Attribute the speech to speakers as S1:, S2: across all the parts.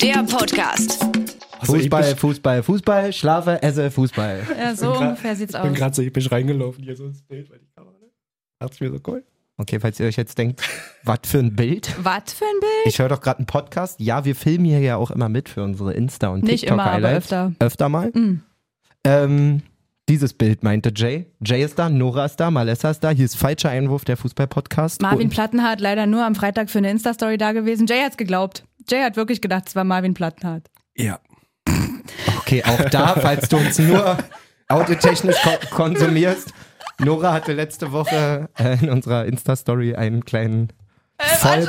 S1: der Podcast.
S2: Also ich
S3: Fußball,
S2: bin-
S3: Fußball, Fußball, schlafe, esse, Fußball.
S4: Ja, so
S2: bin grad-
S4: ungefähr sieht's
S2: bin
S4: aus.
S2: gerade so episch reingelaufen hier so ins Bild, weil die Kamera. ne? Dachte ich mir so cool.
S3: Okay, falls ihr euch jetzt denkt, was für ein Bild.
S4: Was für ein Bild?
S3: Ich höre doch gerade einen Podcast. Ja, wir filmen hier ja auch immer mit für unsere Insta- und
S4: Nicht immer, aber
S3: TikTok-Highlights.
S4: öfter.
S3: Öfter mal.
S4: Mm.
S3: Ähm, dieses Bild meinte Jay. Jay ist da, Nora ist da, Malessa ist da. Hier ist falscher Einwurf, der Fußball-Podcast.
S4: Marvin
S3: Und-
S4: Plattenhardt leider nur am Freitag für eine Insta-Story da gewesen. Jay hat's geglaubt. Jay hat wirklich gedacht, es war Marvin Plattenhardt.
S2: Ja.
S3: Okay, auch da, falls du uns nur audiotechnisch ko konsumierst. Nora hatte letzte Woche äh, in unserer Insta-Story einen kleinen
S4: Äh,
S3: Voll,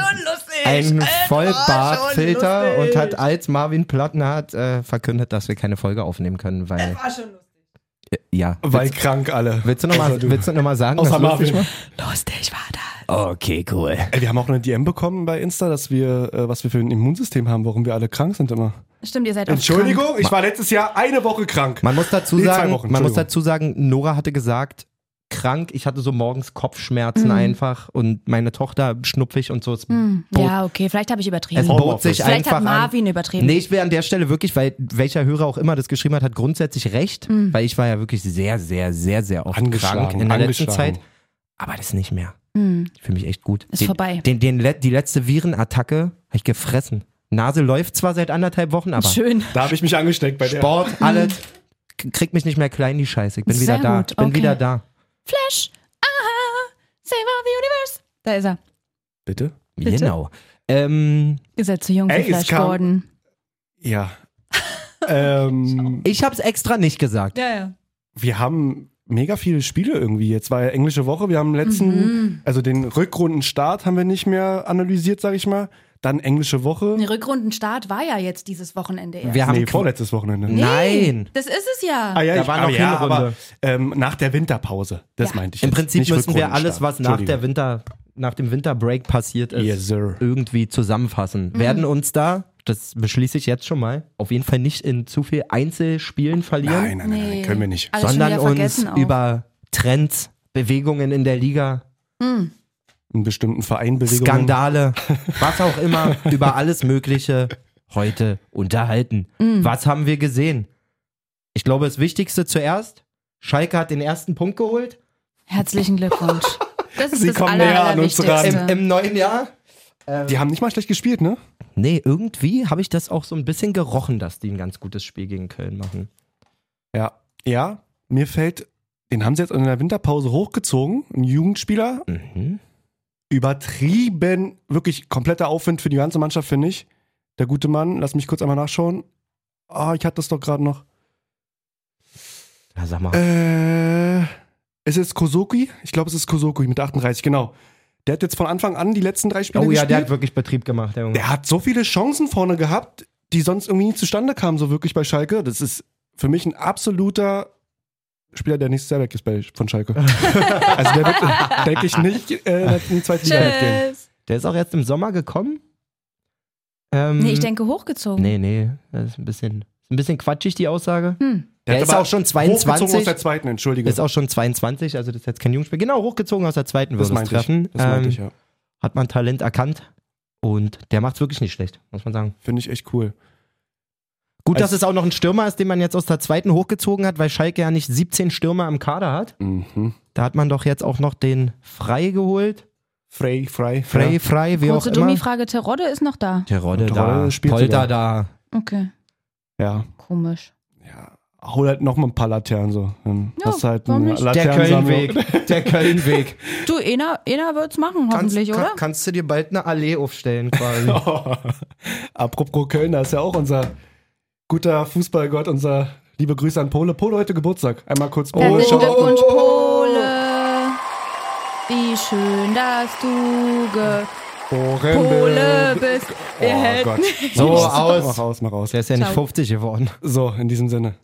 S3: einen Vollbartfilter und hat als Marvin Plattenhardt äh, verkündet, dass wir keine Folge aufnehmen können, weil. war schon lustig. Ja.
S2: Weil krank alle.
S3: Willst du nochmal
S2: Außer du.
S3: noch mal sagen,
S2: Außer
S3: was lustig
S2: Marvin.
S4: Lustig war das.
S3: Okay, cool.
S2: Ey, wir haben auch eine DM bekommen bei Insta, dass wir, äh, was wir für ein Immunsystem haben, warum wir alle krank sind immer.
S4: Stimmt, ihr seid oft Krank.
S2: Entschuldigung, ich war letztes Jahr eine Woche krank.
S3: Man muss dazu
S2: Nee, zwei
S3: sagen,
S2: Wochen,
S3: man muss
S2: Entschuldigung.
S3: dazu sagen, Nora hatte gesagt, krank, ich hatte so morgens Kopfschmerzen
S4: Mhm.
S3: einfach und meine Tochter schnupfig und so. Es,
S4: Hm,
S3: bot-
S4: ja, okay, vielleicht habe ich
S3: es
S4: übertrieben.
S3: bot sich
S4: Vielleicht
S3: einfach
S4: hat Marvin
S3: an.
S4: übertrieben.
S3: Nee, ich will an der Stelle wirklich, weil welcher Hörer auch immer das geschrieben hat, hat grundsätzlich recht,
S4: Hm.
S3: weil ich war ja wirklich sehr, sehr, sehr, sehr oft
S2: Angeschlagen,
S3: krank in der letzten
S2: angeschlagen.
S3: Zeit. Aber das nicht mehr.
S4: Hm.
S3: Ich fühle mich echt gut.
S4: Ist
S3: den,
S4: vorbei.
S3: Den, den, le- die letzte Virenattacke habe ich gefressen. Nase läuft zwar seit anderthalb Wochen, aber
S4: Schön.
S2: Da habe ich mich angesteckt bei der.
S3: Sport, alles. K- Kriegt mich nicht mehr klein, die Scheiße. Ich bin
S4: Sehr
S3: wieder da.
S4: gut,
S3: Ich bin
S4: okay.
S3: wieder da.
S4: Flash. Aha. Save of the Universe. Da ist er.
S2: Bitte?
S4: Bitte?
S3: Genau. Ähm,
S4: Ihr seid zu jung
S2: Ey,
S4: für
S2: es
S4: Flash
S2: kam-
S4: geworden.
S2: Ja. ähm,
S3: ich hab's extra nicht gesagt.
S4: Ja, ja.
S2: wir haben mega viele Spiele irgendwie. Jetzt war ja englische Woche. Wir haben letzten, also den Rückrundenstart haben wir nicht mehr analysiert, sag ich mal. Dann englische Woche.
S4: Der Rückrundenstart war ja jetzt dieses Wochenende erst.
S3: Wir haben
S2: nee,
S3: Qu-
S2: vorletztes Wochenende.
S3: Nee. Nein.
S4: Das ist es ja.
S2: Ah ja,
S3: Da
S2: ich,
S3: war noch
S2: aber ja,
S3: Hinrunde.
S2: aber ähm, nach der Winterpause. Das
S4: Ja.
S2: meinte ich.
S3: Im
S2: jetzt,
S3: Prinzip
S2: nicht
S3: müssen wir
S2: Rückrundenstart.
S3: alles, was nach der
S2: Entschuldigung.
S3: Winter, nach dem Winterbreak passiert ist,
S2: Yes, sir.
S3: irgendwie zusammenfassen.
S4: Mhm.
S3: Werden uns da, das beschließe ich jetzt schon mal, auf jeden Fall nicht in zu viel Einzelspielen verlieren,
S2: Nein, nein, nein, nein,
S4: Nee.
S2: können wir nicht.
S4: Alles schon
S3: sondern
S4: wieder
S3: uns
S4: vergessen auch.
S3: über Trends, Bewegungen in der Liga,
S4: Hm.
S2: Einen bestimmten Verein bewegen.
S3: Skandale, was auch immer, über alles Mögliche heute unterhalten.
S4: Mhm.
S3: Was haben wir gesehen? Ich glaube, das Wichtigste zuerst, Schalke hat den ersten Punkt geholt
S4: Herzlichen Glückwunsch. Das ist
S2: Sie
S4: das
S2: kommen
S4: aller,
S2: näher an uns ran.
S4: Allerwichtigste.
S3: im, im neuen Jahr.
S2: Die haben nicht mal schlecht gespielt, ne?
S3: Nee, irgendwie habe ich das auch so ein bisschen gerochen, dass die ein ganz gutes Spiel gegen Köln machen.
S2: Ja. Ja, mir fällt, den haben sie jetzt in der Winterpause hochgezogen. Ein Jugendspieler.
S3: Mhm.
S2: Übertrieben, wirklich kompletter Aufwind für die ganze Mannschaft, finde ich. Der gute Mann, lass mich kurz einmal nachschauen. Ah, ich hatte das doch gerade noch.
S3: Ja, sag mal.
S2: Äh, es ist Kosoki. Ich glaube, es ist Kosoki mit 38, genau. Der hat jetzt von Anfang an die letzten drei Spiele
S3: oh ja,
S2: gespielt.
S3: der hat wirklich Betrieb gemacht, der Junge.
S2: Der hat so viele Chancen vorne gehabt, die sonst irgendwie nie zustande kamen, so wirklich bei Schalke. Das ist für mich ein absoluter Spieler, der nächstes Jahr weg ist bei, von Schalke. also der wird, denke ich, nicht äh, in die zweite Liga mitgehen.
S4: Tschüss.
S3: Der ist auch jetzt im Sommer gekommen. Ähm,
S4: Nee, ich denke hochgezogen.
S3: Nee, nee, das ist ein bisschen, ist ein bisschen quatschig, die Aussage.
S4: Hm.
S3: Der
S2: hat
S3: ist
S2: aber
S3: auch schon
S2: Hochgezogen aus
S3: 22.
S2: der zweiten, entschuldige.
S3: Ist auch schon 22, also das ist jetzt kein Jungspiel. Genau, hochgezogen aus der zweiten
S2: das
S3: würde es
S2: meinte
S3: treffen.
S2: ich. Das meinte
S3: ähm,
S2: ich, ja.
S3: Hat man Talent erkannt und der macht es wirklich nicht schlecht, muss man sagen.
S2: Finde ich echt cool.
S3: Gut, dass
S2: Also-
S3: es auch noch ein Stürmer ist, den man jetzt aus der zweiten hochgezogen hat, weil Schalke ja nicht 17 Stürmer am Kader hat.
S2: Mhm.
S3: Da hat man doch jetzt auch noch den Frei geholt.
S2: Frei, frei,
S3: Frei,
S2: Ja.
S3: frei, wie
S4: Kurze
S3: auch immer.
S4: Dummi-Frage, Terodde ist noch da.
S3: Terodde
S2: Und
S3: da,
S2: Terodde spielt
S3: Polter
S2: sogar.
S3: da.
S4: Okay,
S2: Ja.
S4: komisch.
S2: ja. Hol halt nochmal ein paar Laternen so. Dann
S4: Ja,
S2: hast du halt
S4: warum
S2: eine
S4: nicht?
S3: Der
S2: Laternensammlung.
S3: Kölnweg, der Kölnweg.
S4: Du, Ena, Ena wird's machen, hoffentlich,
S3: kannst,
S4: oder?
S3: kann- kannst du dir bald eine Allee aufstellen quasi.
S2: Apropos Köln, da ist ja auch unser guter Fußballgott, unser liebe Grüße an Pole. Pole heute Geburtstag. Einmal kurz Pole.
S4: Herzlichen
S2: Shout out.
S4: Glückwunsch, Pole. Wie schön, dass du ge Pole bist. Wir
S2: Oh
S4: hätten-
S2: Gott.
S3: So,
S2: Mach
S3: aus.
S2: aus, mach aus.
S3: Der ist ja nicht
S4: Ciao.
S3: 50 geworden.
S2: So, in diesem Sinne.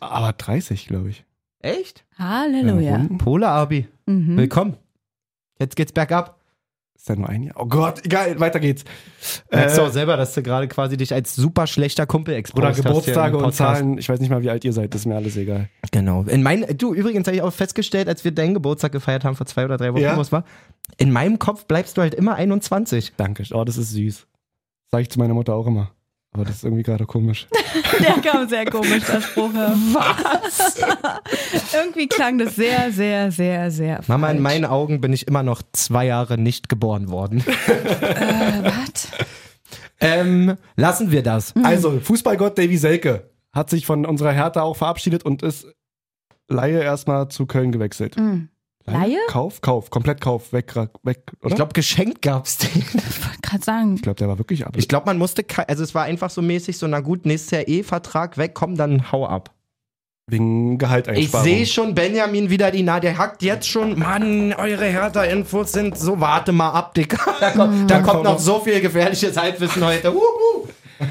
S2: Aber 30, glaube ich.
S3: Echt?
S4: Halleluja.
S2: Runden?
S3: Pole-Abi.
S4: Mhm.
S3: Willkommen. Jetzt geht's bergab.
S2: Ist ja nur ein Jahr. Oh Gott, egal, weiter geht's.
S3: Merkst du auch
S2: Äh,
S3: selber, dass du gerade quasi dich als super schlechter Kumpel exposed
S2: oder
S3: hast hier im
S2: Geburtstage und
S3: Podcast.
S2: Zahlen. Ich weiß nicht mal, wie alt ihr seid. Das ist mir alles egal.
S3: Genau. In mein, du, übrigens habe ich auch festgestellt, als wir deinen Geburtstag gefeiert haben, vor zwei oder drei Wochen,
S2: Ja.
S3: wo es war, in meinem Kopf bleibst du halt immer 21.
S2: Danke. Oh, das ist süß. Sag ich zu meiner Mutter auch immer. Aber das ist irgendwie gerade komisch.
S4: Der kam sehr komisch, der Spruch. Was? Irgendwie klang das sehr, sehr, sehr, sehr.
S3: Mama, in
S4: falsch.
S3: meinen Augen bin ich immer noch zwei Jahre nicht geboren worden.
S4: Äh, was?
S3: ähm, lassen wir das.
S2: Also, Fußballgott Davy Selke hat sich von unserer Hertha auch verabschiedet und ist Laie erstmal zu Köln gewechselt.
S4: Hm. Laie?
S2: Kauf, Kauf, komplett Kauf, weg, ra- weg oder?
S3: Ich glaube, geschenkt gab's den.
S4: Ich wollte gerade sagen.
S2: ich glaub, der war wirklich ab.
S3: Ich glaube, man musste, ke- also es war einfach so mäßig, so na gut, nächstes Jahr eh Vertrag weg, komm, dann hau ab.
S2: Wegen
S3: Ich
S2: Gehalteinsparung.
S3: sehe schon Benjamin wieder die Na, der hackt jetzt schon. Mann, eure Hertha-Infos sind so, warte mal ab, Digga. Da kommt, da kommt noch so viel gefährliches Halbwissen heute. Uhu.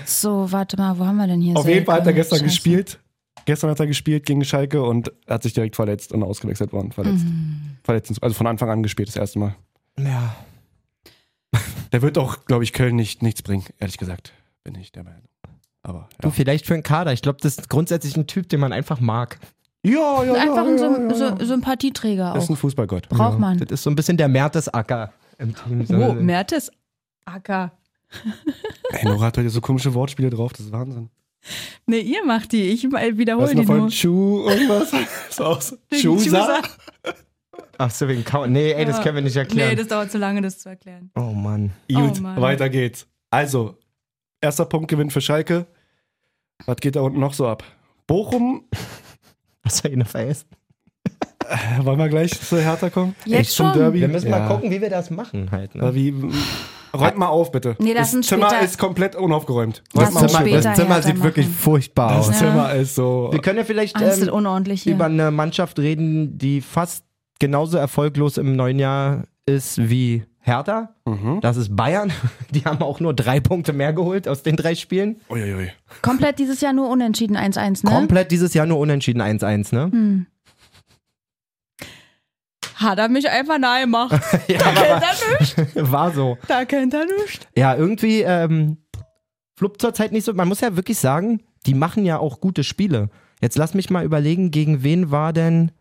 S4: So, warte mal, wo haben wir denn hier?
S2: Auf jeden Fall hat er gestern
S4: Scheiße.
S2: gespielt. Gestern hat er gespielt gegen Schalke und hat sich direkt verletzt und ausgewechselt worden. Verletzt. Verletzt. Also von Anfang an gespielt, das erste Mal.
S3: Ja.
S2: Der wird auch, glaube ich, Köln nicht, nichts bringen, ehrlich gesagt. Bin ich der Meinung. Aber
S3: Du,
S2: ja.
S3: vielleicht für einen Kader. Ich glaube, das ist grundsätzlich ein Typ, den man einfach mag.
S2: Ja, ja,
S4: Einfach ein Sym
S2: ja, ja.
S4: Sy- Sympathieträger
S2: Ist
S4: auch.
S2: ein Äh, Fußballgott.
S4: Braucht man.
S3: Das ist so ein bisschen der Mertesacker im Team. So-
S4: Oh, Mertes Acker.
S2: Ey, Nora hat heute so komische Wortspiele drauf, das ist Wahnsinn.
S4: Ne, ihr macht die. Ich mal-
S2: Was
S4: wiederhole
S2: ist
S4: die
S2: noch
S4: nur.
S2: von Schuh irgendwas? ist aus.
S4: Chusa?
S2: Schusa?
S3: Ach so, wegen Kau. Nee, ey, das
S4: Ja.
S3: können wir nicht erklären.
S4: Nee, das dauert zu lange, das zu erklären.
S3: oh Mann.
S2: Gut,
S4: Oh Mann.
S2: weiter geht's. Also, erster Punktgewinn für Schalke. Was geht da unten noch so ab? Bochum,
S3: Was soll ich noch vergessen?
S2: äh, wollen wir gleich zu Hertha kommen?
S4: Jetzt
S2: Echt zum
S4: schon?
S2: Derby?
S3: Wir müssen
S2: Ja.
S3: mal gucken, wie wir das machen halt. Ne?
S2: Aber Äh, wie, räumt mal auf, bitte.
S4: Nee, lass
S2: das
S4: uns
S2: Zimmer
S4: später-
S2: ist komplett unaufgeräumt.
S4: Lass uns
S2: auf, bitte.
S4: später Hertha machen.
S3: furchtbar
S2: Das
S4: Ja.
S2: Zimmer ist so.
S3: Wir können ja vielleicht
S4: Alles Ah, ist
S3: ähm,
S4: unordentlich hier.
S3: über eine Mannschaft reden, die fast genauso erfolglos im neuen Jahr ist wie Hertha.
S2: Mhm.
S3: Das ist Bayern. Die haben auch nur drei Punkte mehr geholt aus den drei Spielen.
S2: Uiuiui.
S4: Komplett dieses Jahr nur unentschieden 1-1, ne?
S3: Komplett dieses Jahr nur unentschieden 1-1, ne?
S4: Hm. Hat er mich einfach nahe gemacht.
S3: Ja,
S4: Kennt
S3: aber
S4: er nicht?
S3: war so.
S4: Da kennt er nicht.
S3: Ja, irgendwie ähm, fluppt zurzeit nicht so. Man muss ja wirklich sagen, die machen ja auch gute Spiele. Jetzt lass mich mal überlegen, gegen wen war denn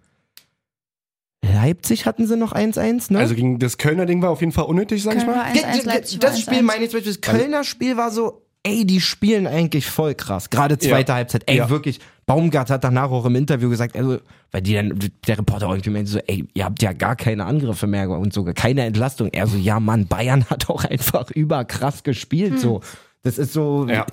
S3: Leipzig hatten sie noch 1-1, ne?
S2: Also gegen das Kölner Ding war auf jeden Fall unnötig, sag ich mal.
S3: Ge- ge- das Spiel meine ich zum Beispiel, das Kölner Spiel war so, ey, die spielen eigentlich voll krass. Gerade zweite
S2: Ja.
S3: Halbzeit, ey,
S2: Ja.
S3: wirklich. Baumgart hat danach auch im Interview gesagt, also, weil die dann, der Reporter irgendwie meinte so, ey, ihr habt ja gar keine Angriffe mehr und sogar keine Entlastung. Er so, ja Mann, Bayern hat auch einfach überkrass gespielt, so. Das ist so,
S2: Ja.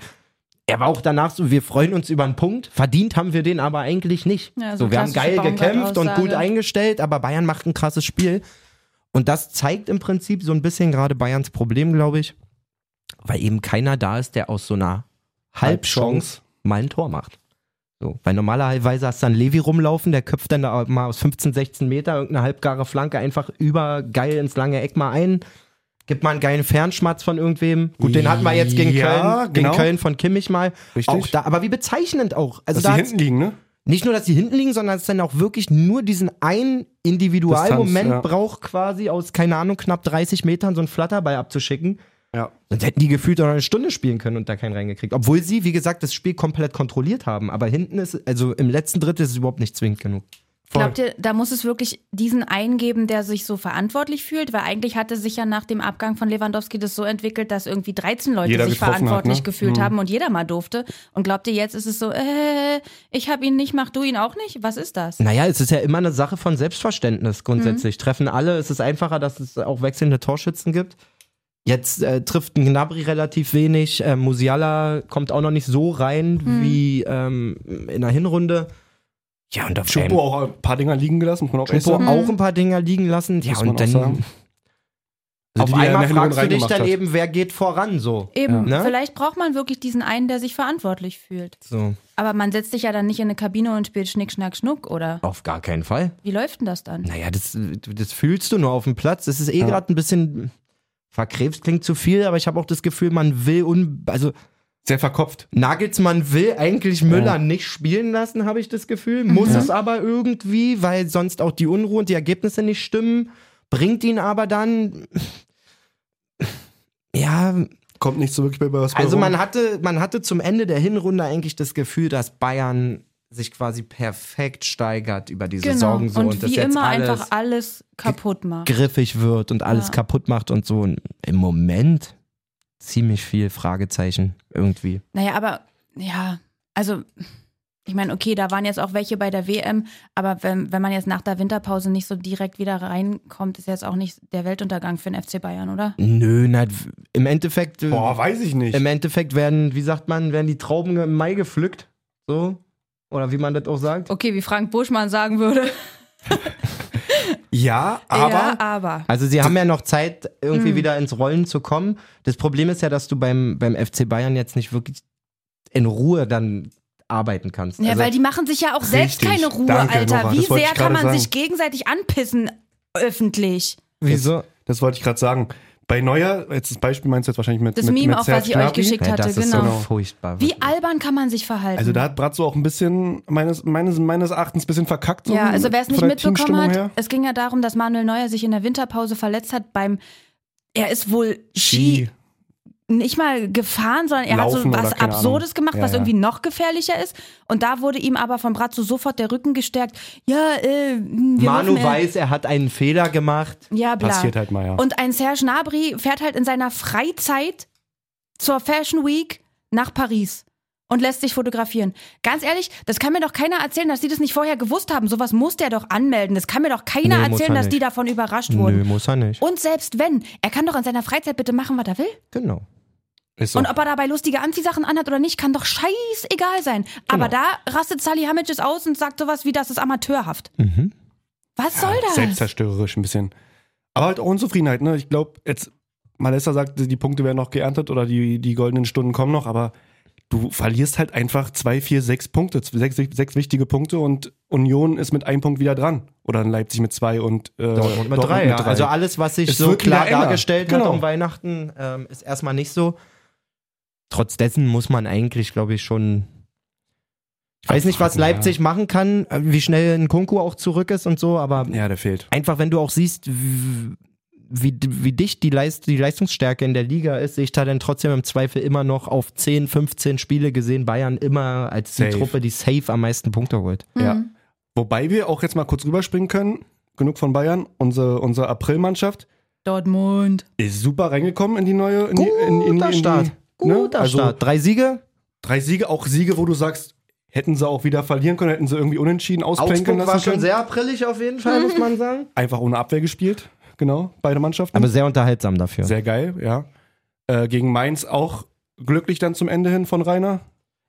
S3: er war auch danach so, wir freuen uns über einen Punkt. Verdient haben wir den aber eigentlich nicht.
S4: Ja,
S3: so,
S4: so
S3: wir haben geil
S4: klassische
S3: gekämpft und gut
S4: Baumgart-Aussage.
S3: eingestellt, aber Bayern macht ein krasses Spiel. Und das zeigt im Prinzip so ein bisschen gerade Bayerns Problem, glaube ich, weil eben keiner da ist, der aus so einer Halbchance mal ein Tor macht. So, weil normalerweise hast du dann Levi rumlaufen, der köpft dann da mal aus 15, 16 Meter irgendeine halbgare Flanke einfach über geil ins lange Eck mal ein. Gibt mal einen geilen Fernschmatz von irgendwem. Gut, den hatten wir jetzt gegen
S2: Ja,
S3: Köln, gegen
S2: genau.
S3: Köln von Kimmich mal.
S2: Richtig.
S3: Auch da, aber wie bezeichnend auch. Also
S2: Dass
S3: da
S2: die
S3: hat's-
S2: hinten liegen, ne?
S3: nicht nur, dass die hinten liegen, sondern dass es dann auch wirklich nur diesen einen Individualmoment
S2: Distanz, ja.
S3: braucht, quasi aus, keine Ahnung, knapp 30 Metern so einen Flatterball abzuschicken.
S2: Ja.
S3: Sonst hätten die gefühlt auch noch eine Stunde spielen können und da keinen reingekriegt. Obwohl sie, wie gesagt, das Spiel komplett kontrolliert haben. Aber hinten ist, also im letzten Drittel ist es überhaupt nicht zwingend genug.
S4: Glaubt ihr, da muss es wirklich diesen eingeben, der sich so verantwortlich fühlt? Weil eigentlich hatte sich ja nach dem Abgang von Lewandowski das so entwickelt, dass irgendwie 13 Leute
S2: Jeder
S4: sich
S2: getroffen hat,
S4: verantwortlich
S2: ne?
S4: gefühlt haben und jeder mal durfte. Und glaubt ihr, jetzt ist es so, äh, ich hab ihn nicht, mach du ihn auch nicht? Was ist das?
S3: Naja, es ist ja immer eine Sache von Selbstverständnis grundsätzlich. Treffen alle, es ist einfacher, dass es auch wechselnde Torschützen gibt. Jetzt äh, trifft ein Gnabry relativ wenig. Äh, Musiala kommt auch noch nicht so rein wie ähm, in der Hinrunde. Ja, und auf
S2: Schupo auch ein paar Dinger liegen gelassen, muss man auch echt
S3: Schupo
S2: sagen.
S3: auch ein paar Dinger liegen lassen. Ja,
S2: Muss man
S3: und
S2: auch
S3: dann Also
S2: sagen.
S3: auf
S2: die, die er in
S3: einmal
S2: der Hinrunde
S3: fragst du dich
S2: reingemacht
S3: dann
S2: hat.
S3: eben, wer geht voran so.
S4: Eben,
S3: Ja. Ne?
S4: vielleicht braucht man wirklich diesen einen, der sich verantwortlich fühlt.
S3: So,
S4: Aber man setzt sich ja dann nicht in eine Kabine und spielt Schnick, Schnack, Schnuck, oder?
S3: auf gar keinen Fall.
S4: Wie läuft denn das dann?
S3: Naja, das, das fühlst du nur auf dem Platz. Das ist eh gerade ein bisschen. Verkrebst klingt zu viel, aber ich habe auch das Gefühl, man will un. Also
S2: Sehr verkopft.
S3: Nagelsmann will eigentlich Müller nicht spielen lassen, habe ich das Gefühl. Muss es aber irgendwie, weil sonst auch die Unruhe und die Ergebnisse nicht stimmen. Bringt ihn aber dann. Ja,
S2: Kommt nicht so wirklich bei was bei
S3: also
S2: rum.
S3: man hatte, man hatte zum Ende der Hinrunde eigentlich das Gefühl, dass Bayern sich quasi perfekt steigert über die Saison so und,
S4: Genau. und
S3: das
S4: wie
S3: jetzt
S4: immer
S3: alles
S4: einfach alles kaputt macht.
S3: griffig wird und alles
S4: Ja.
S3: kaputt macht und so. Und Im Moment ziemlich viel Fragezeichen irgendwie.
S4: Naja, aber ja, also ich meine, okay, da waren jetzt auch welche bei der WM, aber wenn, wenn man jetzt nach der Winterpause nicht so direkt wieder reinkommt, ist jetzt auch nicht der Weltuntergang für den FC Bayern, oder?
S3: Nö, na, im Endeffekt. äh,
S2: Boah, weiß ich nicht.
S3: Im Endeffekt werden, wie sagt man, werden die Trauben im Mai gepflückt. So. Oder wie man das auch sagt.
S4: Okay, wie Frank Buschmann sagen würde.
S2: Ja, aber
S4: ja, Hm. aber.
S3: Also sie haben ja noch Zeit, irgendwie wieder ins Rollen zu kommen. Das Problem ist ja, dass du beim, beim FC Bayern jetzt nicht wirklich in Ruhe dann arbeiten kannst.
S4: Ja,
S3: also,
S4: weil die machen sich ja auch selbst
S2: Richtig.
S4: keine Ruhe,
S2: Danke,
S4: Alter.
S2: Nora,
S4: Wie
S2: das wollte
S4: sehr
S2: ich
S4: kann man
S2: gerade
S4: sich gegenseitig anpissen öffentlich?
S3: wieso?
S2: das wollte ich gerade sagen. Bei Neuer, jetzt das Beispiel meinst du jetzt wahrscheinlich mit
S4: Das
S2: mit,
S4: Meme,
S2: mit
S4: auf was
S2: Serge
S4: ich euch
S2: Gnabry.
S4: geschickt
S3: Ja,
S4: hatte,
S3: das ist
S4: genau.
S3: so furchtbar.
S4: Wie albern kann man sich verhalten?
S2: Also da hat Bratzo auch ein bisschen, meines, meines, meines Erachtens, ein bisschen verkackt. So
S4: ja, also wer es
S2: von
S4: nicht
S2: der
S4: mitbekommen
S2: Teamstimmung
S4: hat,
S2: her.
S4: es ging ja darum, dass Manuel Neuer sich in der Winterpause verletzt hat beim, er ist wohl Ski,
S2: Ski.
S4: nicht mal gefahren, sondern er
S2: Laufen
S4: hat
S2: oder
S4: so was
S2: keine
S4: Absurdes
S2: Ahnung.
S4: gemacht,
S2: Ja,
S4: was
S2: ja.
S4: irgendwie noch gefährlicher ist. Und da wurde ihm aber von Bratzo sofort der Rücken gestärkt. Ja, äh, wir
S3: Manu
S4: dürfen, äh,
S3: weiß, er hat einen Fehler gemacht.
S4: Ja, bla.
S2: Passiert halt mal, ja.
S4: Und ein Serge Gnabry fährt halt in seiner Freizeit zur Fashion Week nach Paris und lässt sich fotografieren. Ganz ehrlich, das kann mir doch keiner erzählen, dass die das nicht vorher gewusst haben. Sowas muss der doch anmelden. Das kann mir doch keiner
S3: Nee, muss
S4: erzählen,
S3: er
S4: dass die
S3: nicht.
S4: davon überrascht wurden.
S3: muss er nicht.
S4: Und selbst wenn, er kann doch in seiner Freizeit bitte machen, was er will.
S3: Genau.
S2: Ist so.
S4: Und ob er dabei lustige Anziehsachen anhat oder nicht, kann doch scheißegal sein. Aber
S2: Genau.
S4: da rastet Salihamidzic aus und sagt sowas wie, das ist amateurhaft.
S3: Mhm.
S4: Was soll das?
S2: Selbstzerstörerisch ein bisschen. Aber halt auch Unzufriedenheit, ne? Ich glaube, jetzt, Malessa sagte, die Punkte werden noch geerntet oder die, die goldenen Stunden kommen noch, aber du verlierst halt einfach zwei, vier, sechs Punkte, sechs, sechs, sechs wichtige Punkte und Union ist mit einem Punkt wieder dran. Oder in Leipzig mit zwei und äh,
S3: Dortmund mit drei. ja. Also alles, was sich
S2: Es
S3: so
S2: wird
S3: klar
S2: wieder enger.
S3: dargestellt hat
S2: Genau.
S3: um Weihnachten, ähm, ist erstmal nicht so. Trotz dessen muss man eigentlich, glaube ich, schon. Ich weiß nicht, was
S2: Abwarten,
S3: Leipzig machen kann, äh, wie schnell ein Kunku auch zurück ist und so, aber
S2: ja, der fehlt.
S3: einfach, wenn du auch siehst, wie, wie, wie dicht die, Leist, die Leistungsstärke in der Liga ist, sehe ich da dann trotzdem im Zweifel immer noch auf 10, 15 Spiele gesehen Bayern immer als die
S2: Safe.
S3: Truppe, die safe am meisten Punkte holt.
S4: Mhm.
S2: Ja. Wobei wir auch jetzt mal kurz rüberspringen können. Genug von Bayern. Unsere, unsere Aprilmannschaft
S4: Dortmund.
S2: ist super reingekommen in die neue. In die, in, in, in,
S3: Guter
S2: die-
S3: Start.
S2: ne?
S3: Guter
S2: Also
S3: Start. Drei Siege,
S2: Drei Siege, auch Siege, wo du sagst, hätten sie auch wieder verlieren können, hätten sie irgendwie unentschieden ausplänken
S3: Augsburg war
S2: lassen
S3: schon
S2: können.
S3: sehr aprillig auf jeden
S2: Mhm.
S3: Fall, muss man sagen.
S2: Einfach ohne Abwehr gespielt, genau, beide Mannschaften.
S3: Aber sehr unterhaltsam dafür.
S2: sehr geil, ja. Äh, gegen Mainz auch glücklich dann zum Ende hin von Rainer.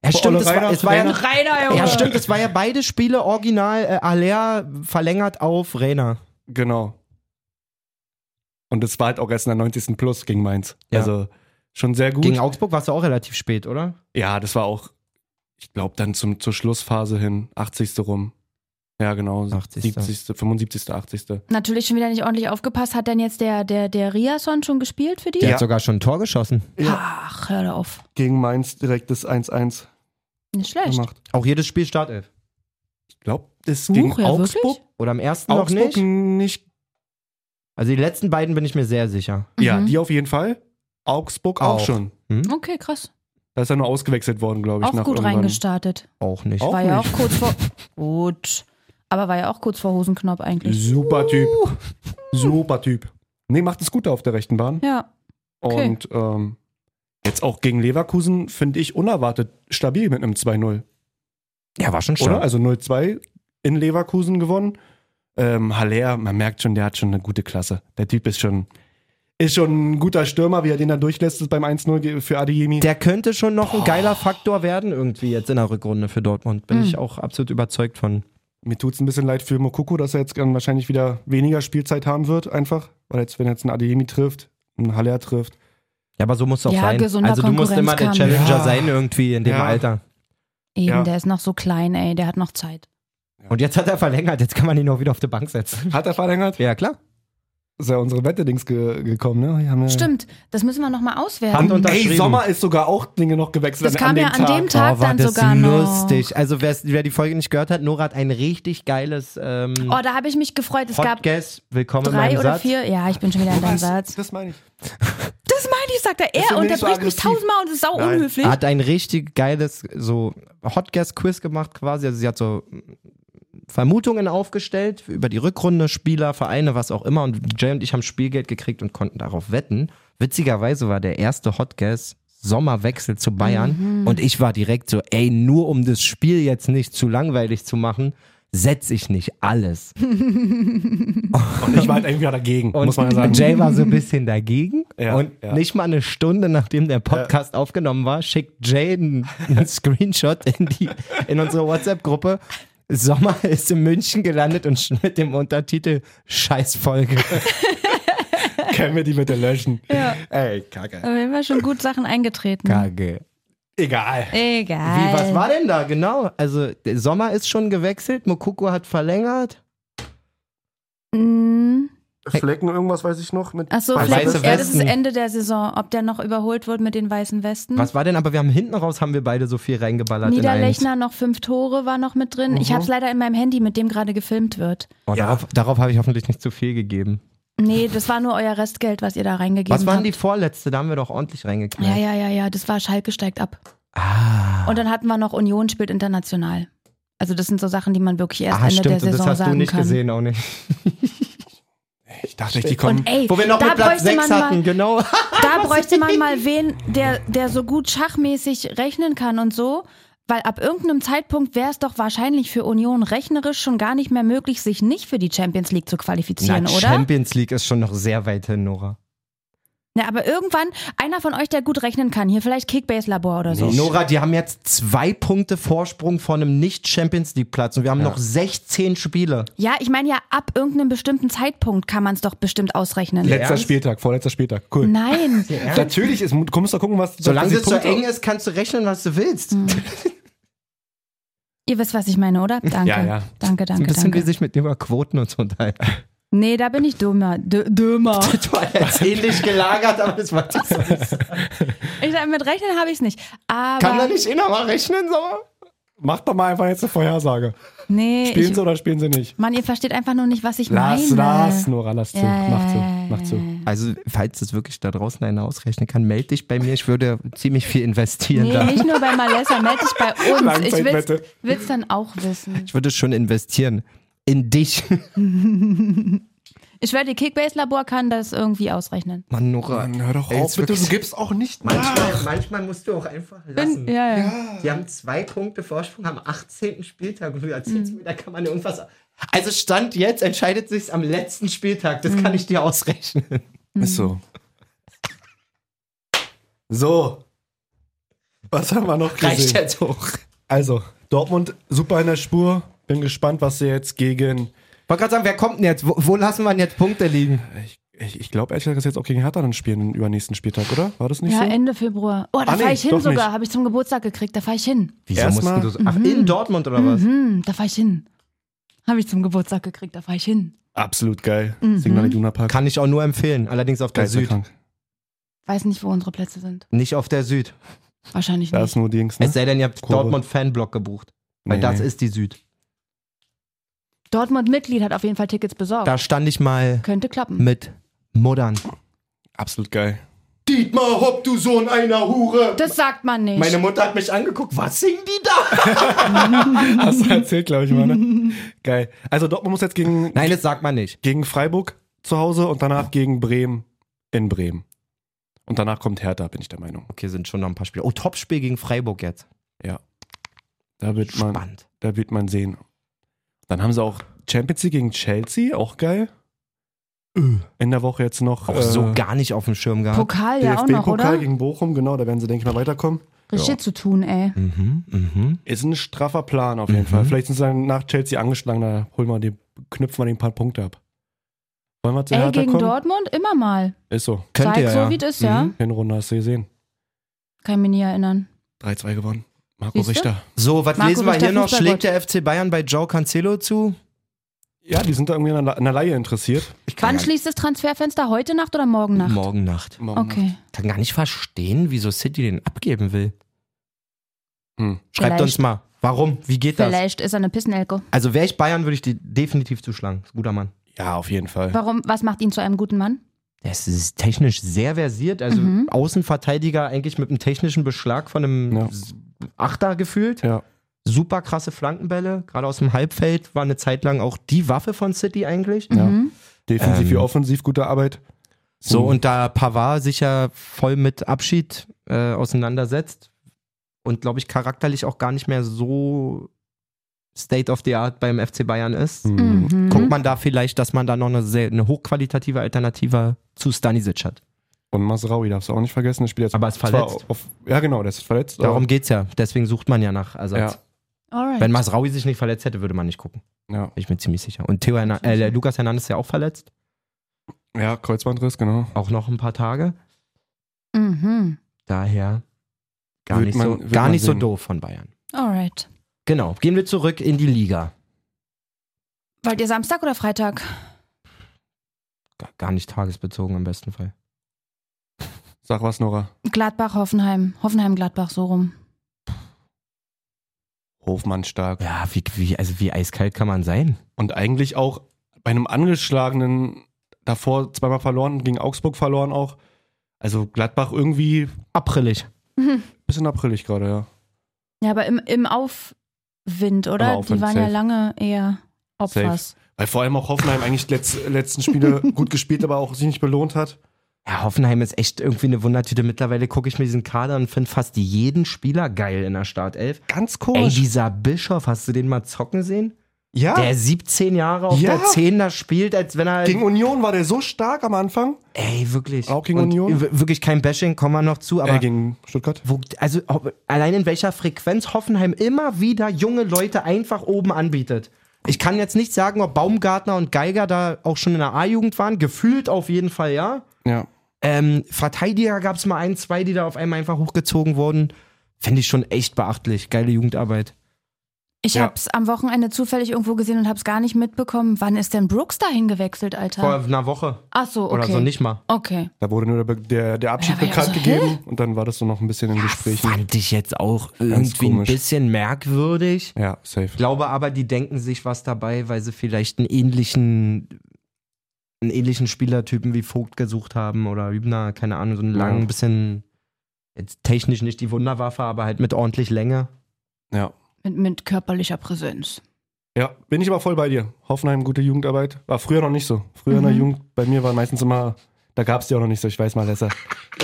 S3: ja, stimmt,
S2: Ole
S3: es war,
S2: Rainer-
S3: es war ja,
S4: Rainer, Junge.
S3: ja, stimmt, es war ja beide Spiele original äh, Aller verlängert auf Rainer.
S2: Genau. Und es war halt auch erst in der 90. Plus gegen Mainz.
S3: Ja.
S2: Also schon sehr gut.
S3: Gegen Augsburg warst du auch relativ spät, oder?
S2: ja, das war auch, ich glaube, dann zum, zur Schlussphase hin, 80. rum. Ja, genau.
S3: 80..
S2: 70., 75., 80.
S4: natürlich schon wieder nicht ordentlich aufgepasst. Hat denn jetzt der, der, der Riason schon gespielt für die?
S3: Der
S2: Ja.
S3: hat sogar schon ein Tor geschossen.
S2: Ja.
S4: Ach, hör doch auf.
S2: Gegen Mainz direkt das 1-1
S4: Nicht schlecht.
S2: gemacht.
S3: Auch jedes Spiel Startelf.
S2: Ich glaube, das
S4: Huch,
S2: gegen
S4: ja,
S2: Augsburg,
S4: wirklich?
S3: Oder am ersten
S2: Augsburg
S3: noch
S2: nicht.
S3: nicht. Also die letzten beiden bin ich mir sehr sicher.
S2: Ja,
S4: Mhm.
S2: die auf jeden Fall. Augsburg auch,
S3: Auch.
S2: schon.
S4: Okay, krass.
S2: Da ist er nur ausgewechselt worden, glaube ich.
S4: Auch
S2: nach
S4: gut
S2: irgendwann.
S4: reingestartet.
S3: Auch nicht.
S2: Auch
S4: war ja auch
S2: nicht.
S4: kurz vor. gut. Aber war ja auch kurz vor Hosenknopf eigentlich.
S2: Super Typ.
S3: Uh,
S2: Super Typ. Nee, macht es gut da auf der rechten Bahn.
S4: Ja. Okay.
S2: Und ähm, jetzt auch gegen Leverkusen finde ich unerwartet stabil mit einem 2-0.
S3: Ja, war schon
S2: Oder?
S3: stark.
S2: Also 0-2 in Leverkusen gewonnen. Ähm, Haller, man merkt schon, der hat schon eine gute Klasse. Der Typ ist schon, ist schon ein guter Stürmer, wie er den da durchlässt ist beim 1-0 ge- für Adeyemi.
S3: Der könnte schon noch ein geiler Faktor werden irgendwie jetzt in der Rückrunde für Dortmund. Bin
S4: Mhm.
S3: ich auch absolut überzeugt von.
S2: Mir tut's ein bisschen leid für Mokoko, dass er jetzt dann wahrscheinlich wieder weniger Spielzeit haben wird, einfach. Weil jetzt, wenn jetzt ein Adeyemi trifft, ein Haller trifft.
S3: Ja, aber so muss es auch
S4: Ja,
S3: sein.
S4: gesunder
S3: Also du musst immer der
S4: Konkurrenzkampf.
S3: Challenger
S2: Ja.
S3: sein irgendwie in dem
S2: Ja.
S3: Alter.
S4: Eben,
S2: Ja.
S4: der ist noch so klein, ey. Der hat noch Zeit.
S3: Und jetzt hat er verlängert, jetzt kann man ihn auch wieder auf die Bank setzen.
S2: Hat er verlängert?
S3: Ja, klar.
S2: Ist ja unsere Wette-Dings ge gekommen, ne? Die haben ja
S4: Stimmt, das müssen wir nochmal auswerten.
S3: Hand
S2: Und
S3: unterschrieben.
S2: Ey, Sommer ist sogar auch Dinge noch gewechselt.
S4: Das kam
S2: an
S4: ja
S2: dem
S4: an
S2: Tag.
S4: dem Tag
S3: Oh, war
S4: dann
S3: das
S4: sogar
S3: lustig. Also wer's- wer die Folge nicht gehört hat, Nora hat ein richtig geiles ähm,
S4: noch. Oh, da habe ich mich gefreut. Es gab
S3: Podcast. Willkommen in
S4: drei
S3: meinem
S4: oder
S3: Satz.
S4: vier. Ja, ich bin schon wieder in deinem
S2: Was?
S4: Satz.
S2: Oh, Das meine ich.
S4: Das meine ich, sagt er. Er
S2: Deswegen bin ich so
S4: unterbricht mich
S2: aggressiv.
S4: tausendmal und ist sau
S2: Nein.
S4: unhöflich.
S3: Hat ein richtig geiles so Hot Guest Quiz gemacht quasi. Also sie hat so Vermutungen aufgestellt über die Rückrunde, Spieler, Vereine, was auch immer. Und Jay und ich haben Spielgeld gekriegt und konnten darauf wetten. Witzigerweise war der erste Hot Gas Sommerwechsel zu Bayern und ich war direkt so, ey, nur um das Spiel jetzt nicht zu langweilig zu machen, setze ich nicht alles.
S2: Und ich war halt irgendwie dagegen,
S3: Und
S2: muss man ja sagen.
S3: Jay war so ein bisschen dagegen.
S2: Ja,
S3: und
S2: ja.
S3: nicht mal eine Stunde, nachdem der Podcast aufgenommen war, schickt Jay einen, einen Screenshot in, die, in unsere WhatsApp-Gruppe. Sommer ist in München gelandet und sch- mit dem Untertitel Scheißfolge.
S2: Können wir die bitte löschen?
S4: Ja.
S3: Ey, Kacke.
S4: Aber wir haben ja schon gut Sachen eingetreten.
S3: Kacke.
S2: Egal.
S4: Egal.
S3: Wie, was war denn da genau? Also, der Sommer ist schon gewechselt, Mokoko hat verlängert.
S4: Mhm.
S2: Flecken, irgendwas weiß ich noch. Mit
S4: Ach so,
S2: Weiße
S4: vielleicht.
S3: Westen.
S4: Ja, das ist Ende der Saison. Ob der noch überholt wird mit den weißen Westen.
S3: Was war denn? Aber wir haben hinten raus, haben wir beide so viel reingeballert. in eins.
S4: Niederlechner noch fünf Tore war noch mit drin.
S3: Mhm.
S4: Ich habe es leider in meinem Handy, mit dem gerade gefilmt wird.
S3: Oh,
S2: Ja.
S3: Darauf, darauf habe ich hoffentlich nicht zu viel gegeben.
S4: Nee, das war nur euer Restgeld, was ihr da reingegeben habt.
S3: Was waren die vorletzte? Da haben wir doch ordentlich
S4: Ja,
S3: reingeknallt.
S4: ja, ja, ja, das war Schalke steigt ab.
S3: Ah,
S4: Und dann hatten wir noch Union spielt international. Also das sind so Sachen, die man wirklich erst
S3: ah
S4: Ende der
S3: stimmt,
S4: Saison
S3: das hast
S4: sagen
S3: du nicht
S4: kann.
S3: gesehen, auch nicht.
S2: Ich dachte, ich die kommen.
S4: Und ey,
S3: Wo wir noch
S4: da,
S3: mit Platz
S4: bräuchte
S3: 6
S4: man
S3: hatten,
S4: mal,
S3: genau.
S4: da bräuchte man mal wen, der, der so gut schachmäßig rechnen kann und so. Weil ab irgendeinem Zeitpunkt wäre es doch wahrscheinlich für Union rechnerisch schon gar nicht mehr möglich, sich nicht für die Champions League zu qualifizieren,
S3: Na,
S4: oder?
S3: Champions League ist schon noch sehr weit hin, Nora.
S4: Na, aber irgendwann einer von euch, der gut rechnen kann. Hier vielleicht Kickbase-Labor oder so.
S2: Nee,
S3: Nora, die haben jetzt zwei Punkte Vorsprung vor einem Nicht-Champions League-Platz und wir haben noch 16 Spiele.
S4: Ja, ich meine ja, ab irgendeinem bestimmten Zeitpunkt kann man es doch bestimmt ausrechnen.
S2: Letzter
S3: Ernst?
S2: Spieltag, vorletzter Spieltag. Cool.
S4: Nein.
S2: Natürlich, ist, du musst doch gucken, was. was
S3: Solange es
S2: die
S3: so
S2: Punkte-
S3: eng ist, kannst du rechnen, was du willst.
S4: Ihr wisst, was ich meine, oder? Danke.
S2: Ja, ja.
S4: Danke,
S3: Ein
S4: danke,
S3: bisschen wie
S4: danke.
S3: sich mit über Quoten und so unterhalten.
S4: Nee, da bin ich dümmer. D dümmer.
S3: Du hast jetzt ähnlich gelagert, aber das war das.
S4: Ich sag, mit Rechnen habe ich es nicht. Aber
S3: Kann da nicht einer mal rechnen, Sommer?
S2: Mach doch mal einfach jetzt eine Vorhersage.
S4: nee,
S2: Spielen
S4: ich,
S2: sie oder spielen sie nicht?
S4: Mann, ihr versteht einfach nur nicht, was ich
S2: Lass,
S4: meine.
S2: lass, Nora, lass zu.
S4: Ja, ja,
S2: mach zu,
S4: ja, ja,
S2: mach zu.
S3: Also, falls es wirklich da draußen einer ausrechnen kann, melde dich bei mir. Ich würde ziemlich viel investieren
S4: Nee,
S3: da.
S4: nicht nur bei Malessa, meld dich bei uns. Ich will's,
S2: Langzeitwette.
S4: will's dann auch wissen.
S3: Ich würde schon investieren. In dich.
S4: Ich werde, die Kickbase-Labor kann das irgendwie ausrechnen.
S3: Mann, Nora.
S2: Mann, hör doch
S3: Ey,
S2: auf,
S3: ist
S2: bitte, du
S3: wirklich-
S2: gibst auch nicht nach.
S3: Manchmal, manchmal musst du auch einfach
S4: Bin,
S3: lassen.
S4: ja, ja.
S3: Die haben zwei Punkte Vorsprung am 18. Spieltag und du erzählst
S4: Mhm.
S3: mir, da kann man irgendwas. Also Stand jetzt entscheidet sich am letzten Spieltag.
S4: Mhm.
S3: Das kann ich dir ausrechnen.
S2: Ist so. So. Was haben wir noch
S3: Reicht
S2: gesehen?
S3: jetzt hoch.
S2: Also, Dortmund super in der Spur. Bin gespannt, was sie jetzt gegen.
S3: Ich wollte gerade sagen, wer kommt denn jetzt? Wo, wo lassen wir denn jetzt Punkte liegen?
S2: Ich, ich, ich glaube ehrlich gesagt, dass sie jetzt auch gegen Hertha dann spielen im übernächsten Spieltag, oder? War das nicht
S4: Ja,
S2: so?
S4: Ende Februar. Oh, da
S2: Ah,
S4: fahr
S2: nee,
S4: fahre ich hin
S2: doch
S4: sogar.
S2: nicht.
S4: Habe ich zum Geburtstag gekriegt. Da fahre ich hin.
S3: Wieso
S2: Erstmal-
S3: mussten du so. Ach, in Dortmund oder was?
S4: Mhm, da fahre ich hin. Habe ich zum Geburtstag gekriegt. Da fahre ich hin.
S2: Absolut geil. Signal Iduna Park.
S3: Kann ich auch nur empfehlen. Allerdings auf der Süd.
S2: Geisterkrank.
S4: Weiß nicht, wo unsere Plätze sind.
S3: Nicht auf der Süd.
S4: Wahrscheinlich
S2: Da
S4: nicht.
S2: ist nur Dings, ne?
S3: Es sei denn, ihr habt
S2: Kurve.
S3: Dortmund-Fanblock gebucht. Weil
S2: Nee,
S3: das
S2: nee.
S3: ist die Süd.
S4: Dortmund-Mitglied hat auf jeden Fall Tickets besorgt.
S3: Da stand ich mal
S4: Könnte klappen.
S3: mit Muddern.
S2: Absolut geil.
S3: Dietmar Hopp, du Sohn einer Hure.
S4: das sagt man nicht.
S3: Meine Mutter hat mich angeguckt. Was singen die da?
S2: Hast du erzählt, glaube ich mal, ne? Geil. Also Dortmund muss jetzt gegen,
S3: Nein, das sagt man nicht.
S2: gegen Freiburg zu Hause und danach gegen Bremen in Bremen. Und danach kommt Hertha, bin ich der Meinung.
S3: Okay, sind schon noch ein paar Spiele. Oh, Topspiel gegen Freiburg jetzt.
S2: Ja. Da wird man,
S3: Spannend.
S2: da wird man sehen. Dann haben sie auch Champions League gegen Chelsea, auch geil. In der Woche jetzt noch
S3: Äh. Auch
S2: äh,
S3: so gar nicht auf dem Schirm gehabt.
S4: Pokal ja auch noch,
S2: DFB-Pokal
S4: oder?
S2: gegen Bochum, genau, da werden sie, denke ich mal, weiterkommen.
S4: Richtig zu tun, ey.
S3: Mhm, mhm.
S2: Ist ein straffer Plan auf jeden Fall. Vielleicht sind sie dann nach Chelsea angeschlagen, da holen wir den, knüpfen wir den paar Punkte ab. Wollen wir zu
S4: Ey,
S2: Hertha
S4: gegen
S2: kommen?
S4: Dortmund immer mal.
S2: Ist so.
S3: Könnt
S4: Zeig
S3: ihr,
S4: so,
S3: ja.
S4: wie das ist, ja.
S3: Mhm.
S2: Hinrunde hast du gesehen.
S4: Kann ich mich nie erinnern.
S2: 3-2 gewonnen. Marco
S4: Siehste?
S2: Richter.
S3: So, was
S4: Marco
S3: lesen wir
S4: Richter
S3: hier noch?
S4: Fußballgott.
S3: Schlägt der FC Bayern bei Joe Cancelo zu?
S2: Ja, die sind da irgendwie an der- an der Laie interessiert.
S3: Ich
S4: Wann schließt das Transferfenster? Heute Nacht oder morgen Nacht?
S3: Morgen Nacht.
S4: Okay.
S3: Ich kann gar nicht verstehen, wieso City den abgeben will.
S2: Hm.
S3: Schreibt
S4: Vielleicht.
S3: uns mal, warum? Wie geht das?
S4: Vielleicht ist er eine Pissenelke.
S3: Also wäre ich Bayern, würde ich die definitiv zuschlagen. Ist ein guter Mann.
S2: Ja, auf jeden Fall.
S4: Warum? Was macht ihn zu einem guten Mann?
S3: Der ist- ist technisch sehr versiert. Also
S4: Mhm.
S3: Außenverteidiger eigentlich mit einem technischen Beschlag von einem
S2: Ja.
S3: S- Achter gefühlt.
S2: Ja.
S3: Super krasse Flankenbälle. Gerade aus dem Halbfeld war
S4: Mhm.
S3: eine Zeit lang auch die Waffe von City eigentlich.
S2: Ja. Defensiv wie
S3: Ähm.
S2: offensiv, gute Arbeit.
S3: So,
S2: Mhm.
S3: und da Pavard sich ja voll mit Abschied äh, auseinandersetzt und, glaube ich, charakterlich auch gar nicht mehr so State of the Art beim FC Bayern ist,
S2: Mhm.
S4: Mhm.
S3: guckt man da vielleicht, dass man da noch eine, sehr, eine hochqualitative Alternative zu Stanisic hat.
S2: Und Masraoui darfst du auch nicht vergessen, der spielt jetzt.
S3: Aber ist
S2: zwar
S3: verletzt.
S2: Auf, ja, genau, der ist verletzt.
S3: Darum geht's ja. Deswegen sucht man ja nach
S2: aber, ja,
S3: Ersatz.
S4: Alright.
S3: Wenn Masraoui sich nicht verletzt hätte, würde man nicht gucken.
S2: ja.
S3: Bin ich mir ziemlich sicher. Und Theo Hernan äh, Lukas Hernandez ist ja auch verletzt.
S2: ja, Kreuzbandriss, genau.
S3: Auch noch ein paar Tage.
S4: mhm.
S3: Daher gar
S2: Wird
S3: nicht,
S2: man-
S3: so,
S2: wird
S3: gar
S2: man
S3: nicht so
S2: sehen.
S3: doof von Bayern.
S4: Alright.
S3: Genau. Gehen wir zurück in die Liga.
S4: Wollt ihr Samstag oder Freitag?
S3: Gar- Gar nicht tagesbezogen im besten Fall.
S2: Sag was, Nora.
S4: Gladbach, Hoffenheim. Hoffenheim, Gladbach, so rum.
S2: Hofmann stark.
S3: Ja, wie, wie, also wie eiskalt kann man sein?
S2: Und eigentlich auch bei einem angeschlagenen, davor zweimal verloren, gegen Augsburg verloren auch. Also Gladbach irgendwie ein
S3: Aprillig.
S2: bisschen aprillig gerade, ja.
S4: Ja, aber im, im Aufwind,
S2: Im
S4: oder?
S2: Aufwind,
S4: Die waren ja
S2: safe.
S4: lange eher Opfers.
S2: Weil vor allem auch Hoffenheim eigentlich die letz, letzten Spiele gut gespielt, aber auch sich nicht belohnt hat.
S3: Ja, Hoffenheim ist echt irgendwie eine Wundertüte. Mittlerweile gucke ich mir diesen Kader und finde fast jeden Spieler geil in der Startelf.
S2: Ganz
S3: Ey,
S2: komisch.
S3: dieser Bischof, hast du den mal zocken sehen?
S2: ja,
S3: Der 17 Jahre auf
S2: Ja.
S3: der 10 da spielt, als wenn er.
S2: gegen Union war der so stark am Anfang.
S3: Ey, wirklich.
S2: Auch gegen
S3: Und
S2: Union?
S3: w- Wirklich kein Bashing, kommen wir noch zu, aber.
S2: äh, gegen Stuttgart.
S3: wo, also ho- allein in welcher Frequenz Hoffenheim immer wieder junge Leute einfach oben anbietet. Ich kann jetzt nicht sagen, ob Baumgartner und Geiger da auch schon in der A-Jugend waren. Gefühlt auf jeden Fall, ja.
S2: Ja.
S3: Ähm, Verteidiger gab es mal ein, zwei, die da auf einmal einfach hochgezogen wurden. Finde ich schon echt beachtlich. Geile Jugendarbeit.
S4: Ich
S2: Ja.
S4: hab's am Wochenende zufällig irgendwo gesehen und hab's gar nicht mitbekommen. Wann ist denn Brooks dahin gewechselt, Alter?
S3: Vor einer Woche
S4: Ach so, okay.
S3: oder so nicht mal.
S4: Okay.
S2: Da wurde nur der, Be- der, der Abschied
S4: Ja, aber ja,
S2: bekannt
S4: so,
S2: gegeben und dann war das so noch ein bisschen in Gesprächen.
S3: Fand ich jetzt auch irgendwie ein
S2: komisch.
S3: bisschen merkwürdig.
S2: Ja, safe.
S3: glaube aber, die denken sich was dabei, weil sie vielleicht einen ähnlichen, einen ähnlichen Spielertypen wie Vogt gesucht haben oder Hübner, keine Ahnung, so einen
S2: Ja.
S3: langen, bisschen jetzt technisch nicht die Wunderwaffe, aber halt mit ordentlich Länge.
S2: Ja.
S4: Mit, mit körperlicher Präsenz.
S2: Ja, bin ich aber voll bei dir. Hoffenheim, gute Jugendarbeit. War früher noch nicht so. Früher in der
S4: Mhm.
S2: Jugend, bei mir war meistens immer, da gab es die auch noch nicht so. Ich weiß mal besser.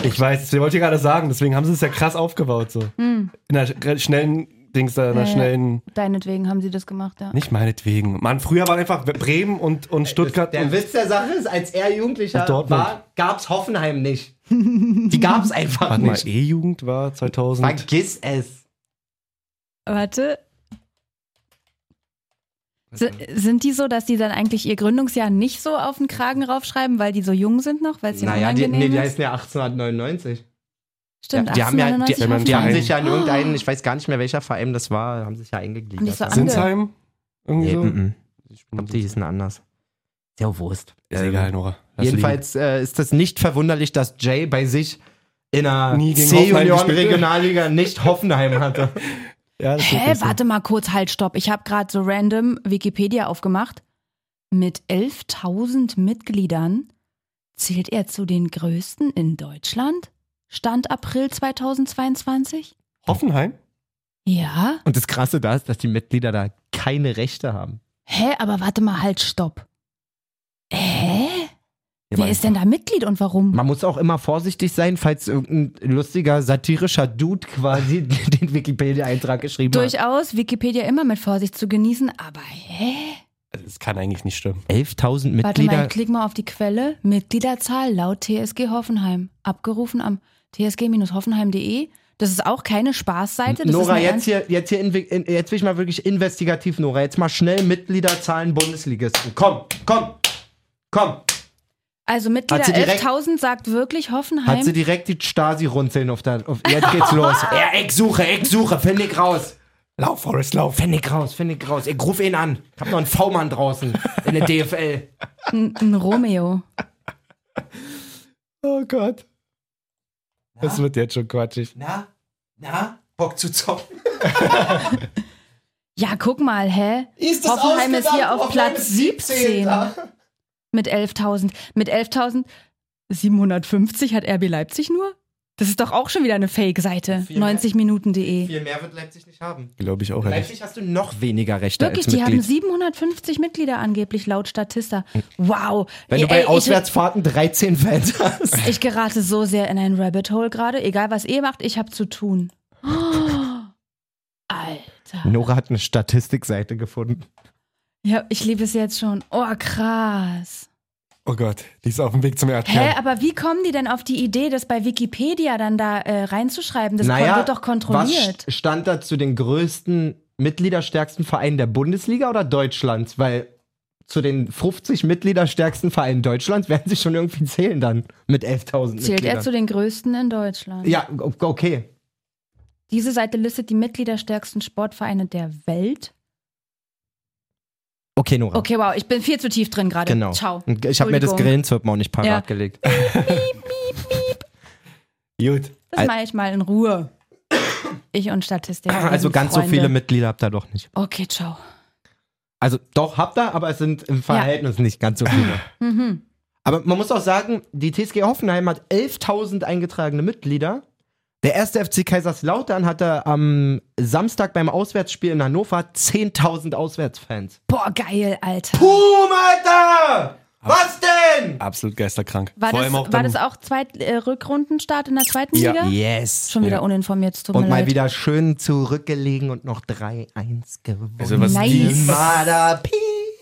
S2: Ich weiß, das wollte ich gerade sagen, deswegen haben sie es ja krass aufgebaut. so.
S4: Hm,
S2: In der sch- schnellen Dings, da, in der
S4: Ja, ja.
S2: schnellen.
S4: deinetwegen haben sie das gemacht, ja.
S2: Nicht meinetwegen. Mann, früher waren einfach Bremen und, und Stuttgart.
S3: Der
S2: und,
S3: Witz der Sache ist, als er Jugendlicher
S2: Und Dortmund.
S3: war, gab's Hoffenheim nicht. Die gab's einfach
S2: warte mal,
S3: nicht.
S2: E-Jugend war 2000.
S3: Vergiss es.
S4: Warte. S sind die so, dass die dann eigentlich ihr Gründungsjahr nicht so auf den Kragen raufschreiben, weil die so jung sind noch, weil es ihnen
S3: Naja, die,
S4: unangenehm
S3: nee, die
S4: ist?
S3: heißen ja 1899.
S4: Stimmt,
S3: die, haben ja, die,
S4: 1899
S2: man-
S3: die haben
S4: Hoffenheim.
S3: sich ja in irgendeinen, ich weiß gar nicht mehr welcher Verein das war, haben sich ja
S4: Haben die
S3: eingegliedert.
S4: so
S3: Also-
S2: Sinsheim? Irgendwie
S3: Nee,
S2: so?
S3: mm, mm. Ich glaube, die hießen anders. Ist ja auch Wurst.
S2: Ist
S3: Ähm,
S2: egal, Nora. Lass
S3: Jedenfalls äh, ist das nicht verwunderlich, dass Jay bei sich in einer
S2: Nie gegen Hoffenheim gespielt.
S3: C-Junioren-Regionalliga nicht Hoffenheim hatte.
S2: liegen. Ja, das ist
S4: Hä,
S2: wirklich so.
S4: warte mal kurz, halt, stopp. Ich habe gerade so random Wikipedia aufgemacht. Mit 11.000 Mitgliedern zählt er zu den größten in Deutschland? Stand April 2022?
S2: Hoffenheim?
S4: Ja.
S3: Und das Krasse da ist, dass die Mitglieder da keine Rechte haben.
S4: Hä, aber warte mal, halt, stopp. Hä? Wer
S3: aber-
S4: ist denn da Mitglied und warum?
S3: Man muss auch immer vorsichtig sein, falls irgendein lustiger, satirischer Dude quasi den Wikipedia-Eintrag geschrieben hat.
S4: Durchaus Wikipedia immer mit Vorsicht zu genießen, aber hä?
S2: Also, Das kann eigentlich nicht stimmen.
S3: 11.000
S4: Warte mal,
S3: Mitglieder.
S4: ich klick mal auf die Quelle. Mitgliederzahl laut TSG Hoffenheim. Abgerufen am tsg-hoffenheim.de. E. Das ist auch keine Spaßseite. Das
S3: Nora,
S4: ist
S3: jetzt hier, jetzt hier, inve- in, jetzt will ich mal wirklich investigativ, Nora. Jetzt mal schnell Mitgliederzahlen Bundesligisten. Komm, komm, komm.
S4: Also Mitglieder
S3: Hat sie direkt-
S4: 11.000 sagt wirklich
S3: Hat sie
S4: Hoffenheim.
S3: direkt die Stasi runzeln auf der. Auf, jetzt geht's los. Ja, ich suche, ich suche. Find ich raus.
S2: Lauf, Forrest, lauf.
S3: Find ich raus, find ich raus. Ich ruf ihn an. Ich hab noch einen V-Mann draußen in der DFL.
S4: Ein, ein Romeo.
S2: Oh Gott. Das wird jetzt schon quatschig.
S3: Na? Na? Bock zu zocken?
S4: Ja, guck mal, hä?
S3: Ist
S4: Hoffenheim ist hier auf
S3: Hoffenheim
S4: Platz
S3: ist 17.
S4: 17. Mit 11.000. Mit 11.750 hat RB Leipzig nur? Das ist doch auch schon wieder eine Fake-Seite. 90minuten.de.
S3: Viel mehr wird Leipzig nicht haben.
S2: Glaube ich auch ehrlich.
S3: Leipzig hast du noch weniger Rechte
S4: Wirklich,
S3: als
S4: die haben
S3: Mitglied.
S4: 750 Mitglieder angeblich laut Statista. Wow.
S3: Wenn du
S4: Ey,
S3: bei
S4: ey,
S3: Auswärtsfahrten 13 Fans hast.
S4: ich, ich gerate so sehr in ein Rabbit Hole gerade. Egal was ihr macht, ich habe zu tun. Oh, Alter.
S3: Nora hat eine Statistikseite gefunden.
S4: Ja, ich liebe es jetzt schon. Oh, krass.
S2: Oh Gott, die ist auf dem Weg zum
S4: Hä,
S2: Erdkern.
S4: aber wie kommen die denn auf die Idee, das bei Wikipedia dann da äh, reinzuschreiben? Das kon- wird doch kontrolliert.
S3: Was st- stand da zu den größten, mitgliederstärksten Vereinen der Bundesliga oder Deutschlands? Weil zu den 50 mitgliederstärksten Vereinen Deutschlands werden sie schon irgendwie zählen dann mit 11.000
S4: Zählt
S3: Mitgliedern.
S4: er zu den größten in Deutschland?
S3: ja, o- okay.
S4: Diese Seite listet die Mitgliederstärksten Sportvereine der Welt.
S3: Okay, Nora.
S4: Okay, wow, ich bin viel zu tief drin gerade.
S3: Genau.
S4: Ciao.
S3: Und Ich habe mir das
S4: Entschuldigung.
S3: Grillenzirpen auch nicht parat
S4: Ja.
S3: gelegt.
S2: Gut.
S4: Das mache ich mal in Ruhe. Ich und Statistik.
S3: Also ganz so
S4: Freunde.
S3: viele Mitglieder habt ihr doch nicht.
S4: Okay, ciao.
S3: Also doch habt ihr, aber es sind im Verhältnis nicht ganz so viele.
S4: Mhm.
S3: Aber man muss auch sagen, die TSG Hoffenheim hat 11.000 eingetragene Mitglieder. Der erste FC Kaiserslautern hatte am Samstag beim Auswärtsspiel in Hannover 10.000 Auswärtsfans.
S4: Boah, geil, Alter.
S3: Boom, Alter! Was denn?
S2: Absolut geisterkrank.
S4: War,
S2: Vor
S4: das,
S2: allem auch
S4: war
S2: dann,
S4: das auch Zweit äh, Rückrundenstart in der zweiten
S2: Ja.
S4: Liga?
S3: Yes.
S4: Schon wieder uninformiert, es tut
S3: Und
S4: mir
S3: mal
S4: leid.
S3: wieder schön zurückgelegen und noch 3-1 gewonnen.
S2: also was
S4: Nice.
S2: die,
S3: Mada Pi.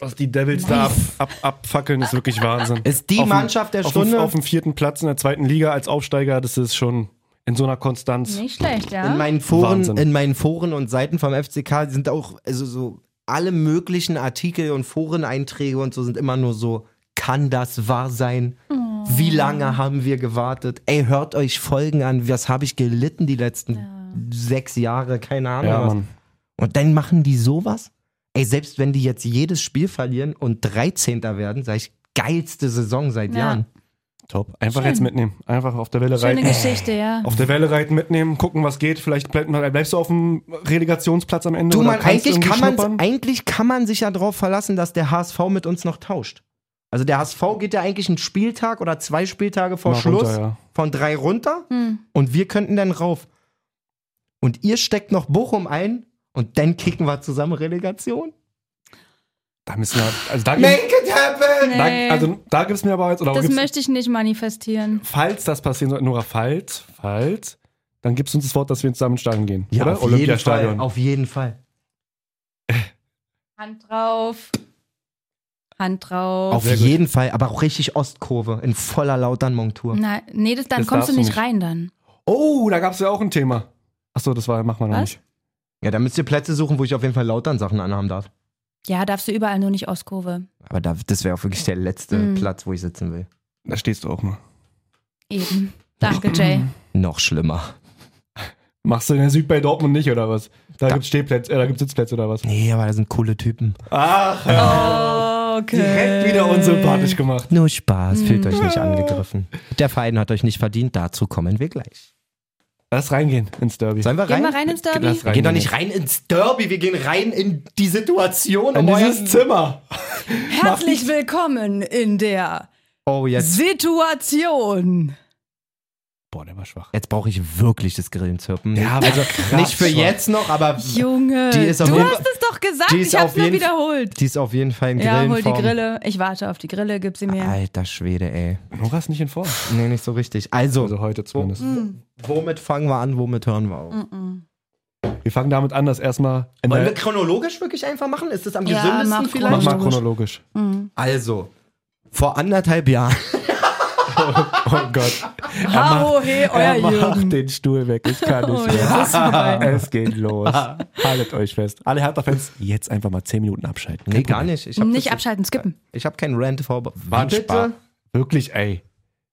S2: was die Devils da ab, ab, abfackeln, ist wirklich Wahnsinn.
S3: Ist die
S2: Auf dem-
S3: Mannschaft der
S2: auf dem-
S3: Stunde.
S2: Auf dem vierten Platz in der zweiten Liga als Aufsteiger, das ist schon in so einer Konstanz.
S4: Nicht schlecht, ja?
S3: in meinen Foren,
S2: Wahnsinn.
S3: in meinen Foren und Seiten vom FCK sind auch also so alle möglichen Artikel und Foreneinträge und so sind immer nur so kann das wahr sein?
S4: Oh.
S3: Wie lange haben wir gewartet? Ey, hört euch Folgen an. Was habe ich gelitten die letzten sechs Jahre? Keine Ahnung.
S2: Ja,
S3: was.
S2: Mann.
S3: Und dann machen die sowas? Ey, selbst wenn die jetzt jedes Spiel verlieren und 13. werden, sage ich, geilste Saison seit
S4: Ja.
S3: Jahren.
S2: Top. Einfach
S4: Schön.
S2: jetzt mitnehmen. Einfach auf der Welle
S4: Schöne
S2: reiten.
S4: Geschichte, ja.
S2: Auf der Welle reiten, mitnehmen, gucken, was geht. Vielleicht bleib, bleibst du auf dem Relegationsplatz am Ende.
S3: Du,
S2: oder
S3: man,
S2: kannst
S3: eigentlich,
S2: irgendwie
S3: kann
S2: schnuppern.
S3: man, eigentlich kann man sich ja darauf verlassen, dass der HSV mit uns noch tauscht. Also der HSV geht ja eigentlich einen Spieltag oder zwei Spieltage vor
S2: Mal
S3: Schluss
S2: runter, ja.
S3: von drei runter
S4: Hm.
S3: und wir könnten dann rauf. Und ihr steckt noch Bochum ein und dann kicken wir zusammen Relegation.
S2: Da müssen wir, also da,
S3: Make it happen!
S2: da,
S4: Nee.
S2: also da gibt's mir aber jetzt, oder
S4: Das
S2: gibt's,
S4: möchte ich nicht manifestieren.
S2: falls das passieren sollte, Nora, falls, falls, dann gibst du uns das Wort, dass wir ins Stadion gehen,
S3: Ja,
S2: oder?
S3: auf jeden, Fall, auf jeden Fall.
S4: Hand drauf. Hand drauf.
S3: Auf
S2: Oh, Sehr gut.
S3: jeden Fall, aber auch richtig Ostkurve in voller Lautern-Montur.
S4: Na, nee, das, dann
S2: Das
S4: kommst du
S2: darfst du
S4: nicht
S2: nicht.
S4: rein dann.
S2: Oh, da gab's ja auch ein Thema. Achso, das war, machen wir noch
S4: Was?
S2: nicht.
S3: Ja, da müsst ihr Plätze suchen, wo ich auf jeden Fall Lautern-Sachen anhaben darf.
S4: Ja, darfst du überall nur nicht Ostkurve.
S3: Aber da, das wäre auch wirklich der letzte
S4: Mhm.
S3: Platz, wo ich sitzen will.
S2: Da stehst du auch mal.
S4: Eben. Danke, Jay.
S3: Noch schlimmer.
S2: Machst du in der Süd bei Dortmund nicht, oder was? Da,
S3: Da-
S2: gibt's Stehplätze, äh, da gibt's Sitzplätze, oder was?
S3: Nee, aber da sind coole Typen.
S2: Ach,
S4: Okay.
S2: direkt wieder unsympathisch gemacht.
S3: Nur Spaß, fühlt euch
S4: Mhm.
S3: nicht angegriffen. Der Verein hat euch nicht verdient, dazu kommen wir gleich.
S2: Lass reingehen ins Derby.
S3: Sollen wir
S4: Gehen
S3: rein?
S4: wir rein ins Derby?
S2: Lass rein.
S3: Wir gehen doch nicht rein ins Derby, wir gehen rein in die Situation.
S2: In
S3: um
S2: dieses
S3: euren-
S2: Zimmer.
S4: Herzlich willkommen in der
S3: Oh, jetzt,
S4: Situation.
S2: Boah, der war schwach.
S3: jetzt brauche ich wirklich das Grillenzirpen.
S2: Ja, aber
S3: also
S2: krass
S3: nicht für
S2: schon.
S3: jetzt noch, aber
S4: Junge,
S3: Die ist auf
S4: du
S3: jeden
S4: hast
S3: Fall-
S4: es doch gesagt,
S3: die ist
S4: ich hab's
S3: auf
S4: nur
S3: jeden
S4: wiederholt.
S3: die ist auf jeden Fall ein
S4: Ja,
S3: Grillenform.
S4: hol die Grille. Ich warte auf die Grille, gib sie mir.
S3: Alter Schwede, ey.
S2: Nora ist nicht in Form.
S3: Nee, nicht so richtig. Also,
S2: Also heute zumindest.
S3: womit fangen wir an, womit hören wir auf?
S4: Mhm.
S2: Wir fangen damit an, dass erstmal. in
S3: Wollen
S2: der-
S3: wir chronologisch wirklich einfach machen? Ist das am
S4: Ja, mach
S3: gesündesten
S2: Mach
S3: vielleicht?
S2: mal chronologisch.
S3: Also, vor anderthalb Jahren
S2: Oh Gott.
S4: Ha, ho, he, euer
S2: Er macht
S4: Jürgen.
S2: den Stuhl weg. Ich kann
S4: Oh,
S2: nicht mehr.
S4: jetzt ist vorbei.
S2: Es geht los. Haltet euch fest. Alle Hertha-Fans, jetzt einfach mal 10 Minuten abschalten.
S3: Nee, gar nicht. Ich hab
S4: Nicht
S3: das-
S4: abschalten, skippen.
S3: Ich habe keinen Rant vorbereitet.
S2: Warte. Wirklich, ey.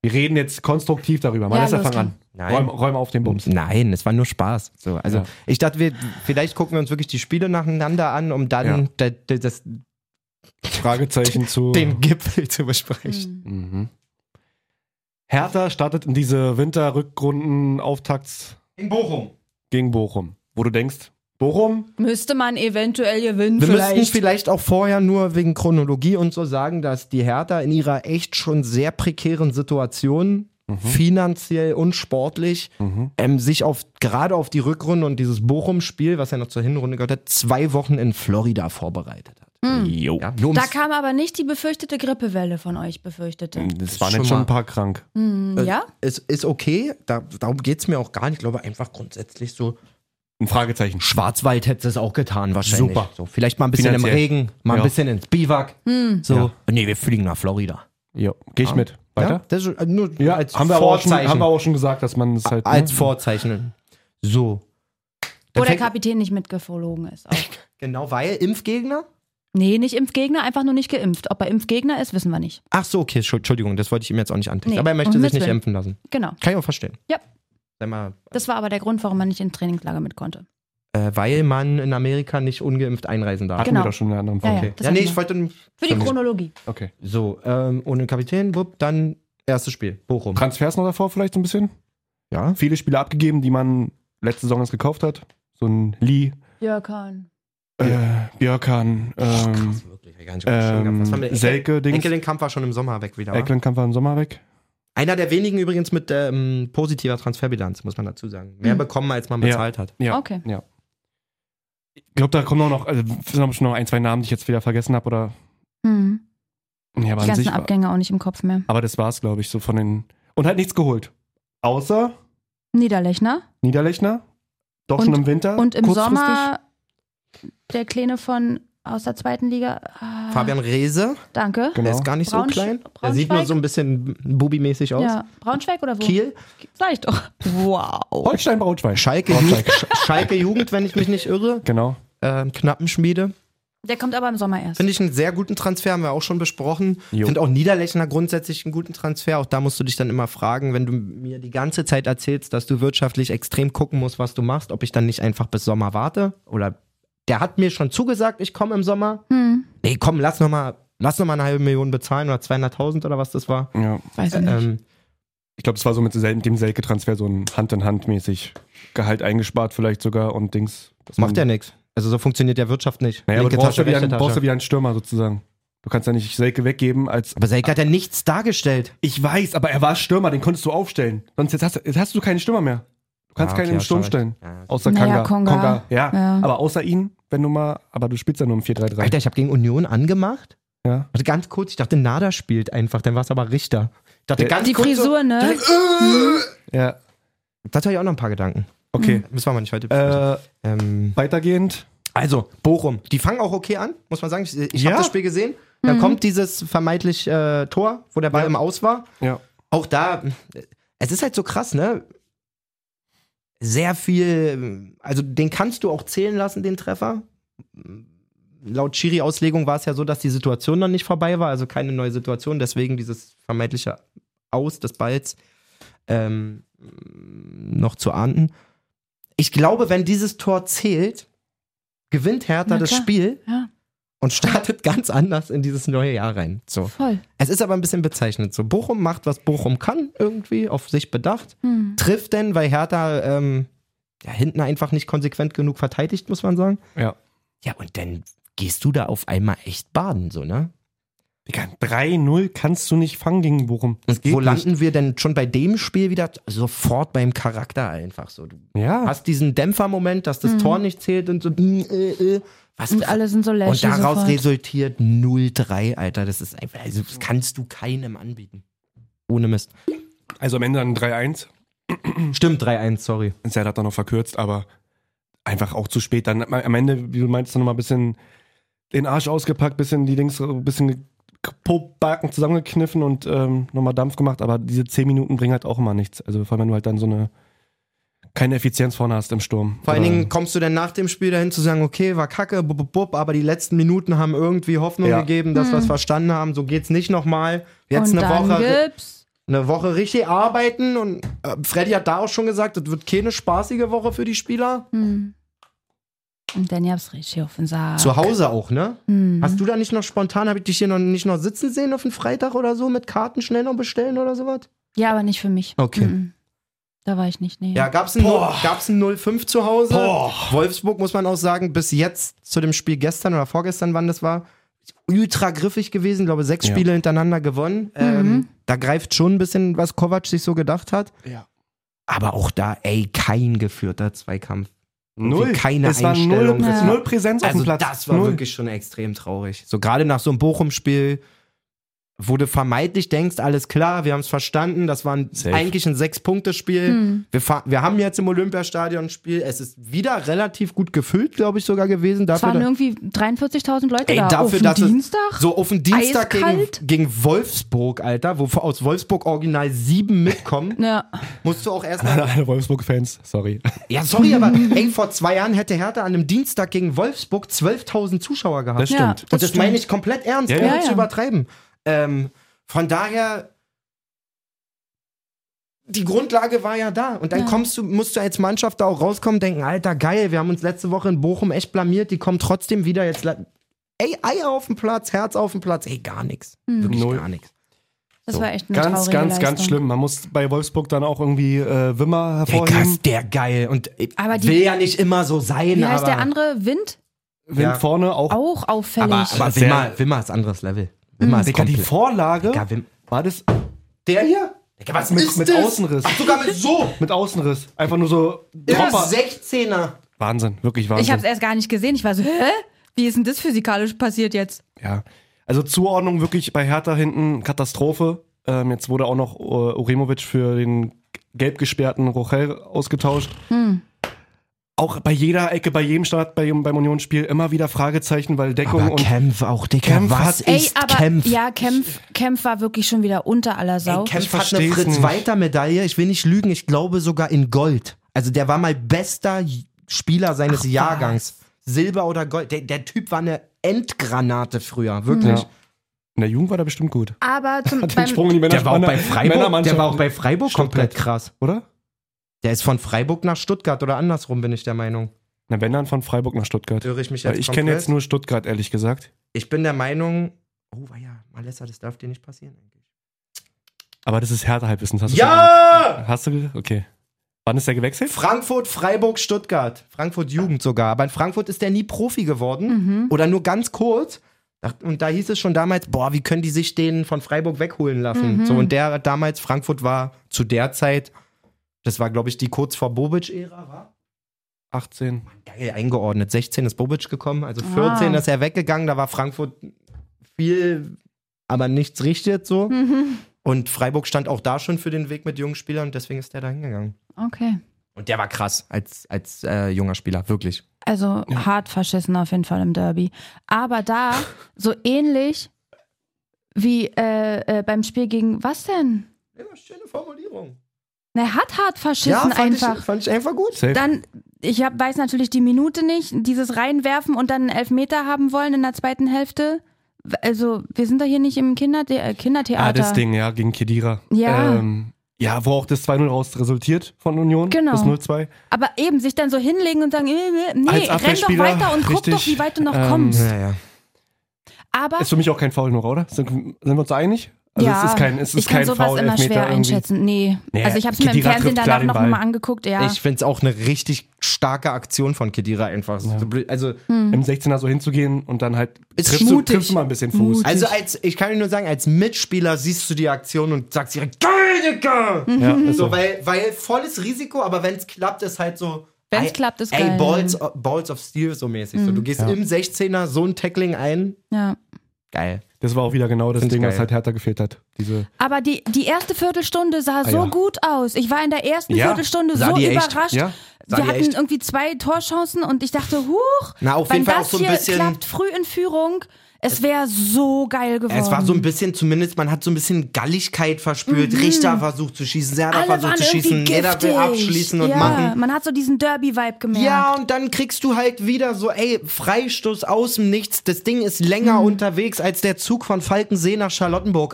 S2: Wir reden jetzt konstruktiv darüber. Mal
S4: Ja,
S2: lass ja,
S4: los,
S2: fang
S4: komm.
S2: an.
S3: Nein.
S2: Räum, räum auf den Bums.
S3: Nein, es war nur Spaß. So, also
S2: Ja.
S3: ich dachte, wir, vielleicht gucken wir uns wirklich die Spiele nacheinander an, um dann
S2: Ja.
S3: da- da- das,
S2: Fragezeichen zu.
S3: den Gipfel zu
S4: Hm.
S3: besprechen.
S2: Mhm. Hertha startet in diese Winterrückrunden-Auftakts
S3: In Bochum.
S2: gegen Bochum. Wo du denkst, Bochum?
S4: Müsste man eventuell gewinnen,
S3: Wir müssten
S4: vielleicht.
S3: vielleicht auch vorher nur wegen Chronologie und so sagen, dass die Hertha in ihrer echt schon sehr prekären Situation finanziell und sportlich, ähm, sich auf gerade auf die Rückrunde und dieses Bochum-Spiel, was ja noch zur Hinrunde gehört hat, zwei Wochen in Florida vorbereitet hat.
S4: Hm.
S2: Jo.
S3: Ja, nur
S4: Da
S3: ums,
S4: kam aber nicht die befürchtete Grippewelle von euch befürchtete.
S2: Es waren
S3: Schon
S2: jetzt schon
S3: mal.
S2: ein paar krank.
S3: äh,
S4: Hm, ja?
S3: es ist okay, da, darum geht es mir auch gar nicht. Ich glaube einfach grundsätzlich so.
S2: Ein Fragezeichen.
S3: Schwarzwald hätte es auch getan, wahrscheinlich.
S2: Super.
S3: So, vielleicht mal ein bisschen
S2: Finanziell.
S3: im Regen, mal
S2: Ja.
S3: ein bisschen ins Biwak.
S4: Hm.
S3: So.
S2: Ja.
S3: Nee, wir fliegen nach Florida.
S2: Jo. Geh ich mit.
S3: Ja,
S2: Weiter?
S3: das ist, äh, nur
S2: Ja,
S3: als
S2: haben, wir aber auch schon,
S3: Vorzeichen.
S2: haben wir auch schon gesagt, dass man es halt.
S3: als
S2: ne?
S3: Vorzeichen. So. Dann
S4: Wo der
S3: fängt-
S4: Kapitän nicht mitgeflogen ist. Auch.
S3: Genau, weil Impfgegner?
S4: Nee, nicht Impfgegner, einfach nur nicht geimpft. Ob er Impfgegner ist, wissen wir nicht.
S3: Ach so, okay, Schu- Entschuldigung, das wollte ich ihm jetzt auch nicht antun.
S4: Nee,
S3: Aber er möchte
S4: um
S3: sich
S4: Himmels
S3: nicht
S4: Willen.
S3: impfen lassen.
S4: Genau.
S3: Kann ich auch verstehen.
S4: Ja.
S3: Sag mal,
S4: Das war aber der Grund, warum man nicht ins Trainingslager mit konnte.
S3: äh, weil man in Amerika nicht ungeimpft einreisen darf.
S2: Hatten
S4: Genau.
S2: wir doch schon in einer anderen
S4: Ja,
S2: Folge.
S4: ja.
S3: Okay.
S4: das
S3: ja
S4: hatten
S3: nee,
S4: wir.
S3: ich wollte.
S4: Für die Chronologie.
S2: Okay.
S3: So, ähm, ohne Kapitän, wupp, dann erstes Spiel, Bochum.
S2: Transfers noch davor vielleicht so ein bisschen?
S3: Ja.
S2: Viele Spieler abgegeben, die man letzte Saison erst gekauft hat. So ein Lee,
S4: Jörkan.
S2: äh, Björkan, ähm,
S3: wirklich, hab Oh, ich gar nicht auf dem Schirm gehabt. Was haben wir?
S2: ähm, Selke, Dings.
S3: Enkel den Kampf war schon im Sommer weg wieder. wa?
S2: Ecklenkampf war im Sommer weg.
S3: Einer der wenigen übrigens mit ähm, positiver Transferbilanz, muss man dazu sagen. Mehr
S4: Mhm.
S3: bekommen, als man
S2: Hm. Ja.
S3: bezahlt hat.
S2: Ja.
S4: Okay.
S2: Ich glaube, da kommen auch noch, also, es sind auch schon noch ein, zwei Namen, die ich jetzt wieder vergessen habe oder.
S4: Hm.
S2: Ja,
S4: Die
S2: aber an
S4: ganzen
S2: sich. war-
S4: Abgänge auch nicht im Kopf mehr.
S2: Aber das war's, glaube ich, so von den. Und halt nichts geholt. Außer
S4: Niederlechner.
S2: Niederlechner. Doch
S4: Und-
S2: schon im
S3: Äh,
S2: Winter.
S4: ne? Und im
S2: kurzfristig.
S4: Sommer der Kleine von aus der zweiten Liga. Ah,
S3: Fabian Reese,
S4: Danke.
S3: der
S2: Genau.
S3: ist gar nicht
S4: Braunsch-
S3: so klein. Der sieht nur
S4: Braunschweig?
S3: so ein bisschen bubimäßig aus.
S4: Ja. Braunschweig oder wo?
S3: Genau. Kiel,
S4: Sag ich doch. Wow.
S2: Holstein Braunschweig.
S3: Schalke,
S2: Braunschweig.
S3: Jugend, Sch- Schalke Jugend, wenn ich mich nicht irre.
S2: Genau.
S3: Ähm, Knappenschmiede.
S4: Der kommt aber im Sommer erst.
S3: Finde ich einen sehr guten Transfer, haben wir auch schon besprochen.
S2: Jo.
S3: Finde auch Niederlechner grundsätzlich einen guten Transfer. Auch da musst du dich dann immer fragen, wenn du mir die ganze Zeit erzählst, dass du wirtschaftlich extrem gucken musst, was du machst, ob ich dann nicht einfach bis Sommer warte. Oder der hat mir schon zugesagt, ich komme im Sommer.
S4: Hm.
S3: Nee, komm, lass nochmal lass noch mal eine halbe Million bezahlen oder 200.000 oder was das war.
S2: Ja.
S4: Weiß ich nicht.
S3: Ähm,
S2: Ich glaube, es war so mit sel- dem Selke-Transfer so ein Hand-in-Hand-mäßig Gehalt eingespart vielleicht sogar und Dings. dass man-
S3: macht ja nichts. Also so funktioniert ja Wirtschaft nicht.
S2: Naja, aber
S3: Linke
S2: du brauchst, ja
S3: Tasche,
S2: wieder einen,
S3: rechte
S2: brauchst
S3: Tasche.
S2: ja wieder einen Stürmer sozusagen. Du kannst ja nicht Selke weggeben als...
S3: Aber Selke hat ja nichts dargestellt.
S2: Ich weiß, aber er war Stürmer, den konntest du aufstellen. Sonst jetzt hast, du- jetzt hast du keinen Stürmer mehr. Du kannst
S3: Ah,
S2: keinen
S3: okay,
S2: im
S3: hast
S2: Sturm
S3: schon recht.
S2: stellen.
S3: Ja, okay.
S2: Außer
S4: Naja,
S2: Kanga.
S4: Konga.
S2: ja.
S4: Ja.
S2: Aber außer ihn, wenn du mal... Aber du spielst ja nur im 4-3-3.
S3: Alter, ich habe gegen Union angemacht.
S2: Ja.
S3: Warte, ganz kurz, ich dachte, Nada spielt einfach, dann war es aber Richter. Ich dachte,
S2: Ja.
S3: ganz
S4: Die
S3: kurz
S4: Frisur, ne?
S2: ja.
S3: Das hatte ich auch noch ein paar Gedanken. Mhm.
S2: Okay.
S3: Müssen wir mal nicht heute.
S2: Äh,
S3: ähm,
S2: weitergehend.
S3: also, Bochum. Die fangen auch okay an, muss man sagen. Ich, ich
S2: Ja.
S3: habe das Spiel gesehen. Da kommt dieses vermeintlich äh, Tor, wo der Ball im Aus war.
S2: Ja.
S3: Auch da, äh, es ist halt so krass, ne? Sehr viel, also den kannst du auch zählen lassen, den Treffer. Laut Schiri-Auslegung war es ja so, dass die Situation noch nicht vorbei war, also keine neue Situation, deswegen dieses vermeintliche Aus des Balls ähm, noch zu ahnden. Ich glaube, wenn dieses Tor zählt, gewinnt Hertha
S4: Na
S3: das
S4: klar.
S3: Spiel
S4: Ja,
S3: und startet ganz anders in dieses neue Jahr rein. So.
S4: voll.
S3: Es ist aber ein bisschen bezeichnend. So, Bochum macht, was Bochum kann, irgendwie, auf sich bedacht.
S4: Hm.
S3: Trifft denn, weil Hertha ähm, ja, hinten einfach nicht konsequent genug verteidigt, muss man sagen.
S2: Ja.
S3: Ja, und dann gehst du da auf einmal echt baden, so, ne?
S2: Digga, 3-0 kannst du nicht fangen gegen Bochum.
S3: Und wo landen wir denn schon bei dem Spiel wieder sofort beim Charakter einfach so? Du
S2: Ja.
S3: hast diesen Dämpfermoment, dass das
S4: Ah. Mhm.
S3: Tor nicht zählt und so, mm, äh, äh, was
S4: Und alle sind so lässig.
S3: Und daraus
S4: sofort.
S3: resultiert 0-3, Alter. Das ist einfach, also das kannst du keinem anbieten. Ohne Mist.
S2: Also am Ende dann 3-1.
S4: Hm.
S3: Stimmt, 3-1, sorry.
S2: Zed hat dann noch verkürzt, aber einfach auch zu spät. Dann am Ende, wie du meinst, noch mal ein bisschen den Arsch ausgepackt, bisschen die Dings, ein bisschen Popbacken zusammengekniffen und ähm, nochmal Dampf gemacht. Aber diese 10 Minuten bringen halt auch immer nichts. Also vor allem, wenn du halt dann so eine keine Effizienz vorne hast im Sturm.
S3: Vor allen
S2: Oder-
S3: Dingen kommst du dann nach dem Spiel dahin zu sagen, okay, war kacke, bub, bub, bub, aber die letzten Minuten haben irgendwie Hoffnung
S2: Ja.
S3: gegeben, dass wir es verstanden haben, so geht's nicht nochmal. Jetzt
S4: Hm. und
S3: eine
S4: dann
S3: Woche,
S4: gibt's.
S3: eine Woche richtig arbeiten und äh, Freddy hat da auch schon gesagt, das wird keine spaßige Woche für die Spieler.
S4: Hm. Und dann gab's richtig auf den Saal.
S3: Zu Hause auch, ne?
S4: Hm.
S3: Hast du da nicht noch spontan, habe ich dich hier noch nicht noch sitzen sehen auf den Freitag oder so, mit Karten schnell noch bestellen oder sowas?
S4: Ja, aber nicht für mich.
S3: Okay.
S4: Mhm. Da war ich nicht, nee.
S3: Ja, gab's ein,
S2: Boah.
S3: gab's ein 0-5 zu Hause.
S2: Boah.
S3: Wolfsburg muss man auch sagen, bis jetzt zu dem Spiel gestern oder vorgestern, wann das war, ultra griffig gewesen, glaube sechs
S2: Ja.
S3: Spiele hintereinander gewonnen.
S2: Mhm.
S3: Ähm, da greift schon ein bisschen, was Kovac sich so gedacht hat.
S2: Ja.
S3: Aber auch da, ey, kein geführter Zweikampf.
S2: Null.
S3: keine
S2: es war null,
S3: Einstellung.
S4: Ja.
S2: null Präsenz auf
S3: Also
S2: dem Platz.
S3: das war
S2: null.
S3: wirklich schon extrem traurig. So gerade nach so einem Bochum-Spiel, wo du vermeintlich denkst, alles klar, wir haben es verstanden, das war ein,
S2: Safe.
S3: eigentlich ein Sechs-Punkte-Spiel.
S2: Hm.
S3: Wir, fa- wir haben jetzt im Olympiastadion ein Spiel, es ist wieder relativ gut gefüllt, glaube ich sogar gewesen.
S4: Es waren
S3: Dafür,
S4: irgendwie 43.000 Leute
S3: Ey,
S4: da Genau,
S3: dafür,
S4: auf dem
S3: dass es-
S4: Dienstag.
S3: so auf den Dienstag gegen,
S4: Eiskalt?
S3: gegen Wolfsburg, Alter, wo aus Wolfsburg original sieben mitkommen,
S4: ja.
S3: musst du auch erstmal
S2: An alle Wolfsburg-Fans, sorry.
S3: Ja, sorry, aber ey, vor zwei Jahren hätte Hertha an einem Dienstag gegen Wolfsburg 12.000 Zuschauer gehabt.
S2: Das
S4: Ja,
S2: stimmt.
S3: Und das
S4: stimmt.
S3: meine ich komplett ernst,
S2: Ja,
S3: ohne
S4: ja.
S3: zu übertreiben. Ähm, von daher, die Grundlage war ja da. Und dann
S4: Ja.
S3: kommst du, musst du als Mannschaft da auch rauskommen und denken, Alter, geil, wir haben uns letzte Woche in Bochum echt blamiert, die kommen trotzdem wieder jetzt. la- Ey, Eier auf dem Platz, Herz auf dem Platz, ey, gar nichts.
S4: Hm.
S3: Wirklich
S2: Null.
S3: gar nichts.
S4: Das
S3: So.
S4: war echt eine
S2: Ganz,
S4: traurige
S2: ganz, ganz
S4: Leistung.
S2: schlimm. Man muss bei Wolfsburg dann auch irgendwie äh, Wimmer
S3: Ey,
S2: hervorheben.
S3: krass, der geil. Und äh,
S4: Aber die-
S3: will ja nicht immer so sein,
S4: Wie heißt
S3: aber.
S4: der andere? Wind?
S2: Wind
S3: Ja.
S2: vorne auch.
S4: Auch auffällig.
S3: Aber, aber
S2: Sehr-
S3: Wimmer, Wimmer ist anderes Level.
S4: Hm.
S3: Wimmer ist
S2: Digga, die
S3: komplett.
S2: Vorlage.
S3: Digga, Wim-
S2: war das
S3: Der hier? Digga, was
S2: mit,
S3: ist
S2: mit
S3: das?
S2: Außenriss?
S3: Sogar mit so.
S2: Mit Außenriss. Einfach nur so.
S3: Ja,
S2: Dropper.
S3: 16er.
S2: Wahnsinn, wirklich Wahnsinn.
S4: ich habe es erst gar nicht gesehen. Ich war so, hä? Wie ist denn das physikalisch passiert jetzt?
S2: Ja. Also Zuordnung wirklich bei Hertha hinten, Katastrophe. Ähm, jetzt wurde auch noch äh, Uremovic für den gelb gesperrten Rochel ausgetauscht. Auch bei jeder Ecke, bei jedem Start, bei, jedem- beim Unionsspiel immer wieder Fragezeichen, weil Deckung
S3: Aber
S2: und
S3: Kempf auch, Digga.
S2: Kempf
S3: was
S2: hat-
S4: Ey,
S3: ist
S4: aber
S3: Kempf?
S4: ja, Kempf, Kempf war wirklich schon wieder unter aller
S3: Ey,
S4: Sau.
S3: Kempf
S2: Ich
S3: hat eine
S2: versteh's nicht.
S3: Fritz-Walter-Medaille. Ich will nicht lügen, ich glaube sogar in Gold. Also der war mal bester J- Spieler seines Jahrgangs. Silber oder Gold. Der, der Typ war eine Endgranate früher, wirklich.
S2: Ja. in der Jugend war der bestimmt gut.
S4: aber zum,
S2: Den Sprung
S4: beim,
S2: in die Männer Männer- Männermannschaft,
S3: Der war auch bei Freiburg
S2: Stuttgart.
S3: komplett krass.
S2: oder?
S3: Der ist von Freiburg nach Stuttgart oder andersrum, bin ich der Meinung.
S2: Na, wenn dann von Freiburg nach Stuttgart.
S3: Höre ich mich jetzt
S2: Weil ich
S3: komplett?
S2: kenne jetzt nur Stuttgart, ehrlich gesagt.
S3: Ich bin der Meinung, oh ja, Malessa, das darf dir nicht passieren eigentlich.
S2: Aber das ist Hertha-Halbwissen. Hast du
S3: Ja!
S2: schon- Hast du? ge- Okay. Wann ist der gewechselt?
S3: Frankfurt, Freiburg, Stuttgart. Frankfurt Jugend sogar. Aber in Frankfurt ist der nie Profi geworden.
S4: Mhm,
S3: Oder nur ganz kurz. Und da hieß es schon damals, boah, wie können die sich den von Freiburg wegholen lassen? So, und der hat damals, Frankfurt war zu der Zeit, das war, glaube ich, die kurz vor Bobic-Ära, war?
S2: 18.
S3: Geil eingeordnet. 16 ist Bobic gekommen, also 14
S4: Ah.
S3: ist er weggegangen. Da war Frankfurt viel, aber nichts richtet so. Und Freiburg stand auch da schon für den Weg mit jungen Spielern und deswegen ist der da hingegangen.
S4: okay.
S3: Und der war krass als, als äh, junger Spieler, wirklich.
S4: Also hart verschissen auf jeden Fall im Derby. Aber da so ähnlich wie äh, äh, beim Spiel gegen was denn?
S3: Immer schöne Formulierung.
S4: Na, er hat hart verschissen einfach.
S3: fand ich einfach gut.
S2: Safe.
S4: Dann, ich hab, weiß natürlich die Minute nicht, dieses reinwerfen und dann einen Elfmeter haben wollen in der zweiten Hälfte. Also, wir sind da hier nicht im Kinderte äh, Kindertheater.
S2: Ah, das Ding, ja, gegen Kedira.
S4: Ja.
S2: Ähm, ja, wo auch das 2-0 raus resultiert von Union.
S4: Genau.
S2: Das 0-2.
S4: Aber eben, sich dann so hinlegen und sagen, äh, äh, nee,
S2: Als
S4: renn doch
S2: Abwehrspieler,
S4: weiter und guck
S2: richtig,
S4: doch, wie weit du noch
S2: ähm,
S4: kommst.
S3: Ja, ja.
S4: Aber
S2: Ist für mich auch kein Foul, Nora, oder? Sind, sind wir uns da einig? Also
S4: ja,
S2: es ist kein, es ist
S4: ich kann
S2: kein
S4: sowas
S2: Foul,
S4: immer
S2: Elfmeter
S4: schwer
S2: irgendwie.
S4: einschätzen. Nee.
S2: Nee,
S4: also ich habe es mir im
S2: Khedira
S4: Fernsehen
S2: trifft klar
S4: danach
S2: den Ball.
S4: nochmal angeguckt, ja.
S3: Ich find's auch eine richtig starke Aktion von Kedira einfach. So blöd- Also,
S4: Hm.
S2: Im 16er so hinzugehen und dann halt
S3: Ist
S2: triffst, du,
S3: mutig.
S2: triffst du mal ein bisschen Fuß.
S4: Mutig.
S3: also als, ich kann nur sagen, als Mitspieler siehst du die Aktion und sagst direkt, geil, Digga!
S4: Mhm.
S2: Ja, also. ist
S3: So,
S2: so.
S3: weil, weil volles Risiko, aber wenn es klappt, ist halt so.
S4: Wenn's
S3: ey,
S4: klappt, ist
S3: ey,
S4: geil. Mhm.
S3: Balls, Balls of Steel so mäßig. So, du gehst im 16er so ein Tackling ein.
S4: ja.
S3: Geil.
S2: Das war auch wieder genau das
S3: Find's
S2: Ding, was
S3: geil.
S2: halt Hertha gefehlt hat. Diese
S4: Aber die, die erste Viertelstunde sah so
S2: ja.
S4: gut aus. Ich war in der ersten
S2: Ja,
S4: Viertelstunde
S3: Ah sah
S4: so
S3: die echt,
S4: überrascht.
S2: ja.
S3: Sah
S4: Wir
S3: die
S4: hatten
S3: echt.
S4: irgendwie zwei Torchancen und ich dachte, huch,
S3: Na, auf
S4: wenn
S3: jeden Fall
S4: das
S3: auch so ein
S4: hier
S3: bisschen-
S4: klappt, früh in Führung, es wäre so geil geworden.
S3: Es war so ein bisschen, zumindest, man hat so ein bisschen Galligkeit verspürt. Richter versucht zu schießen,
S4: Mhm.
S3: Serda
S4: Alle
S3: versucht
S4: waren
S3: zu schießen,
S4: irgendwie
S3: jeder will
S4: giftig.
S3: abschließen und
S4: ja,
S3: machen.
S4: Man hat so diesen Derby-Vibe gemerkt.
S3: Ja, und dann kriegst du halt wieder so, ey, Freistoß aus dem Nichts. Das Ding ist länger
S4: Mhm.
S3: unterwegs als der Zug von Falkensee nach Charlottenburg,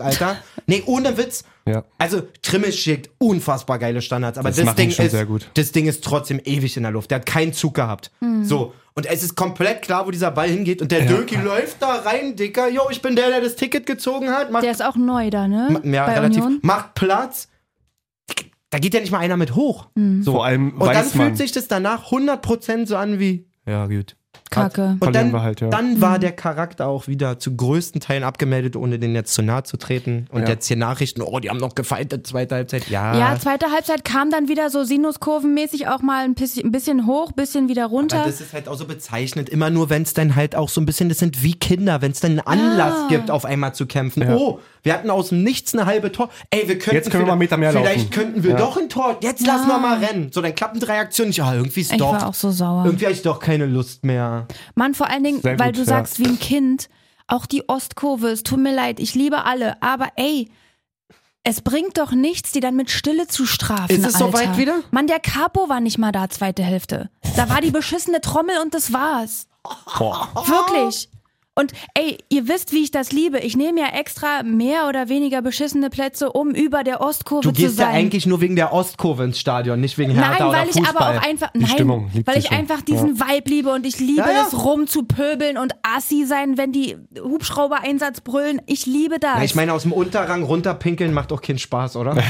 S3: Alter. nee, ohne Witz.
S2: Ja.
S3: Also, Trimmel schickt unfassbar geile Standards, aber
S2: Das
S3: das,
S2: machen
S3: Ding
S2: die schon
S3: ist,
S2: sehr gut.
S3: das Ding ist trotzdem ewig in der Luft. Der hat keinen Zug gehabt.
S4: Mhm.
S3: So. Und es ist komplett klar, wo dieser Ball hingeht. Und der Döki läuft da rein, Dicker. Jo, ich bin der, der das Ticket gezogen hat. Macht
S4: Der ist auch neu da, ne?
S3: ja,
S4: Bei
S3: relativ.
S4: Union.
S3: Macht Platz. Da geht ja nicht mal
S4: Mhm.
S3: einer mit hoch. So.
S2: Vor allem
S3: Und dann
S2: weiß man.
S3: fühlt sich das danach 100% so an wie, ja gut,
S4: Kacke.
S3: Und
S2: Verlieren
S3: dann,
S2: wir halt, ja.
S3: dann
S4: Mhm.
S3: war der Charakter auch wieder zu größten Teilen abgemeldet, ohne den jetzt zu nahe zu treten. Und
S2: Ja.
S3: jetzt hier Nachrichten, oh, die haben noch gefeitet, zweite Halbzeit. Ja,
S4: Ja, zweite Halbzeit kam dann wieder so sinuskurvenmäßig auch mal ein bisschen, ein bisschen hoch, ein bisschen wieder runter.
S3: Aber das ist halt auch so bezeichnet, immer nur, wenn es dann halt auch so ein bisschen, das sind wie Kinder, wenn es dann einen
S4: Ah.
S3: Anlass gibt, auf einmal zu kämpfen. Oh, wir hatten aus dem Nichts eine halbe Tor. Ey, wir könnten
S2: Jetzt können wir mal einen Meter mehr
S3: vielleicht
S2: laufen.
S3: könnten wir
S2: Ja.
S3: doch ein Tor. Jetzt lassen wir mal rennen. So, dann klappen drei Aktionen. Ich, ah, irgendwie ist
S4: ich
S3: doch.
S4: war auch so sauer.
S3: irgendwie habe ich doch keine Lust mehr.
S4: Mann, vor allen Dingen,
S2: Sehr
S4: weil
S2: gut,
S4: du
S2: ja.
S4: sagst, wie ein Kind, auch die Ostkurve, es tut mir leid, ich liebe alle, aber ey, es bringt doch nichts, die dann mit Stille zu strafen.
S3: Ist es
S4: Alter.
S3: soweit wieder?
S4: Mann, der Capo war nicht mal da, zweite Hälfte. Da war die beschissene Trommel und das war's. Wirklich. Und ey, ihr wisst, wie ich das liebe. Ich nehme ja extra mehr oder weniger beschissene Plätze, um über der Ostkurve
S3: Du
S4: zu
S3: gehst ja
S4: sein.
S3: eigentlich nur wegen der Ostkurve ins Stadion, nicht wegen Hertha
S4: Nein,
S3: oder
S4: weil ich
S3: Fußball.
S4: aber auch einfach. Nein,
S2: Stimmung liebt
S4: weil
S2: sich
S4: ich
S2: schon.
S4: einfach diesen Vibe liebe und ich liebe
S3: Ja, ja.
S4: es rumzupöbeln und assi sein, wenn die Hubschrauber-Einsatz brüllen. Ich liebe das.
S3: Ja, ich meine, aus dem Unterrang runterpinkeln macht doch keinen Spaß,
S4: Äh.
S3: oder?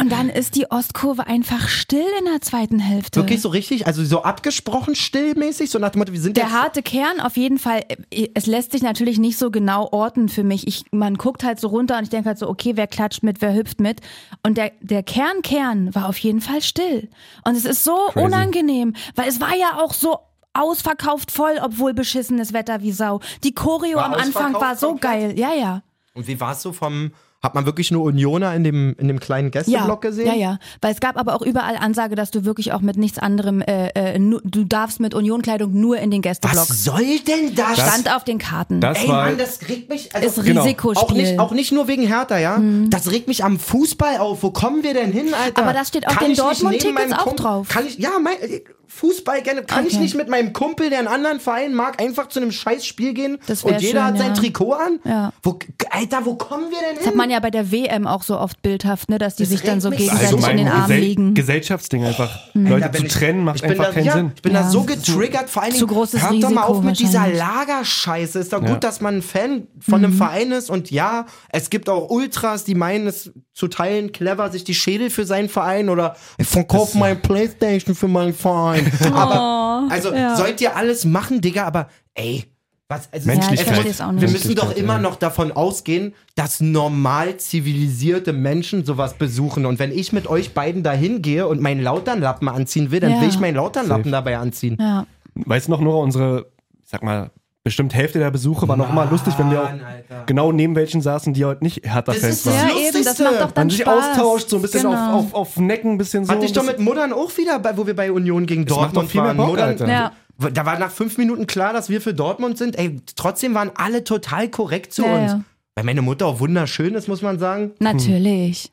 S4: und dann ist die Ostkurve einfach still in der zweiten Hälfte.
S3: Wirklich so richtig? Also so abgesprochen stillmäßig? So nach dem Motto, wir sind
S4: der
S3: jetzt...
S4: harte Kern auf jeden Fall, äh, es lässt sich natürlich nicht so genau orten für mich. Ich, man guckt halt so runter und ich denke halt so, okay, wer klatscht mit, wer hüpft mit. Und der, der Kern, Kern war auf jeden Fall still. Und es ist so unangenehm, weil es war ja auch so ausverkauft voll, obwohl beschissenes Wetter wie Sau. Die Choreo
S3: War
S4: am Anfang
S3: ausverkauft
S4: war so
S3: komplett?
S4: geil. Ja, ja.
S3: Und wie war es so vom... Hat man wirklich nur Unioner in dem, in dem kleinen
S4: Ja,
S3: Gästeblock gesehen?
S4: ja, ja. Weil es gab aber auch überall Ansage, dass du wirklich auch mit nichts anderem, äh, äh, nu, du darfst mit Unionkleidung nur in den Gästeblock.
S3: Was soll denn das?
S4: Stand auf den Karten.
S2: Das
S3: Ey,
S2: war
S3: Mann, das regt mich... Also,
S4: ist
S2: Genau.
S4: Risikospiel. Mhm.
S3: auch, nicht, auch nicht nur wegen Hertha, ja? Das regt mich am Fußball auf. Wo kommen wir denn hin, Alter?
S4: Aber das steht auf den
S3: ich nicht neben
S4: Dortmund-Tickets
S3: meinem
S4: auch
S3: Kumpel-
S4: drauf.
S3: Kann ich... Ja, mein... äh, Fußball gerne. Kann ich
S4: Okay.
S3: nicht mit meinem Kumpel, der einen anderen Verein mag, einfach zu einem scheiß Spiel gehen
S4: Das wär
S3: und jeder
S4: schön,
S3: hat sein
S4: ja.
S3: Trikot an?
S4: Ja.
S3: Wo, Alter, wo kommen wir denn hin?
S4: Das hat man ja bei der WM auch so oft bildhaft, ne, dass die
S3: Das
S4: sich dann so
S3: regt mich
S4: gegenseitig
S3: Also
S4: in den
S2: mein
S4: Armen
S2: Gesell-
S4: liegen. Mhm.
S2: Gesellschaftsding einfach. Leute
S3: Da
S2: zu
S3: bin
S2: trennen macht
S3: ich bin
S2: einfach
S3: da,
S2: keinen
S3: ja,
S2: Sinn.
S3: Ich bin da
S4: Ja.
S3: so getriggert, vor allen Dingen,
S4: Zu großes
S3: hört doch mal
S4: Risiko
S3: auf mit dieser
S4: wahrscheinlich. Mhm.
S3: Lagerscheiße. Ist doch gut,
S2: Ja.
S3: dass man ein Fan von einem Verein ist und ja, es gibt auch Ultras, die meinen, es zu teilen clever, sich die Schädel für seinen Verein oder ich verkauf mein Playstation für meinen Verein.
S4: Oh,
S3: aber, also, sollt ihr alles machen, Digga, aber ey, was, also,
S2: Menschlichkeit. Ja, ich
S4: versteh's auch nicht.
S3: wir müssen doch
S2: Menschlichkeit,
S3: immer
S2: ja.
S3: noch davon ausgehen, dass normal zivilisierte Menschen sowas besuchen. Und wenn ich mit euch beiden dahin gehe und meinen Lauternlappen anziehen will, dann
S4: Ja.
S3: will ich meinen Lauternlappen dabei anziehen.
S4: Ja.
S2: Weißt du noch, Nora, unsere, ich sag mal, bestimmt Hälfte der Besuche war noch immer lustig, wenn wir auch
S3: Mann, Alter.
S2: genau neben welchen saßen, die heute nicht Hertha-Fans
S3: ist das
S2: waren.
S4: ja,
S3: Lustigste.
S4: eben, das macht doch dann
S2: Man sich
S4: Spaß.
S2: austauscht, so ein bisschen
S4: Genau.
S2: auf, auf, auf Necken, ein bisschen so.
S3: Hatte ich doch
S2: ein
S3: mit Muddern auch wieder, bei, wo wir bei Union gegen
S2: macht
S3: Dortmund
S2: doch viel mehr
S3: waren.
S2: Bock,
S3: Muddern-
S2: Alter.
S4: Ja.
S3: Da war nach fünf Minuten klar, dass wir für Dortmund sind. Ey, trotzdem waren alle total korrekt zu
S4: Ja,
S3: uns. Hm.
S4: ja.
S3: Weil meine Mutter auch wunderschön ist, muss man sagen.
S4: Natürlich.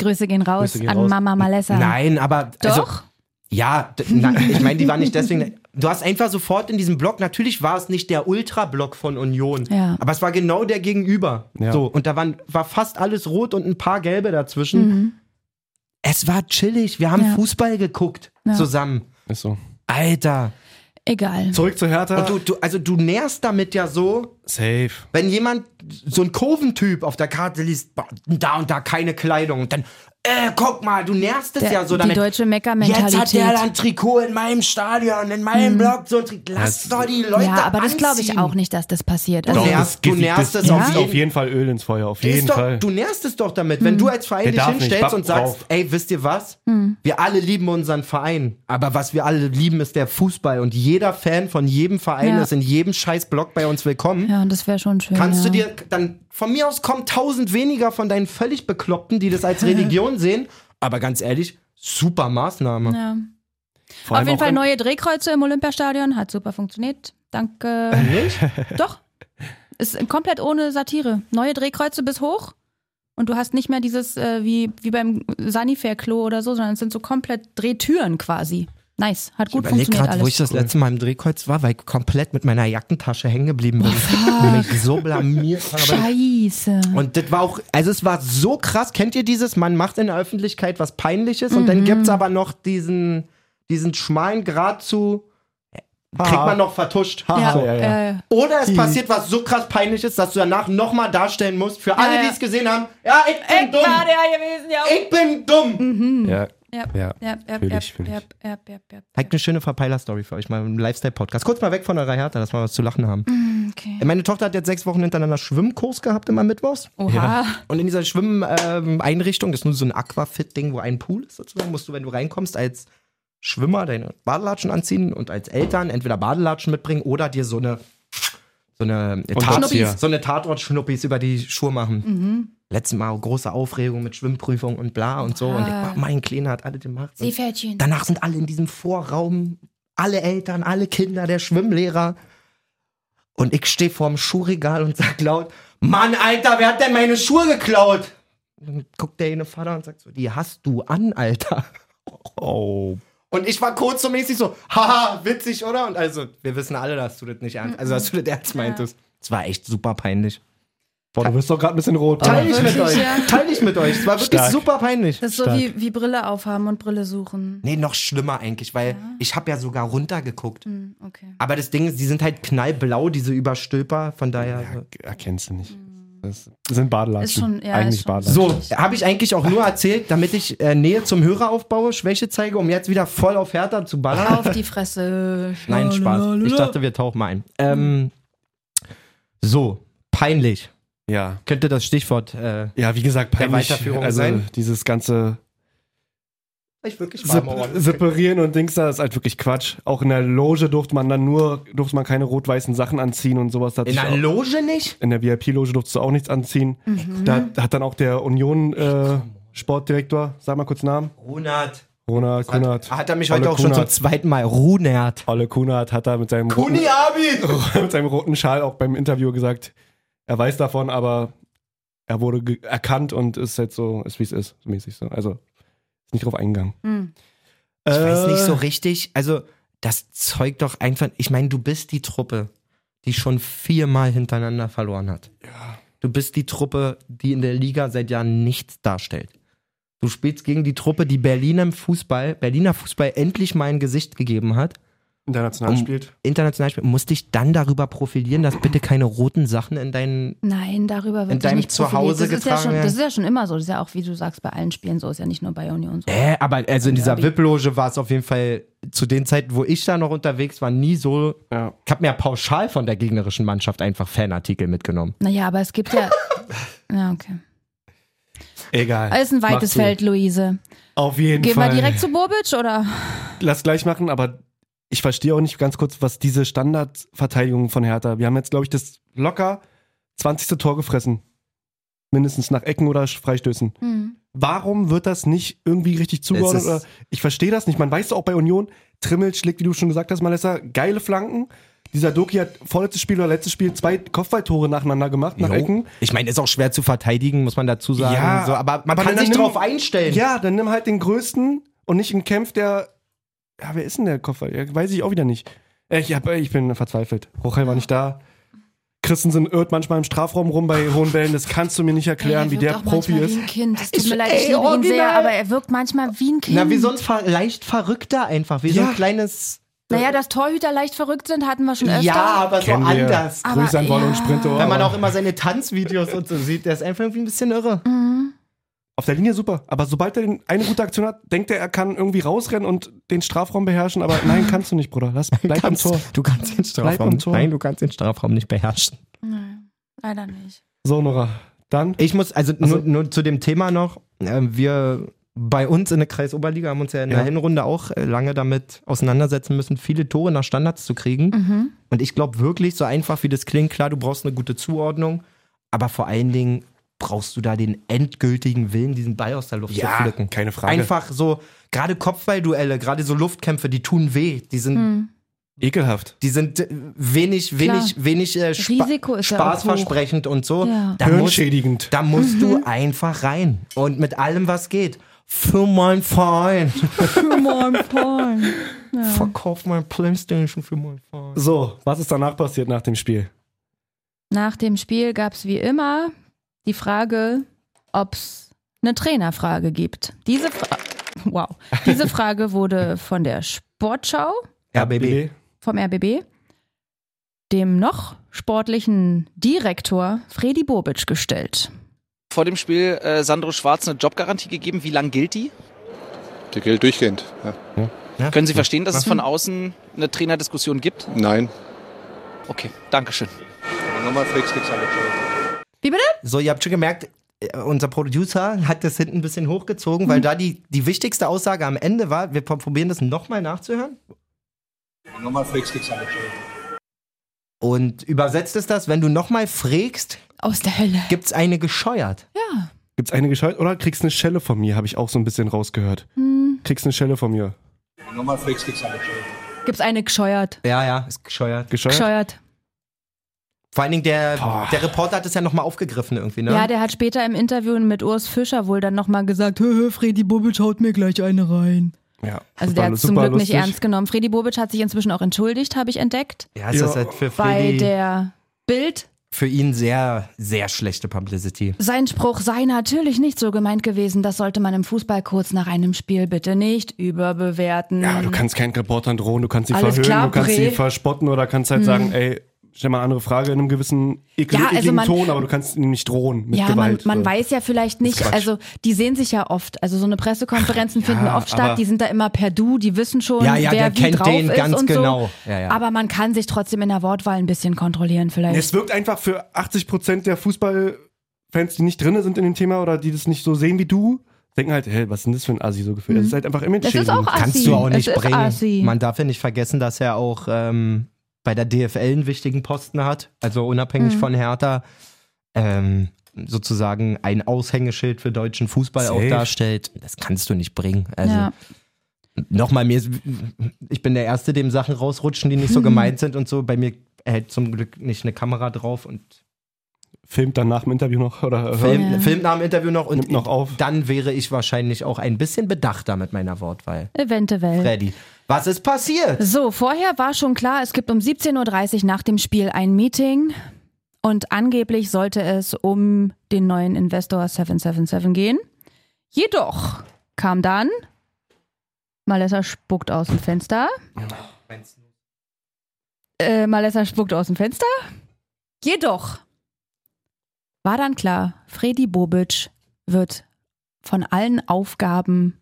S4: Grüße gehen raus
S2: Grüße gehen
S4: an
S2: raus.
S4: Mama Malessa.
S3: Nein, aber
S4: Doch?
S3: also Ja, d- na, ich meine, die war nicht deswegen. Du hast einfach sofort in diesem Block, natürlich war es nicht der Ultra-Block von Union,
S4: Ja.
S3: aber es war genau der Gegenüber.
S2: Ja.
S3: So, und da waren, war fast alles rot und ein paar gelbe dazwischen. Es war chillig. Wir haben
S4: Mhm. Ja.
S3: Fußball geguckt
S4: Ja.
S3: zusammen.
S2: Ist so.
S3: Alter.
S4: Egal.
S2: Zurück zu Hertha.
S3: Und du, du, also du nährst damit ja so,
S2: Safe.
S3: wenn jemand so ein Kurventyp auf der Karte liest, boah, da und da keine Kleidung, dann, äh, guck mal, du nährst es
S4: Der,
S3: ja so
S4: die
S3: damit.
S4: deutsche
S3: Jetzt hat der
S4: Meckermentalität.
S3: dann ein Trikot in meinem Stadion, in meinem Blog, so ein Trikot. Lass doch die Leute
S4: Hm. Ja, aber das glaube ich
S3: anziehen.
S4: auch nicht, dass das passiert.
S3: Doch.
S4: Also,
S3: nährst-
S2: das
S3: du
S2: gibt-
S3: nährst
S2: das
S3: es
S2: gibt
S3: auf jeden-
S2: auf jeden Fall Öl ins Feuer, auf jeden
S3: Ist doch,
S2: Fall.
S3: du nährst es doch damit,
S4: Hm.
S3: wenn du als Verein
S2: Der
S3: dich
S2: darf nicht,
S3: hinstellst
S2: Bab
S3: und sagst,
S2: drauf.
S3: ey, wisst ihr was? Wir alle lieben unseren Verein, aber was wir alle lieben, ist der Fußball und jeder Fan von jedem Verein
S4: Ja.
S3: ist in jedem scheiß Blog bei uns willkommen.
S4: ja, und das wäre schon schön.
S3: Kannst
S4: ja.
S3: du dir dann von mir aus kommen tausend weniger von deinen völlig Bekloppten, die das als Religion sehen, aber ganz ehrlich, super Maßnahme.
S4: Ja.
S2: Vor
S4: Auf
S2: allem
S4: jeden
S2: auch
S4: Fall
S2: in-
S4: neue Drehkreuze im Olympiastadion. Hat super funktioniert. Danke.
S3: Nicht?
S4: Doch. Ist komplett ohne Satire. Neue Drehkreuze bis hoch. Und du hast nicht mehr dieses, äh, wie, wie beim Sanifair-Klo oder so, sondern es sind so komplett Drehtüren quasi. Nice. Hat gut
S3: Überleg
S4: funktioniert
S3: gerade, wo
S4: alles.
S3: ich das letzte Mal im Drehkreuz war, weil ich komplett mit meiner Jackentasche hängen geblieben bin. Und mich so blamiert habe.
S4: Scheiße.
S3: Und das war auch, also es war so krass. Kennt ihr dieses? Man macht in der Öffentlichkeit was Peinliches und
S4: Mhm.
S3: dann gibt's aber noch diesen, diesen schmalen Grad zu, äh, kriegt man noch vertuscht.
S4: ja,
S2: so, ja, Hm. ja.
S4: äh,
S3: Oder es passiert was so krass Peinliches, dass du danach nochmal darstellen musst. Für alle,
S4: ja.
S3: die es gesehen haben, ja, ich bin dumm.
S4: der gewesen, ja.
S3: Ich bin dumm.
S2: Ja,
S4: ja.
S2: Ja.
S4: Ja, ja,
S2: Fühl
S4: ja,
S2: ich, fühl
S4: ja,
S2: ich.
S4: ja, ja, ja.
S3: Halt eine schöne Verpeiler-Story für euch, mal im Lifestyle-Podcast. Kurz mal weg von eurer Hertha, dass wir was zu lachen haben.
S4: Mm, Okay.
S3: Meine Tochter hat jetzt sechs Wochen hintereinander Schwimmkurs gehabt, immer mittwochs.
S4: Oha.
S3: Und in dieser Schwimmeinrichtung, das ist nur so ein Aquafit-Ding, wo ein Pool ist sozusagen, musst du, wenn du reinkommst, als Schwimmer deine Badelatschen anziehen und als Eltern entweder Badelatschen mitbringen oder dir so eine, so eine,
S2: das hier.
S3: so eine Tatort-Schnuppis über die Schuhe machen.
S4: Mhm.
S3: Letztes Mal große Aufregung mit Schwimmprüfung und bla und so. Und ich,
S4: Ah.
S3: oh, mein Kleiner hat alle gemacht. Und
S4: Seepferdchen.
S3: Danach sind alle in diesem Vorraum, alle Eltern, alle Kinder, der Schwimmlehrer. Und ich stehe vorm Schuhregal und sag laut: Mann, Alter, wer hat denn meine Schuhe geklaut? Dann guckt der eine Vater und sagt so: Die hast du an, Alter.
S2: Oh.
S3: Und ich war kurz so mäßig so: Haha, witzig, oder? Und also, wir wissen alle, dass du das nicht ernst, also, dass du das ernst meintest. Es war echt super peinlich.
S2: Boah, du wirst doch gerade ein bisschen rot.
S3: Teile ich mit
S4: wirklich,
S3: euch.
S4: ja.
S3: Teile ich mit euch. Es war wirklich
S2: Stark.
S3: super peinlich.
S4: Das ist so
S2: Stark.
S4: wie, wie Brille aufhaben und Brille suchen.
S3: Nee, noch schlimmer eigentlich, weil ich habe ja sogar runtergeguckt.
S4: Hm, okay.
S3: Aber das Ding ist, die sind halt knallblau, diese Überstülper, von daher.
S2: Erkennst du nicht. Das sind Badelatschen.
S4: Mhm. Ist schon- ja,
S2: Eigentlich
S4: ist schon-
S2: Badelatschen.
S3: So, habe ich eigentlich auch nur erzählt, damit ich äh, Nähe zum Hörer aufbaue, Schwäche zeige, um jetzt wieder voll auf Hertha zu ballern.
S4: Auf die Fresse.
S3: Nein, Spaß. Ich
S4: Lalalala.
S3: dachte, wir tauchen mal ein. Ähm, so, peinlich.
S2: Ja.
S3: Könnte das Stichwort. Äh,
S2: Ja, wie gesagt, peinlich.
S3: Weiterführung
S2: also
S3: sein.
S2: dieses ganze
S3: ich wirklich
S2: Sep Separieren und Dings da ist halt wirklich Quatsch. Auch in der Loge durfte man dann nur, durfte man keine rot-weißen Sachen anziehen und sowas. Da hat
S3: In
S2: sich
S3: einer
S2: auch-
S3: Loge nicht?
S2: in der VIP-Loge durftest du auch nichts anziehen.
S4: Mhm.
S2: Da hat dann auch der Union-Sportdirektor, sag mal kurz Namen,
S3: Runert.
S2: Ronald Kunert.
S3: Hat, hat er mich heute
S2: Ole
S3: auch schon zum
S2: Kunert.
S3: zweiten Mal Runert.
S2: Ole Kunert hat da mit seinem, roten,
S3: Abi!
S2: mit seinem roten Schal auch beim Interview gesagt, er weiß davon, aber er wurde ge- erkannt und ist halt so, ist wie es ist, mäßig so. Also, ist nicht drauf eingegangen.
S4: Hm.
S3: Ich weiß nicht so
S2: Äh,
S3: richtig. Also, das zeugt doch einfach. Ich meine, du bist die Truppe, die schon viermal hintereinander verloren hat. Du bist die Truppe, die in der Liga seit Jahren nichts darstellt. Du spielst gegen die Truppe, die Berliner im Fußball, Berliner Fußball endlich mal ein Gesicht gegeben hat.
S2: Äh, International
S3: Um-
S2: spielt.
S3: International spielt, musst dich dann darüber profilieren, dass bitte keine roten Sachen in deinen.
S4: Nein, darüber
S3: In
S4: wird sich
S3: deinem
S4: nicht profiliert.
S3: Zuhause
S4: das ist ja
S3: getragen
S4: schon,
S3: werden.
S4: Das ist ja schon immer so. Das ist ja auch, wie du sagst, bei allen Spielen so. Ist ja nicht nur bei Union so.
S3: Äh, aber also in dieser
S4: Abi.
S3: VIP-Loge war es auf jeden Fall zu den Zeiten, wo ich da noch unterwegs war, nie so
S2: Ja.
S3: Ich habe mir pauschal von der gegnerischen Mannschaft einfach Fanartikel mitgenommen.
S4: Naja, aber es gibt ja. ja, okay.
S2: Egal.
S4: Ist ein weites
S2: Machst du.
S4: Feld, Luise.
S2: Auf jeden
S4: Gehen
S2: Fall.
S4: wir direkt zu Bobic oder?
S2: Lass gleich machen, aber ich verstehe auch nicht ganz kurz, was diese Standardverteidigung von Hertha. Wir haben jetzt, glaube ich, das locker 20. Tor gefressen. Mindestens nach Ecken oder Freistößen.
S4: Hm.
S2: Warum wird das nicht irgendwie richtig
S3: Es
S2: zugeordnet?
S3: ist-
S2: Oder ich verstehe das nicht. Man weiß doch auch bei Union, Trimmel schlägt, wie du schon gesagt hast, Malessa, geile Flanken. Dieser Doki hat vorletztes Spiel oder letztes Spiel zwei Kopfballtore nacheinander gemacht nach Ecken.
S3: Ich meine, ist auch schwer zu verteidigen, muss man dazu sagen.
S2: Ja,
S3: so, aber man
S2: aber
S3: kann
S2: dann
S3: sich
S2: nimm-
S3: drauf einstellen.
S2: Ja, dann nimm halt den größten und nicht einen Kämpf, der. Ja, wer ist denn der Koffer? Ja, weiß ich auch wieder nicht. Äh, Ich, hab, ich bin verzweifelt. Hochheim war nicht da. Christensen irrt manchmal im Strafraum rum bei hohen Bällen. Das kannst du mir nicht erklären,
S4: Ey,
S2: wie
S4: wirkt
S2: der
S4: auch
S2: Profi
S4: manchmal
S2: ist.
S4: Wie ein kind. Es tut
S3: Ich-
S4: mir leid, ich
S3: ey,
S4: liebe ihn sehr,
S3: original.
S4: aber er wirkt manchmal wie ein Kind.
S3: Na, wie sonst ver leicht verrückter einfach, wie so
S2: Ja.
S3: ein kleines.
S4: Naja, dass Torhüter leicht verrückt sind, hatten wir schon öfter.
S3: ja, aber so
S2: Kennen wir.
S3: anders.
S4: Aber
S2: Grüße an Wolle und
S4: ja.
S2: Sprinto.
S3: Wenn man auch immer seine Tanzvideos und so sieht, der ist einfach irgendwie ein bisschen irre.
S2: Auf der Linie super. Aber sobald er den- eine gute Aktion hat, denkt er, er kann irgendwie rausrennen und den Strafraum beherrschen. Aber nein, kannst du nicht, Bruder. Lass, bleib am
S3: Kannst-
S2: Tor.
S3: Du kannst den
S2: Bleib am Tor.
S3: Nein, du kannst den Strafraum nicht beherrschen.
S4: Nein, leider nicht.
S2: So, Nora. Dann.
S3: Ich muss, also,
S2: Also-
S3: nur, nur zu dem Thema noch, äh, wir bei uns in der Kreisoberliga haben uns ja in der
S2: Ja.
S3: Hinrunde auch äh, lange damit auseinandersetzen müssen, viele Tore nach Standards zu kriegen.
S4: Mhm.
S3: Und ich glaube wirklich, so einfach wie das klingt, klar, du brauchst eine gute Zuordnung, aber vor allen Dingen brauchst du da den endgültigen Willen, diesen Ball aus der Luft zu pflücken.
S2: keine Frage.
S3: Einfach so, gerade Kopfballduelle, gerade so Luftkämpfe, die tun weh. Die sind,
S4: Mhm.
S2: ekelhaft.
S3: die sind äh, wenig, wenig, wenig äh, spa
S4: Risiko ist ja auch
S3: spaßversprechend und so.
S4: Ja.
S3: Da muss-
S2: Hirnschädigend.
S3: da musst
S4: Mhm.
S3: du einfach rein. Und mit allem, was geht. Für meinen Verein.
S4: Für mein Porn.
S3: Verkauf mein Playstation für meinen Verein.
S2: So, was ist danach passiert nach dem Spiel?
S4: Nach dem Spiel gab es wie immer die Frage, ob es eine Trainerfrage gibt. Diese, Fra wow. Diese Frage wurde von der Sportschau,
S3: RBB.
S4: vom RBB, dem noch sportlichen Direktor Fredi Bobic gestellt.
S1: vor dem Spiel äh, Sandro Schwarz eine Jobgarantie gegeben. Wie lang gilt die? Der gilt durchgehend. Ja.
S3: Ne?
S5: Können Sie verstehen, dass es von außen eine Trainerdiskussion gibt?
S1: Nein.
S5: Okay, Dankeschön.
S1: Nochmal Flix, Flix, alle
S4: Wie bitte?
S3: So, ihr habt schon gemerkt, äh, unser Producer hat das hinten ein bisschen hochgezogen, weil da die, die wichtigste Aussage am Ende war, wir pro- probieren das nochmal nachzuhören.
S1: Nochmal Flix, Flix, alle
S3: Und übersetzt ist das, wenn du nochmal frägst,
S4: Aus der Hölle.
S3: gibt's eine gescheuert.
S4: Ja.
S2: Gibt's eine gescheit oder kriegst eine Schelle von mir, habe ich auch so ein bisschen rausgehört.
S4: Hm.
S2: Kriegst eine Schelle von mir.
S1: Nochmal Flix, Flix, alle
S4: Gibt's eine gescheuert?
S3: Ja, ja, ist gescheuert.
S2: Gescheuert?
S4: Gescheuert.
S3: Vor allen Dingen der,
S2: Boah.
S3: der Reporter hat es ja nochmal aufgegriffen irgendwie, ne?
S4: Ja. der hat später im Interview mit Urs Fischer wohl dann nochmal gesagt, hö, hö, Fredi Bubic haut mir gleich eine rein.
S2: Ja.
S4: Also der hat es zum Glück nicht ernst genommen. Fredi Bobic hat sich inzwischen auch entschuldigt, habe ich entdeckt.
S3: ja ist das
S2: Ja.
S3: halt für
S4: Bei
S3: Freddy,
S4: der Bild.
S3: für ihn sehr, sehr schlechte Publicity.
S4: Sein Spruch sei natürlich nicht so gemeint gewesen, das sollte man im Fußball kurz nach einem Spiel bitte nicht überbewerten.
S2: Ja, aber du kannst keinen Reportern drohen, du kannst sie
S4: Ähm, Alles
S2: verhöhnen,
S4: klar,
S2: du kannst
S4: Bre.
S2: sie verspotten oder kannst halt sagen, ey, stell mal eine andere Frage in einem gewissen ekel
S4: Ja, also
S2: ekligen
S4: man-
S2: Ton, aber du kannst ihm nicht drohen mit
S4: ja,
S2: Gewalt.
S4: man, man
S2: so.
S4: weiß ja vielleicht nicht,
S2: Quatsch.
S4: also die sehen sich ja oft. Also so eine Pressekonferenzen finden oft
S2: aber-
S4: statt, die sind da immer per Du, die wissen schon,
S3: Ja, ja,
S4: wer
S3: der
S4: wie
S3: kennt
S4: drauf
S3: den
S4: ist
S3: ganz
S4: und
S3: genau.
S4: so.
S3: Ja, ja.
S4: Aber man kann sich trotzdem in der Wortwahl ein bisschen kontrollieren vielleicht.
S2: Es wirkt einfach für 80% der Fußballfans, die nicht drin sind in dem Thema oder die das nicht so sehen wie du, denken halt, hey, was ist denn das für ein Assi so gefühlt? Das ist halt einfach image
S4: Mhm. Das ist auch
S3: Kannst
S4: Assi.
S3: du auch
S4: Es
S3: nicht
S4: ist
S3: bringen.
S4: Assi.
S3: Man darf ja nicht vergessen, dass er auch ähm, bei der DFL einen wichtigen Posten hat. Also unabhängig
S4: Mhm.
S3: von Hertha ähm, sozusagen ein Aushängeschild für deutschen Fußball auch
S2: Safe.
S3: darstellt. Das kannst du nicht bringen. Also
S4: ja.
S3: nochmal, mir, ist- ich bin der Erste, dem Sachen rausrutschen, die nicht so gemeint sind und so. Bei mir hält zum Glück nicht eine Kamera drauf und
S2: Filmt dann nach dem Interview noch oder äh,
S3: filmt,
S4: Ja.
S3: filmt nach dem Interview noch und
S2: Nimmt noch auf.
S3: dann wäre ich wahrscheinlich auch ein bisschen bedachter mit meiner Wortwahl.
S4: Eventuell.
S3: Freddy, was ist passiert?
S4: So, vorher war schon klar, es gibt um 17.30 Uhr nach dem Spiel ein Meeting und angeblich sollte es um den neuen Investor 777 gehen. Jedoch kam dann, Malessa spuckt aus dem Fenster. Äh, Malessa spuckt aus dem Fenster. Jedoch war dann klar, Freddy Bobic wird von allen Aufgaben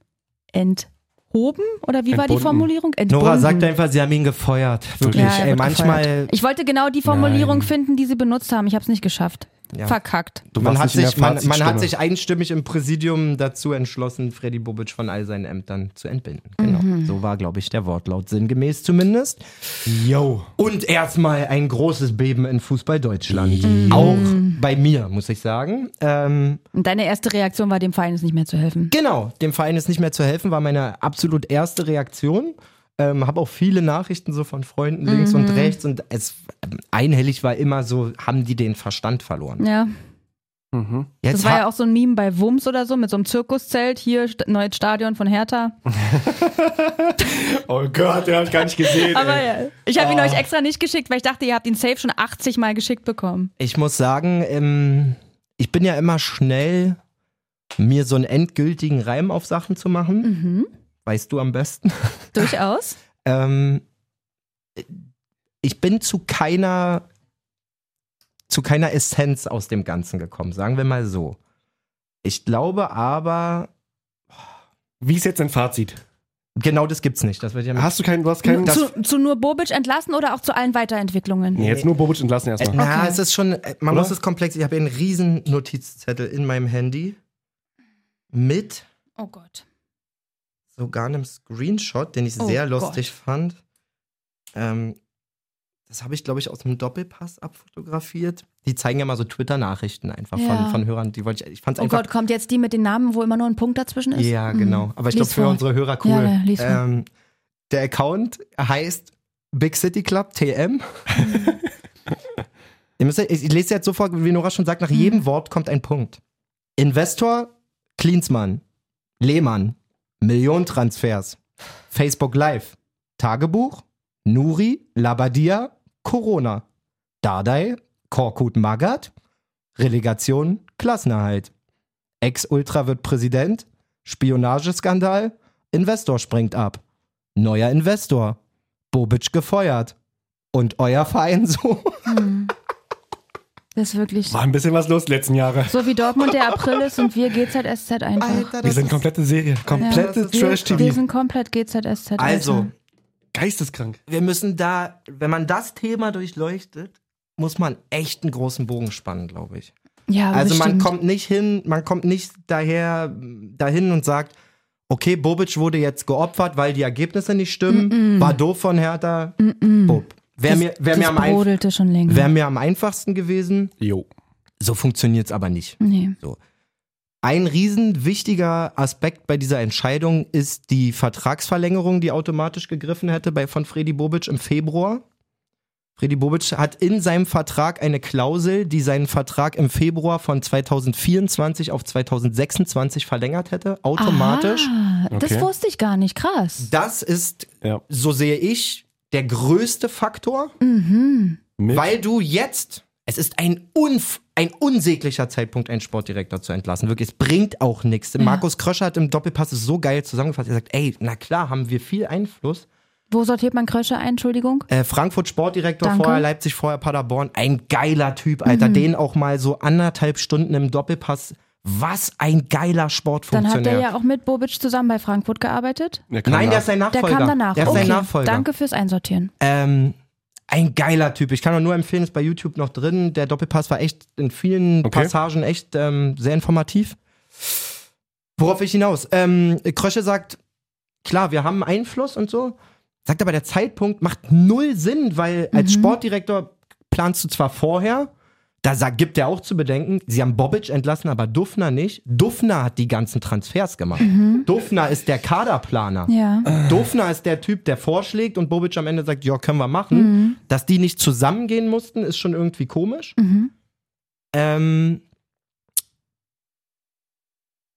S4: enthoben oder wie war die
S2: Entbunden.
S4: Formulierung? Entbunden.
S3: Nora sagt einfach, sie haben ihn gefeuert. Wirklich.
S4: Ja, er
S3: Ey,
S4: wird
S3: manchmal.
S4: gefeuert. Ich wollte genau die Formulierung
S3: Nein.
S4: finden, die sie benutzt haben. Ich habe es nicht geschafft.
S3: Ja.
S4: Verkackt.
S2: du warst
S3: Man hat,
S2: nicht in der
S3: sich, man, man hat
S2: Fazitstimme.
S3: sich einstimmig im Präsidium dazu entschlossen, Freddy Bobic von all seinen Ämtern zu entbinden. Genau.
S4: Mhm.
S3: So war, glaube ich, der Wortlaut sinngemäß zumindest.
S2: Yo.
S3: Und erstmal ein großes Beben in Fußball Deutschland.
S4: Mhm.
S3: Auch bei mir, muss ich sagen. Ähm,
S4: Und deine erste Reaktion war, dem Verein ist nicht mehr zu helfen.
S3: Genau, dem Verein ist nicht mehr zu helfen, war meine absolut erste Reaktion. Ähm, habe auch viele Nachrichten so von Freunden links und
S4: Mhm.
S3: rechts und es ähm, einhellig war immer so, haben die den Verstand verloren.
S4: Ja,
S2: Mhm.
S3: Jetzt
S4: das war
S3: ha-
S4: ja auch so ein Meme bei Wums oder so mit so einem Zirkuszelt. Hier, St neues Stadion von Hertha.
S2: Oh Gott, der hat gar nicht gesehen.
S4: Aber
S2: ey.
S4: ja, ich
S3: Ah.
S4: habe ihn euch extra nicht geschickt, weil ich dachte, ihr habt ihn safe schon 80 Mal geschickt bekommen.
S3: ich muss sagen, ähm, ich bin ja immer schnell, mir so einen endgültigen Reim auf Sachen zu machen.
S4: Mhm.
S3: Weißt du am besten.
S4: Durchaus.
S3: Ähm, ich bin zu keiner zu keiner Essenz aus dem Ganzen gekommen, sagen wir mal so. Ich glaube aber,
S2: Wie ist jetzt dein Fazit?
S3: genau das gibt's nicht. Das wird ja mit-
S2: Hast du keinen, du hast keinen.
S3: Das-
S4: zu, zu nur Bobic entlassen oder auch zu allen Weiterentwicklungen?
S2: nee, jetzt nur Bobic entlassen
S3: Äh,
S2: erstmal.
S3: Na,
S4: Okay.
S3: es ist schon, äh, man
S2: Oder?
S3: muss es komplex. Ich habe einen riesen Notizzettel in meinem Handy mit
S4: Oh Gott.
S3: sogar einem Screenshot, den ich
S4: Oh
S3: sehr
S4: Gott.
S3: lustig fand. Ähm, das habe ich, glaube ich, aus einem Doppelpass abfotografiert. Die zeigen ja mal so Twitter-Nachrichten einfach
S4: Ja.
S3: von, von Hörern. Die wollte ich, ich fand's
S4: Oh
S3: einfach
S4: Gott, kommt jetzt die mit den Namen, wo immer nur ein Punkt dazwischen ist?
S3: Ja,
S4: Mhm.
S3: genau. Aber ich glaube,
S4: Lies
S3: für
S4: vor.
S3: unsere Hörer
S4: Ja, ja,
S3: cool.
S4: lies vor.
S3: ähm, der Account heißt Big City Club TM. Ihr müsst, ich, ich lese jetzt sofort, wie Nora schon sagt, nach jedem Wort kommt ein Punkt. Investor, Klinsmann, Lehmann, Millionentransfers, Facebook Live, Tagebuch, Nuri, Labadia, Corona, Dardai, Korkut Magat, Relegation, Klassenerhalt. Ex-Ultra wird Präsident, Spionageskandal, Investor springt ab. Neuer Investor. Bobic gefeuert. Und euer Verein so.
S4: Das ist wirklich
S2: War ein bisschen was los die letzten Jahre.
S4: so wie Dortmund der April ist und wir GZSZ einfach.
S2: Wir sind komplette Serie, komplette
S4: wir, Wir
S2: Trash-TV.
S4: sind komplett GZSZ.
S3: Also,
S4: Alter.
S2: Geisteskrank.
S3: wir müssen da, wenn man das Thema durchleuchtet, muss man echt einen großen Bogen spannen, glaube ich.
S4: Ja,
S3: Also man
S4: bestimmt.
S3: kommt nicht hin, man kommt nicht daher dahin und sagt, okay, Bobic wurde jetzt geopfert, weil die Ergebnisse nicht stimmen, war doof von Hertha, Bob. Wäre
S4: Das-
S3: mir, wär
S4: das
S3: mir, am einf-
S4: brodelte schon länger.
S3: wär mir am einfachsten gewesen,
S2: Jo.
S3: so funktioniert es aber nicht.
S4: nee.
S3: Ein riesen wichtiger Aspekt bei dieser Entscheidung ist die Vertragsverlängerung, die automatisch gegriffen hätte bei, von Freddy Bobic im Februar. Freddy Bobic hat in seinem Vertrag eine Klausel, die seinen Vertrag im Februar von 2024 auf 2026 verlängert hätte, automatisch.
S4: Aha,
S2: Okay.
S4: Ah, Das wusste ich gar nicht, krass.
S3: Das ist,
S2: Ja.
S3: so sehe ich, der größte Faktor,
S4: Mhm.
S2: Mit
S3: weil du jetzt, es ist ein, unf ein unsäglicher Zeitpunkt, einen Sportdirektor zu entlassen. Wirklich, es bringt auch nichts. Markus Kröscher hat im Doppelpass es so geil zusammengefasst. Er sagt, ey, na klar, haben wir viel Einfluss.
S4: Wo sortiert man Krösche ein, Entschuldigung?
S3: Äh, Frankfurt Sportdirektor,
S4: Danke. Mhm.
S3: vorher Leipzig, vorher Paderborn. Ein geiler Typ, Alter. Den auch mal so anderthalb Stunden im Doppelpass. Was ein geiler
S4: Dann hat
S3: Sportfunktionär.
S4: der ja auch mit Bobic zusammen bei Frankfurt gearbeitet.
S2: Der kam
S3: Nein,
S2: nach.
S3: der ist sein
S4: Der
S3: Nachfolger.
S4: kam danach.
S3: Der ist
S4: okay.
S3: sein Nachfolger.
S4: Danke fürs Einsortieren.
S3: Ähm, ein geiler Typ. Ich kann auch nur empfehlen, ist bei YouTube noch drin. Der Doppelpass war echt in vielen
S2: Okay.
S3: Passagen echt ähm, sehr informativ. Worauf will ich hinaus? Ähm, Krösche sagt, klar, wir haben Einfluss und so. Sagt aber, der Zeitpunkt macht null Sinn, weil als Sportdirektor planst du zwar vorher, da sagt, gibt er auch zu bedenken, sie haben Bobic entlassen, aber Dufner nicht. Dufner hat die ganzen Transfers gemacht. Dufner ist der Kaderplaner.
S4: Ja.
S3: Dofner ist der Typ, der vorschlägt und Bobic am Ende sagt, ja, können wir
S4: Mhm.
S3: machen. Dass die nicht zusammengehen mussten, ist schon irgendwie komisch.
S4: Mhm.
S3: Ähm,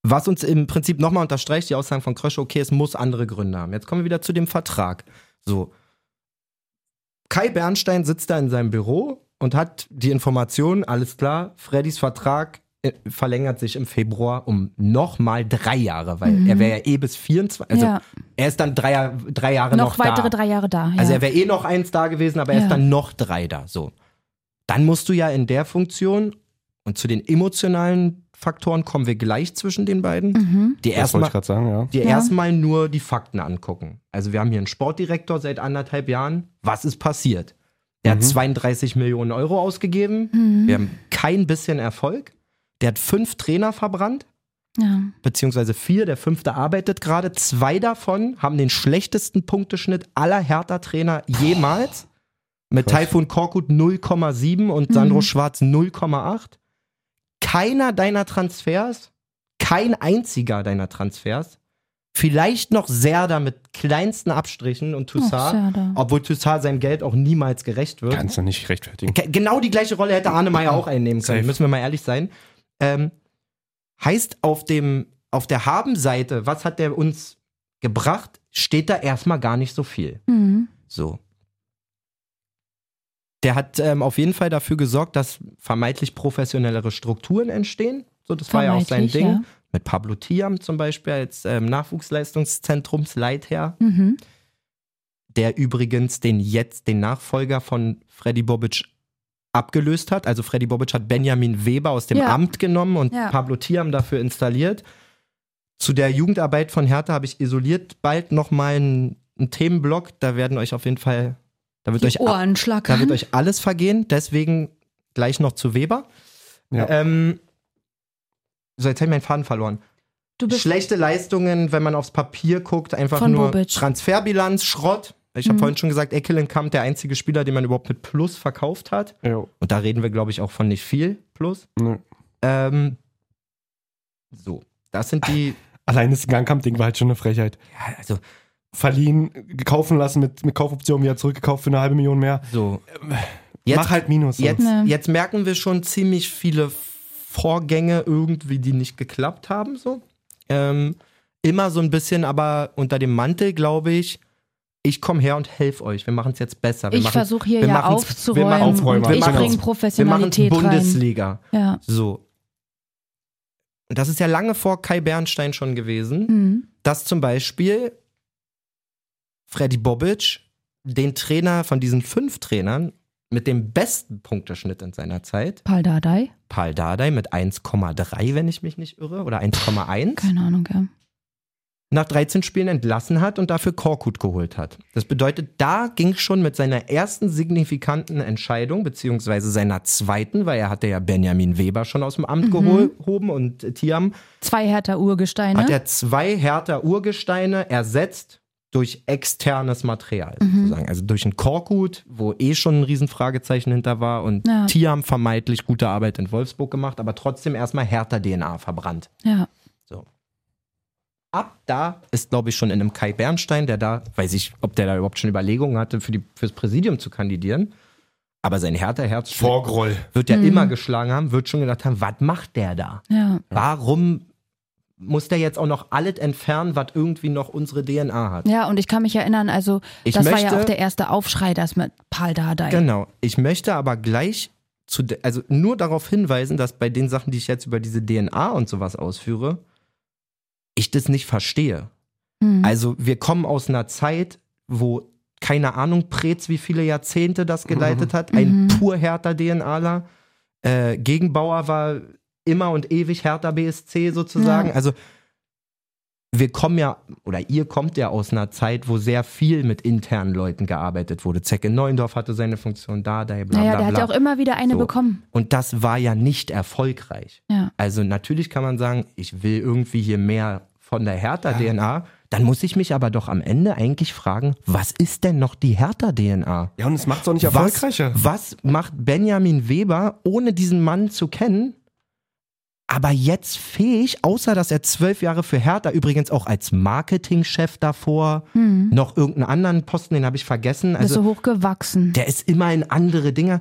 S3: was uns im Prinzip nochmal unterstreicht, die Aussagen von Krösche, okay, es muss andere Gründe haben. Jetzt kommen wir wieder zu dem Vertrag. So. Kai Bernstein sitzt da in seinem Büro und hat die Information, alles klar, Freddys Vertrag äh, verlängert sich im Februar um nochmal drei Jahre, weil er wäre ja eh bis 24, also
S4: ja.
S3: er ist dann drei, Jahr- drei Jahre
S4: Noch,
S3: noch,
S4: weitere
S3: da.
S4: drei Jahre da. Ja.
S3: Also er wäre eh noch eins da gewesen, aber er ist
S4: Ja.
S3: dann noch drei da. So. Dann musst du ja in der Funktion und zu den emotionalen Faktoren kommen wir gleich zwischen den beiden.
S4: mhm.
S3: Die
S2: Das wollte
S3: erstmal
S2: ich gerade sagen, ja.
S3: dir
S4: Ja.
S3: erstmal nur die Fakten angucken. Also wir haben hier einen Sportdirektor seit anderthalb Jahren. Was ist passiert? Der
S2: Mhm.
S3: hat 32 Millionen Euro ausgegeben.
S4: Mhm.
S3: Wir haben kein bisschen Erfolg. Der hat fünf Trainer verbrannt
S4: ja.
S3: beziehungsweise vier, der fünfte arbeitet gerade. Zwei davon haben den schlechtesten Punkteschnitt aller Hertha-Trainer jemals. Mit
S2: Krass.
S3: Taifun Korkut 0,7 und Sandro Schwarz 0,8. Keiner deiner Transfers, kein einziger deiner Transfers, vielleicht noch Serda mit kleinsten Abstrichen und
S4: Ach,
S3: Toussaint,
S4: schade.
S3: obwohl Toussaint seinem Geld auch niemals gerecht wird.
S2: Kannst du nicht rechtfertigen.
S3: Ge- Genau die gleiche Rolle hätte Arne Meyer auch einnehmen können,
S2: Safe.
S3: müssen wir mal ehrlich sein. Ähm, heißt, auf, dem, auf der Habenseite, was hat der uns gebracht, steht da erstmal gar nicht so viel.
S4: Mhm.
S3: So. Der hat ähm, auf jeden Fall dafür gesorgt, dass vermeintlich professionellere Strukturen entstehen. So, das war ja auch sein
S4: Vermeintlich,
S3: Ding.
S4: ja.
S3: Mit Pablo Thiam zum Beispiel als ähm, Nachwuchsleistungszentrumsleitherr
S4: Mhm.
S3: der übrigens den jetzt den Nachfolger von Freddy Bobic abgelöst hat. Also Freddy Bobic hat Benjamin Weber aus dem
S4: Ja.
S3: Amt genommen und
S4: Ja.
S3: Pablo Thiam dafür installiert. Zu der Jugendarbeit von Hertha habe ich isoliert bald nochmal einen, einen Themenblock. Da werden euch auf jeden Fall, da wird, euch, a-
S4: Ohren schlackern.
S3: da wird euch alles vergehen. Deswegen gleich noch zu Weber.
S2: Ja.
S3: Ähm, so, jetzt habe ich meinen Faden verloren
S4: du bist
S3: schlechte Leistungen, wenn man aufs Papier guckt, einfach
S4: Von
S3: nur
S4: Bobic.
S3: Transferbilanz, Schrott. Ich habe
S4: Mhm.
S3: vorhin schon gesagt, Eckelenkamp, der einzige Spieler, den man überhaupt mit Plus verkauft hat.
S2: Jo.
S3: Und da reden wir, glaube ich, auch von nicht viel Plus.
S2: Nö.
S3: Ähm, so, das sind die.
S2: Allein das Gangkamp-Ding war halt schon eine Frechheit.
S3: Ja, also,
S2: Verliehen, gekaufen lassen mit, mit Kaufoption, wieder zurückgekauft für eine halbe Million mehr.
S3: so. Jetzt,
S2: Mach halt Minus.
S3: jetzt,
S4: Nee.
S3: jetzt merken wir schon ziemlich viele Vorgänge irgendwie, die nicht geklappt haben, so. Ähm, immer so ein bisschen, aber unter dem Mantel, glaube ich, ich komme her und helfe euch. Wir machen es jetzt besser. Wir
S4: ich
S3: machen
S4: versuche hier
S3: wir
S4: ja
S3: machen's- wir
S4: aufzuräumen.
S3: machen
S2: Aufräumen,
S4: und ich
S2: genau.
S4: bringe
S3: wir machen
S4: Professionalität rein.
S3: Bundesliga.
S4: Ja.
S3: So. Und Das ist ja lange vor Kai Bernstein schon gewesen,
S4: Mhm.
S3: dass zum Beispiel Freddy Bobic den Trainer von diesen fünf Trainern mit dem besten Punkteschnitt in seiner Zeit.
S4: Paul Dardai?
S3: Paul Dardai mit 1,3, wenn ich mich nicht irre, oder 1,1.
S4: Keine Ahnung, ja.
S3: Nach 13 Spielen entlassen hat und dafür Korkut geholt hat. Das bedeutet, da ging schon mit seiner ersten signifikanten Entscheidung, beziehungsweise seiner zweiten, weil er hatte ja Benjamin Weber schon aus dem Amt gehoben und äh, Thiam,
S4: Zwei härter Urgesteine.
S3: hat er zwei härter Urgesteine ersetzt durch externes Material, sozusagen. Also durch einen Korkut, wo eh schon ein Riesenfragezeichen hinter war und
S4: Ja.
S3: Tiam vermeintlich gute Arbeit in Wolfsburg gemacht, aber trotzdem erstmal härter DNA verbrannt.
S4: ja.
S3: Ab da ist, glaube ich, schon in einem Kai Bernstein, der da, weiß ich, ob der da überhaupt schon Überlegungen hatte, für die, fürs Präsidium zu kandidieren. Aber sein härter Herz
S2: Vorgroll.
S3: wird ja immer geschlagen haben, wird schon gedacht haben, was macht der da?
S4: Ja.
S3: Warum muss der jetzt auch noch alles entfernen, was irgendwie noch unsere DNA hat?
S4: Ja, und ich kann mich erinnern, also
S3: Ich
S4: das war ja
S3: möchte-
S4: auch der erste Aufschrei, das mit Paul Dardai.
S3: Genau. Ich möchte aber gleich zu, de- also nur darauf hinweisen, dass bei den Sachen, die ich jetzt über diese DNA und sowas ausführe, ich das nicht verstehe.
S4: Hm.
S3: Also wir kommen aus einer Zeit, wo keine Ahnung, Prez, wie viele Jahrzehnte das geleitet hat, ein
S4: Mhm.
S3: pur härter DNAler. Äh, Gegenbauer war immer und ewig härter BSC sozusagen.
S4: Ja.
S3: Also wir kommen ja, oder ihr kommt ja aus einer Zeit, wo sehr viel mit internen Leuten gearbeitet wurde. Zecke Neuendorf hatte seine Funktion da, da, bla, bla,
S4: naja, der
S3: bla.
S4: hat ja auch immer wieder eine
S3: So.
S4: bekommen.
S3: Und das war ja nicht erfolgreich.
S4: Ja.
S3: Also natürlich kann man sagen, ich will irgendwie hier mehr von der Hertha-DNA. Dann muss ich mich aber doch am Ende eigentlich fragen, was ist denn noch die Hertha-DNA?
S2: Ja, und es macht's auch nicht erfolgreicher.
S3: Was, was macht Benjamin Weber, ohne diesen Mann zu kennen, aber jetzt fähig, außer dass er zwölf Jahre für Hertha, übrigens auch als Marketingchef davor,
S4: Hm.
S3: noch irgendeinen anderen Posten, den habe ich vergessen.
S4: Bist
S3: Also
S4: du hochgewachsen.
S3: der ist immer in andere Dinge.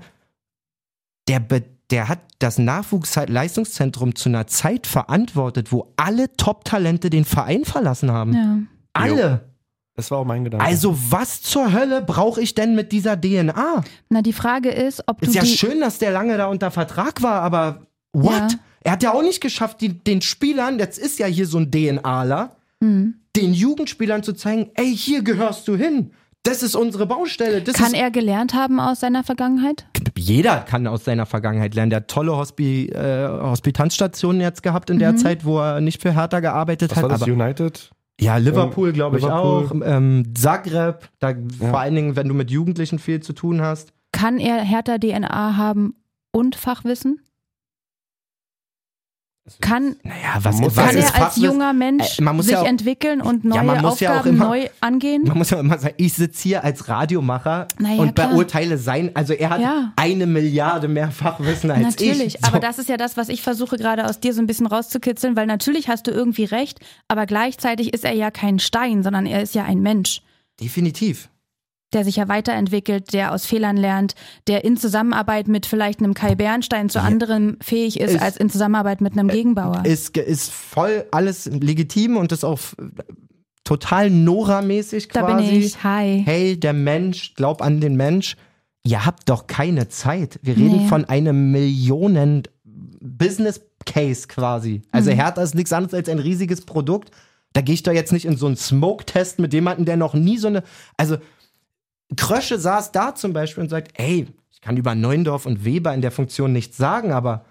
S3: Der, be- der hat das Nachwuchsleistungszentrum zu einer Zeit verantwortet, wo alle Top-Talente den Verein verlassen haben.
S4: ja.
S3: Alle.
S2: Das war auch mein Gedanke.
S3: Also was zur Hölle brauche ich denn mit dieser DNA?
S4: Na, die Frage ist, ob du
S3: Ist ja
S4: die,
S3: schön, dass der lange da unter Vertrag war, aber what?
S4: Ja.
S3: Er hat ja auch nicht geschafft, die, den Spielern, jetzt ist ja hier so ein DNAler,
S4: Hm.
S3: den Jugendspielern zu zeigen, ey, hier gehörst du hin. Das ist unsere Baustelle. Das
S4: Kann
S3: ist
S4: er gelernt haben aus seiner Vergangenheit?
S3: jeder kann aus seiner Vergangenheit lernen. Der hat tolle Hospi äh, Hospitanzstationen jetzt gehabt in der
S4: Mhm.
S3: Zeit, wo er nicht für Hertha gearbeitet
S2: was
S3: hat.
S2: war das?
S3: halt Aber,
S2: United?
S3: ja, Liverpool,
S2: Ähm,
S3: glaube ich auch.
S2: Liverpool.
S3: Ähm, Zagreb, da, vor allen Dingen, wenn du mit Jugendlichen viel zu tun hast.
S4: Kann er härter DNA haben und Fachwissen? Kann,
S3: Naja, was,
S2: Muss
S3: was
S4: kann
S3: ist
S4: er als
S3: Fachwissen?
S4: junger Mensch
S3: Äh, man muss
S4: sich
S3: ja auch-
S4: entwickeln und neue
S3: Ja, man muss
S4: Aufgaben
S3: ja auch immer-
S4: neu angehen?
S3: Man muss ja immer sagen, ich sitze hier als Radiomacher
S4: Mhm. Na ja,
S3: und
S4: klar.
S3: beurteile sein. Also er hat
S4: Ja.
S3: eine Milliarde mehr Fachwissen als
S4: Natürlich,
S3: ich. So.
S4: aber das ist ja das, was ich versuche gerade aus dir so ein bisschen rauszukitzeln, weil natürlich hast du irgendwie recht, aber gleichzeitig ist er ja kein Stein, sondern er ist ja ein Mensch,
S3: Definitiv.
S4: der sich ja weiterentwickelt, der aus Fehlern lernt, der in Zusammenarbeit mit vielleicht einem Kai Bernstein zu anderem fähig ist,
S3: Ist- Äh,
S4: als in Zusammenarbeit mit einem Gegenbauer.
S3: Ist, ge- ist voll alles legitim und ist auch f- total Nora-mäßig
S4: da
S3: quasi.
S4: bin ich. Hi.
S3: hey, der Mensch, glaub an den Mensch. Ihr habt doch keine Zeit. Wir reden
S4: Nee.
S3: von einem Millionen Business Case quasi.
S4: Mhm.
S3: Also Hertha ist nichts anderes als ein riesiges Produkt. Da gehe ich doch jetzt nicht in so einen Smoke-Test mit jemandem, der noch nie so eine. Also Krösche saß da zum Beispiel und sagt, ey, ich kann über Neuendorf und Weber in der Funktion nichts sagen, aber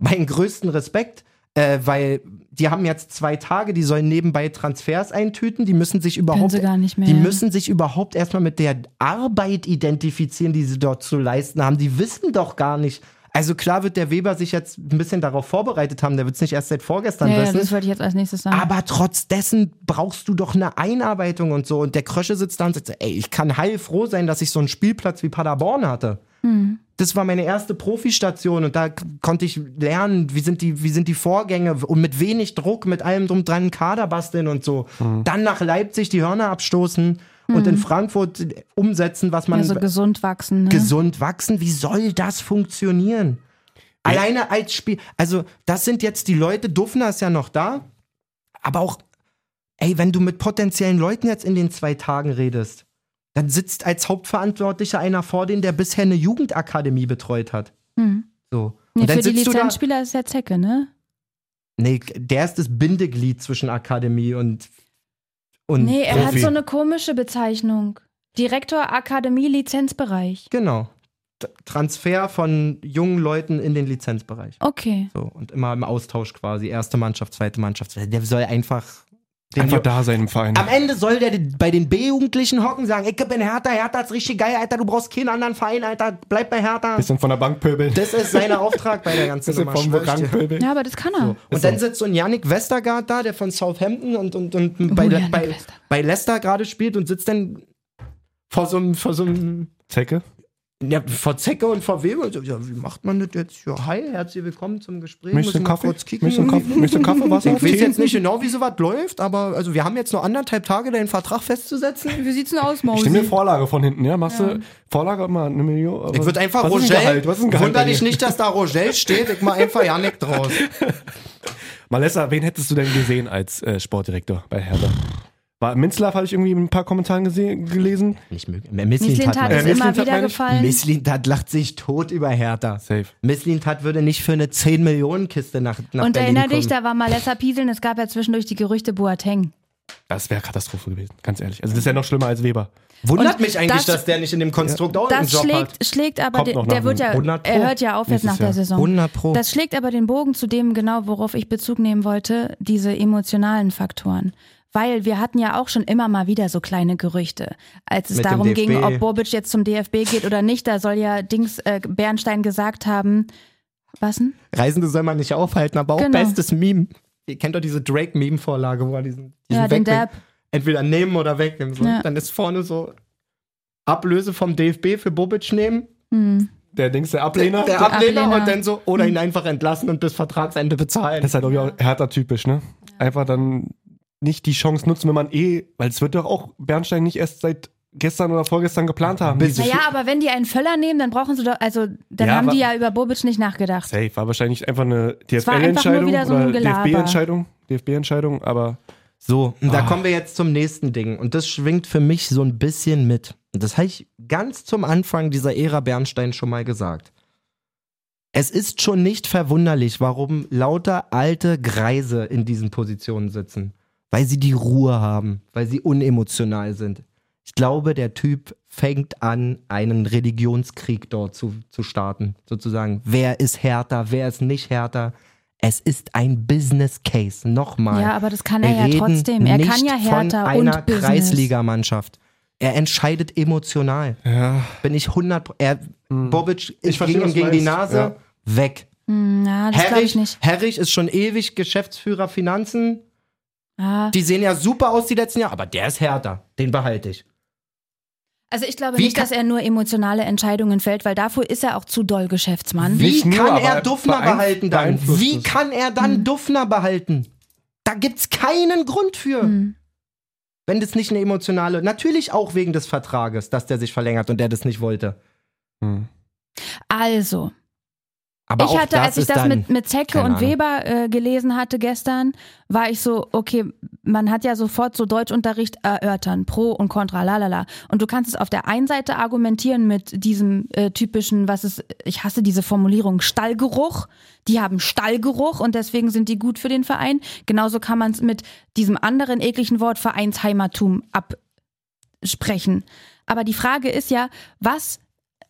S3: meinen größten Respekt, äh, weil die haben jetzt zwei Tage, die sollen nebenbei Transfers eintüten, die müssen sich
S4: Können
S3: überhaupt
S4: sie gar nicht mehr.
S3: die müssen sich überhaupt erstmal mit der Arbeit identifizieren, die sie dort zu leisten haben. Die wissen doch gar nicht. Also klar wird der Weber sich jetzt ein bisschen darauf vorbereitet haben, der wird es nicht erst seit vorgestern
S4: ja, ja, das
S3: wissen.
S4: wollte ich jetzt als nächstes sagen.
S3: Aber trotz dessen brauchst du doch eine Einarbeitung und so. Und der Krösche sitzt da und sagt, ey, ich kann heilfroh sein, dass ich so einen Spielplatz wie Paderborn hatte.
S4: Hm.
S3: Das war meine erste Profistation und da k- konnte ich lernen, wie sind, die, wie sind die Vorgänge und mit wenig Druck, mit allem drum dran einen Kader basteln und so. Dann nach Leipzig die Hörner abstoßen und in Frankfurt umsetzen, was man
S4: Hm. ja, so gesund wachsen. Ne?
S3: gesund wachsen. Wie soll das funktionieren? Alleine als Spiel. Also, das sind jetzt die Leute. Dufner ist ja noch da. Aber auch, ey, wenn du mit potenziellen Leuten jetzt in den zwei Tagen redest, dann sitzt als Hauptverantwortlicher einer vor denen, der bisher eine Jugendakademie betreut hat.
S4: Hm.
S3: So.
S4: Nee,
S3: Und dann
S4: für die
S3: sitzt du da.
S4: Lizenzspieler ist ja Zecke, ne?
S3: Nee, der ist das Bindeglied zwischen Akademie und. und
S4: Nee, er hat
S2: Profi.
S4: so eine komische Bezeichnung. Direktor Akademie Lizenzbereich.
S3: Genau. T- Transfer von jungen Leuten in den Lizenzbereich.
S4: Okay.
S3: So, und immer im Austausch quasi. Erste Mannschaft, zweite Mannschaft. Der soll einfach. Den
S2: Einfach
S3: Ju-
S2: da sein im Verein.
S3: Also, Am Ende soll der bei den B-Jugendlichen hocken sagen: Ich bin Hertha, Hertha ist richtig geil, Alter, du brauchst keinen anderen Verein, Alter, bleib bei Hertha.
S2: Bisschen von der Bank pöbeln.
S3: Das ist sein Auftrag bei der ganzen
S2: Bisschen
S3: Nummer.
S2: vom
S3: schwör ich dir.
S2: Rang pöbeln.
S4: Ja, aber das kann er.
S3: Und dann sitzt so ein Yannick Westergaard da, der von Southampton und, und, und bei,
S4: Oh, Yannick
S3: bei,
S4: Westergaard.
S3: bei Leicester gerade spielt und sitzt dann vor so einem, vor so einem
S2: Zecke.
S3: ja, vor Zecke und vor wem? Und so, ja, wie macht man das jetzt? Ja, hi, herzlich willkommen zum Gespräch.
S2: Möchtest du
S3: Müssen
S2: einen
S3: wir
S2: Kaffee?
S3: kurz kicken?
S2: Möchtest du einen Kaffee? Möchtest du einen Kaffee, Wasser?
S3: Ich weiß
S2: Tee?
S3: jetzt nicht genau, wie sowas läuft, aber also wir haben jetzt nur anderthalb Tage, deinen Vertrag festzusetzen.
S4: Wie sieht's denn aus,
S2: Ich
S4: Mausi?
S2: nehme mir Vorlage von hinten, ja? Machst du Vorlage immer eine Million? aber-
S3: Ich würde einfach
S2: Was ist ein Gehalt? Was ist ein
S3: Rogel.
S2: Gehalt?
S3: Wunder
S2: bei dir?
S3: dich nicht, dass da Rogel steht. Ich mach einfach Janik draus.
S2: Malessa, wen hättest du denn gesehen als äh, Sportdirektor bei Hertha? War Minzlaff habe ich irgendwie in ein paar Kommentaren gesehen, gelesen.
S3: Nicht möglich. Misslint
S4: Mislintat ist
S2: Äh,
S4: immer
S2: Mislintat
S4: wieder
S2: meine ich.
S4: gefallen.
S3: lacht sich tot über Hertha.
S2: Safe.
S3: Mislintat würde nicht für eine 10-Millionen-Kiste nach, nach
S4: Und
S3: Berlin
S4: erinnere dich,
S3: kommen.
S4: da war Malessa Pieseln, es gab ja zwischendurch die Gerüchte Boateng.
S2: Das wäre Katastrophe gewesen, ganz ehrlich. Also das ist ja noch schlimmer als Weber.
S3: Wundert
S4: Und
S3: mich eigentlich,
S4: das-
S3: dass der nicht in dem Konstrukt auch einen
S4: Das
S3: Job halt. hat.
S4: schlägt, schlägt aber,
S2: Kommt
S4: den,
S2: noch
S4: der
S2: nach
S4: wird ja,
S3: 100 Pro.
S4: er hört ja auf jetzt
S2: Nächstes
S4: nach der
S2: Jahr.
S4: Saison.
S3: 100 Pro.
S4: Das schlägt aber den Bogen zu dem genau, worauf ich Bezug nehmen wollte, diese emotionalen Faktoren. Weil wir hatten ja auch schon immer mal wieder so kleine Gerüchte, als es
S3: Mit dem
S4: darum ging,
S3: DFB.
S4: ob Bobic jetzt zum DFB geht oder nicht. Da soll ja Dings äh, Bernstein gesagt haben, was denn?
S3: Reisende soll man nicht aufhalten, aber auch
S4: Genau.
S3: bestes Meme. Ihr kennt doch diese Drake-Meme-Vorlage, wo er diesen, diesen
S4: Ja, den
S3: wegnimmt.
S4: Dab.
S3: entweder nehmen oder wegnehmen soll.
S4: Ja.
S3: Dann ist vorne so Ablöse vom DFB für Bobic nehmen,
S4: Hm.
S2: Der Dings, der Ablehner.
S3: der Ablehner,
S4: Ablehner.
S3: und dann so oder ihn einfach entlassen und bis Vertragsende bezahlen.
S2: das ist halt irgendwie auch Hertha-typisch, ne? Einfach dann nicht die Chance nutzen, wenn man eh, weil es wird doch auch Bernstein nicht erst seit gestern oder vorgestern geplant haben. diese-
S4: Naja, aber wenn die einen Völler nehmen, dann brauchen sie doch, also dann
S2: Ja,
S4: haben die
S2: aber-
S4: ja über Bobic nicht nachgedacht.
S2: Safe, war wahrscheinlich einfach eine
S4: war einfach nur
S2: DFL-Entscheidung
S4: wieder so ein
S2: oder
S4: Gelaber.
S2: DFB-Entscheidung. DFB-Entscheidung, aber
S3: So, und da
S2: Ah.
S3: kommen wir jetzt zum nächsten Ding. Und das schwingt für mich so ein bisschen mit. Und das habe ich ganz zum Anfang dieser Ära Bernstein schon mal gesagt. Es ist schon nicht verwunderlich, warum lauter alte Greise in diesen Positionen sitzen. Weil sie die Ruhe haben, weil sie unemotional sind. Ich glaube, der Typ fängt an, einen Religionskrieg dort zu, zu starten. Sozusagen, wer ist härter, wer ist nicht härter. Es ist ein Business Case. Nochmal.
S4: Ja, aber das kann
S3: Wir
S4: er ja
S3: reden
S4: trotzdem. Er
S3: nicht
S4: kann ja
S3: von
S4: Hertha
S3: einer
S4: und Business.
S3: Kreisligamannschaft. Er entscheidet emotional.
S2: ja,
S3: Bin ich 100 Pro- er, Bobic
S2: Hm. Ich verstehe,
S3: ging ihm
S2: was du
S3: gegen die
S2: meinst.
S3: Nase
S2: Ja.
S3: weg.
S4: Na, Hm, das glaube ich
S3: Herrich,
S4: nicht.
S3: Herrich ist schon ewig Geschäftsführer Finanzen.
S4: Ah.
S3: Die sehen ja super aus die letzten Jahre, aber der ist härter. Den behalte ich.
S4: Also ich glaube
S3: Wie
S4: nicht,
S3: kann-
S4: dass er nur emotionale Entscheidungen fällt, weil dafür ist er auch zu doll Geschäftsmann.
S3: Wie
S2: Nicht nur,
S3: kann
S2: aber
S3: er Duffner
S2: beeinf-
S3: behalten dann?
S2: beeinflusst
S3: Wie
S2: es.
S3: kann er dann
S4: Hm.
S3: Duffner behalten? Da gibt's keinen Grund für.
S4: Hm.
S3: Wenn das nicht eine emotionale, natürlich auch wegen des Vertrages, dass der sich verlängert und der das nicht wollte.
S2: hm.
S4: Also,
S3: Aber
S4: ich hatte, als ich
S3: ist
S4: das
S3: dann-
S4: mit, mit Zecke
S3: keine
S4: und
S3: Ahnung.
S4: Weber äh, gelesen hatte gestern, war ich so, okay, man hat ja sofort so Deutschunterricht erörtern, pro und contra, lalala. Und du kannst es auf der einen Seite argumentieren mit diesem äh, typischen, was ist, ich hasse diese Formulierung, Stallgeruch. Die haben Stallgeruch und deswegen sind die gut für den Verein. Genauso kann man es mit diesem anderen ekligen Wort Vereinsheimatum ab, sprechen. Aber die Frage ist ja, was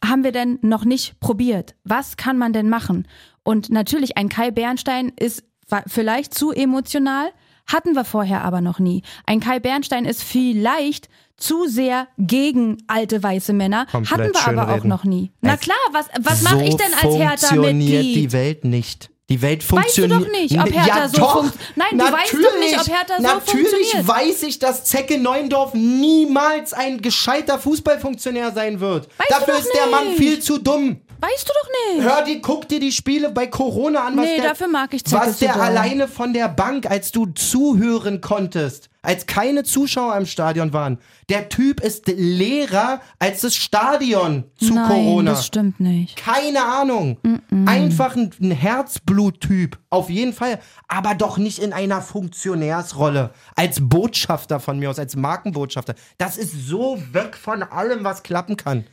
S4: haben wir denn noch nicht probiert? Was kann man denn machen? Und natürlich, ein Kai Bernstein ist wa- vielleicht zu emotional, hatten wir vorher aber noch nie. Ein Kai Bernstein ist vielleicht zu sehr gegen alte weiße Männer,
S3: Komplett
S4: hatten wir aber auch
S3: schönreden.
S4: noch nie. Na
S3: Es-
S4: klar, was, was mache ich denn als
S3: funktioniert die
S4: Hertha-Mitglied?
S3: Welt nicht. Die Welt
S4: Weißt du
S3: funktioniert.
S4: doch nicht, ob Hertha so funkt- Nein, du weißt doch nicht, ob Hertha so funktioniert.
S3: Natürlich weiß ich, dass Zecke Neundorf niemals ein gescheiter Fußballfunktionär sein wird.
S4: Weißt du
S3: Dafür
S4: doch
S3: ist der Mann
S4: nicht.
S3: viel zu dumm.
S4: Weißt du doch nicht.
S3: Hör die, guck dir die Spiele bei Corona an, was
S4: Nee,
S3: der,
S4: dafür mag ich Zecke
S3: was
S4: zu
S3: der
S4: doll.
S3: alleine von der Bank, als du zuhören konntest, als keine Zuschauer im Stadion waren. Der Typ ist leerer als das Stadion zu
S4: Nein,
S3: Corona.
S4: das stimmt nicht.
S3: Keine Ahnung. Einfach ein, ein Herzbluttyp. Auf jeden Fall. Aber doch nicht in einer Funktionärsrolle. Als Botschafter von mir aus, als Markenbotschafter. Das ist so weg von allem, was klappen kann.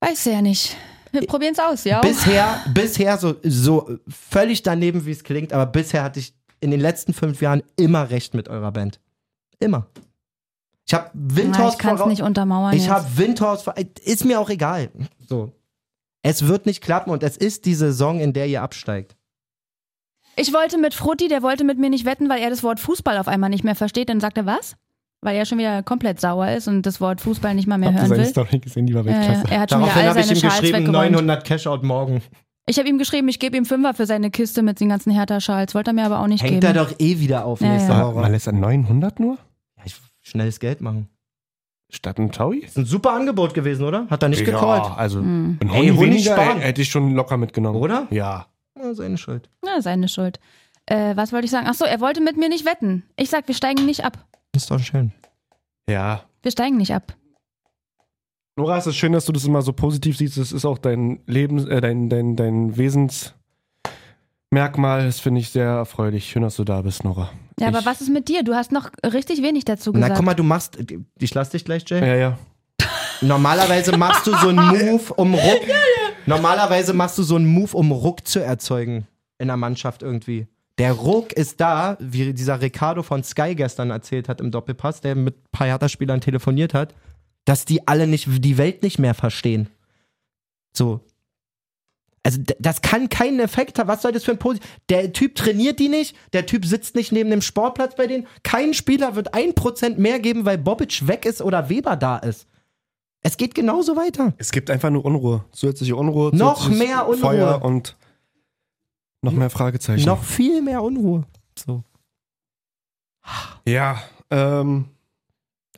S4: Weißt du ja nicht. Wir probieren es aus, ja?
S3: Bisher, bisher so, so völlig daneben, wie es klingt, aber bisher hatte ich in den letzten fünf Jahren immer recht mit eurer Band. Immer. Ich habe
S4: Na,
S3: Windhaus
S4: ich kann es
S3: voraus-
S4: nicht untermauern.
S3: Ich
S4: jetzt.
S3: habe Windhaus. Ist mir auch egal. So. Es wird nicht klappen und es ist die Saison, in der ihr absteigt.
S4: Ich wollte mit Frutti, der wollte mit mir nicht wetten, weil er das Wort Fußball auf einmal nicht mehr versteht. Dann sagt er was? Weil er schon wieder komplett sauer ist und das Wort Fußball nicht mal mehr
S2: Habt ihr
S4: hören
S2: seine
S4: will.
S2: Story gesehen? Die war
S4: Äh,
S2: Weltklasse.
S4: er hat schon wieder
S3: Daraufhin
S4: all
S3: habe ich
S4: seine
S3: ihm
S4: Schals
S3: geschrieben,
S4: weggeräumt.
S3: 900 Cashout morgen.
S4: Ich habe ihm geschrieben, ich gebe ihm Fünfer für seine Kiste mit den ganzen Hertha-Schals. Wollte er mir aber auch nicht
S3: Hängt
S4: geben.
S3: er doch eh wieder auf
S4: Ja,
S3: nächste
S4: ja.
S2: Ah,
S3: Woche.
S2: man lässt an 900 nur?
S3: Ja, ich schnelles Geld machen.
S2: Statt ein Taui?
S3: Ist ein super Angebot gewesen, oder? Hat er nicht gecallt.
S2: Ja, also
S4: Hm.
S2: ein
S3: Ey,
S2: Honig
S3: Honig
S2: weniger
S3: sparen.
S2: ey, hätte ich schon locker mitgenommen.
S3: Oder?
S2: Ja.
S3: Ja, seine Schuld.
S4: Na, seine Schuld. Äh, was wollte ich sagen? Ach so, er wollte mit mir nicht wetten. Ich sag, wir steigen nicht ab.
S3: Ist doch schön.
S2: Ja.
S4: Wir steigen nicht ab.
S2: Nora, es ist schön, dass du das immer so positiv siehst. Das ist auch dein Lebens, äh, dein, dein, dein Wesensmerkmal. Das finde ich sehr erfreulich. Schön, dass du da bist, Nora.
S4: Ja,
S2: ich,
S4: aber was ist mit dir? Du hast noch richtig wenig dazu gesagt.
S3: Na, guck mal, du machst. Ich lass dich gleich, Jay.
S2: Ja, ja.
S3: Normalerweise machst du so einen Move, um Ruck. Normalerweise machst du so einen Move, um Ruck zu erzeugen in der Mannschaft irgendwie. Der Ruck ist da, wie dieser Ricardo von Sky gestern erzählt hat im Doppelpass, der mit ein paar Hertha-Spielern telefoniert hat, dass die alle nicht, die Welt nicht mehr verstehen. So. Also d- das kann keinen Effekt haben. Was soll das für ein Positiv? Der Typ trainiert die nicht, der Typ sitzt nicht neben dem Sportplatz bei denen. Kein Spieler wird ein Prozent mehr geben, weil Bobic weg ist oder Weber da ist. Es geht genauso weiter.
S2: Es gibt einfach nur Unruhe. Zusätzliche Unruhe.
S3: Noch
S2: zusätzliches
S3: mehr Unruhe.
S2: Feuer und noch mehr Fragezeichen.
S3: Noch viel mehr Unruhe. So.
S2: Ja. Ähm,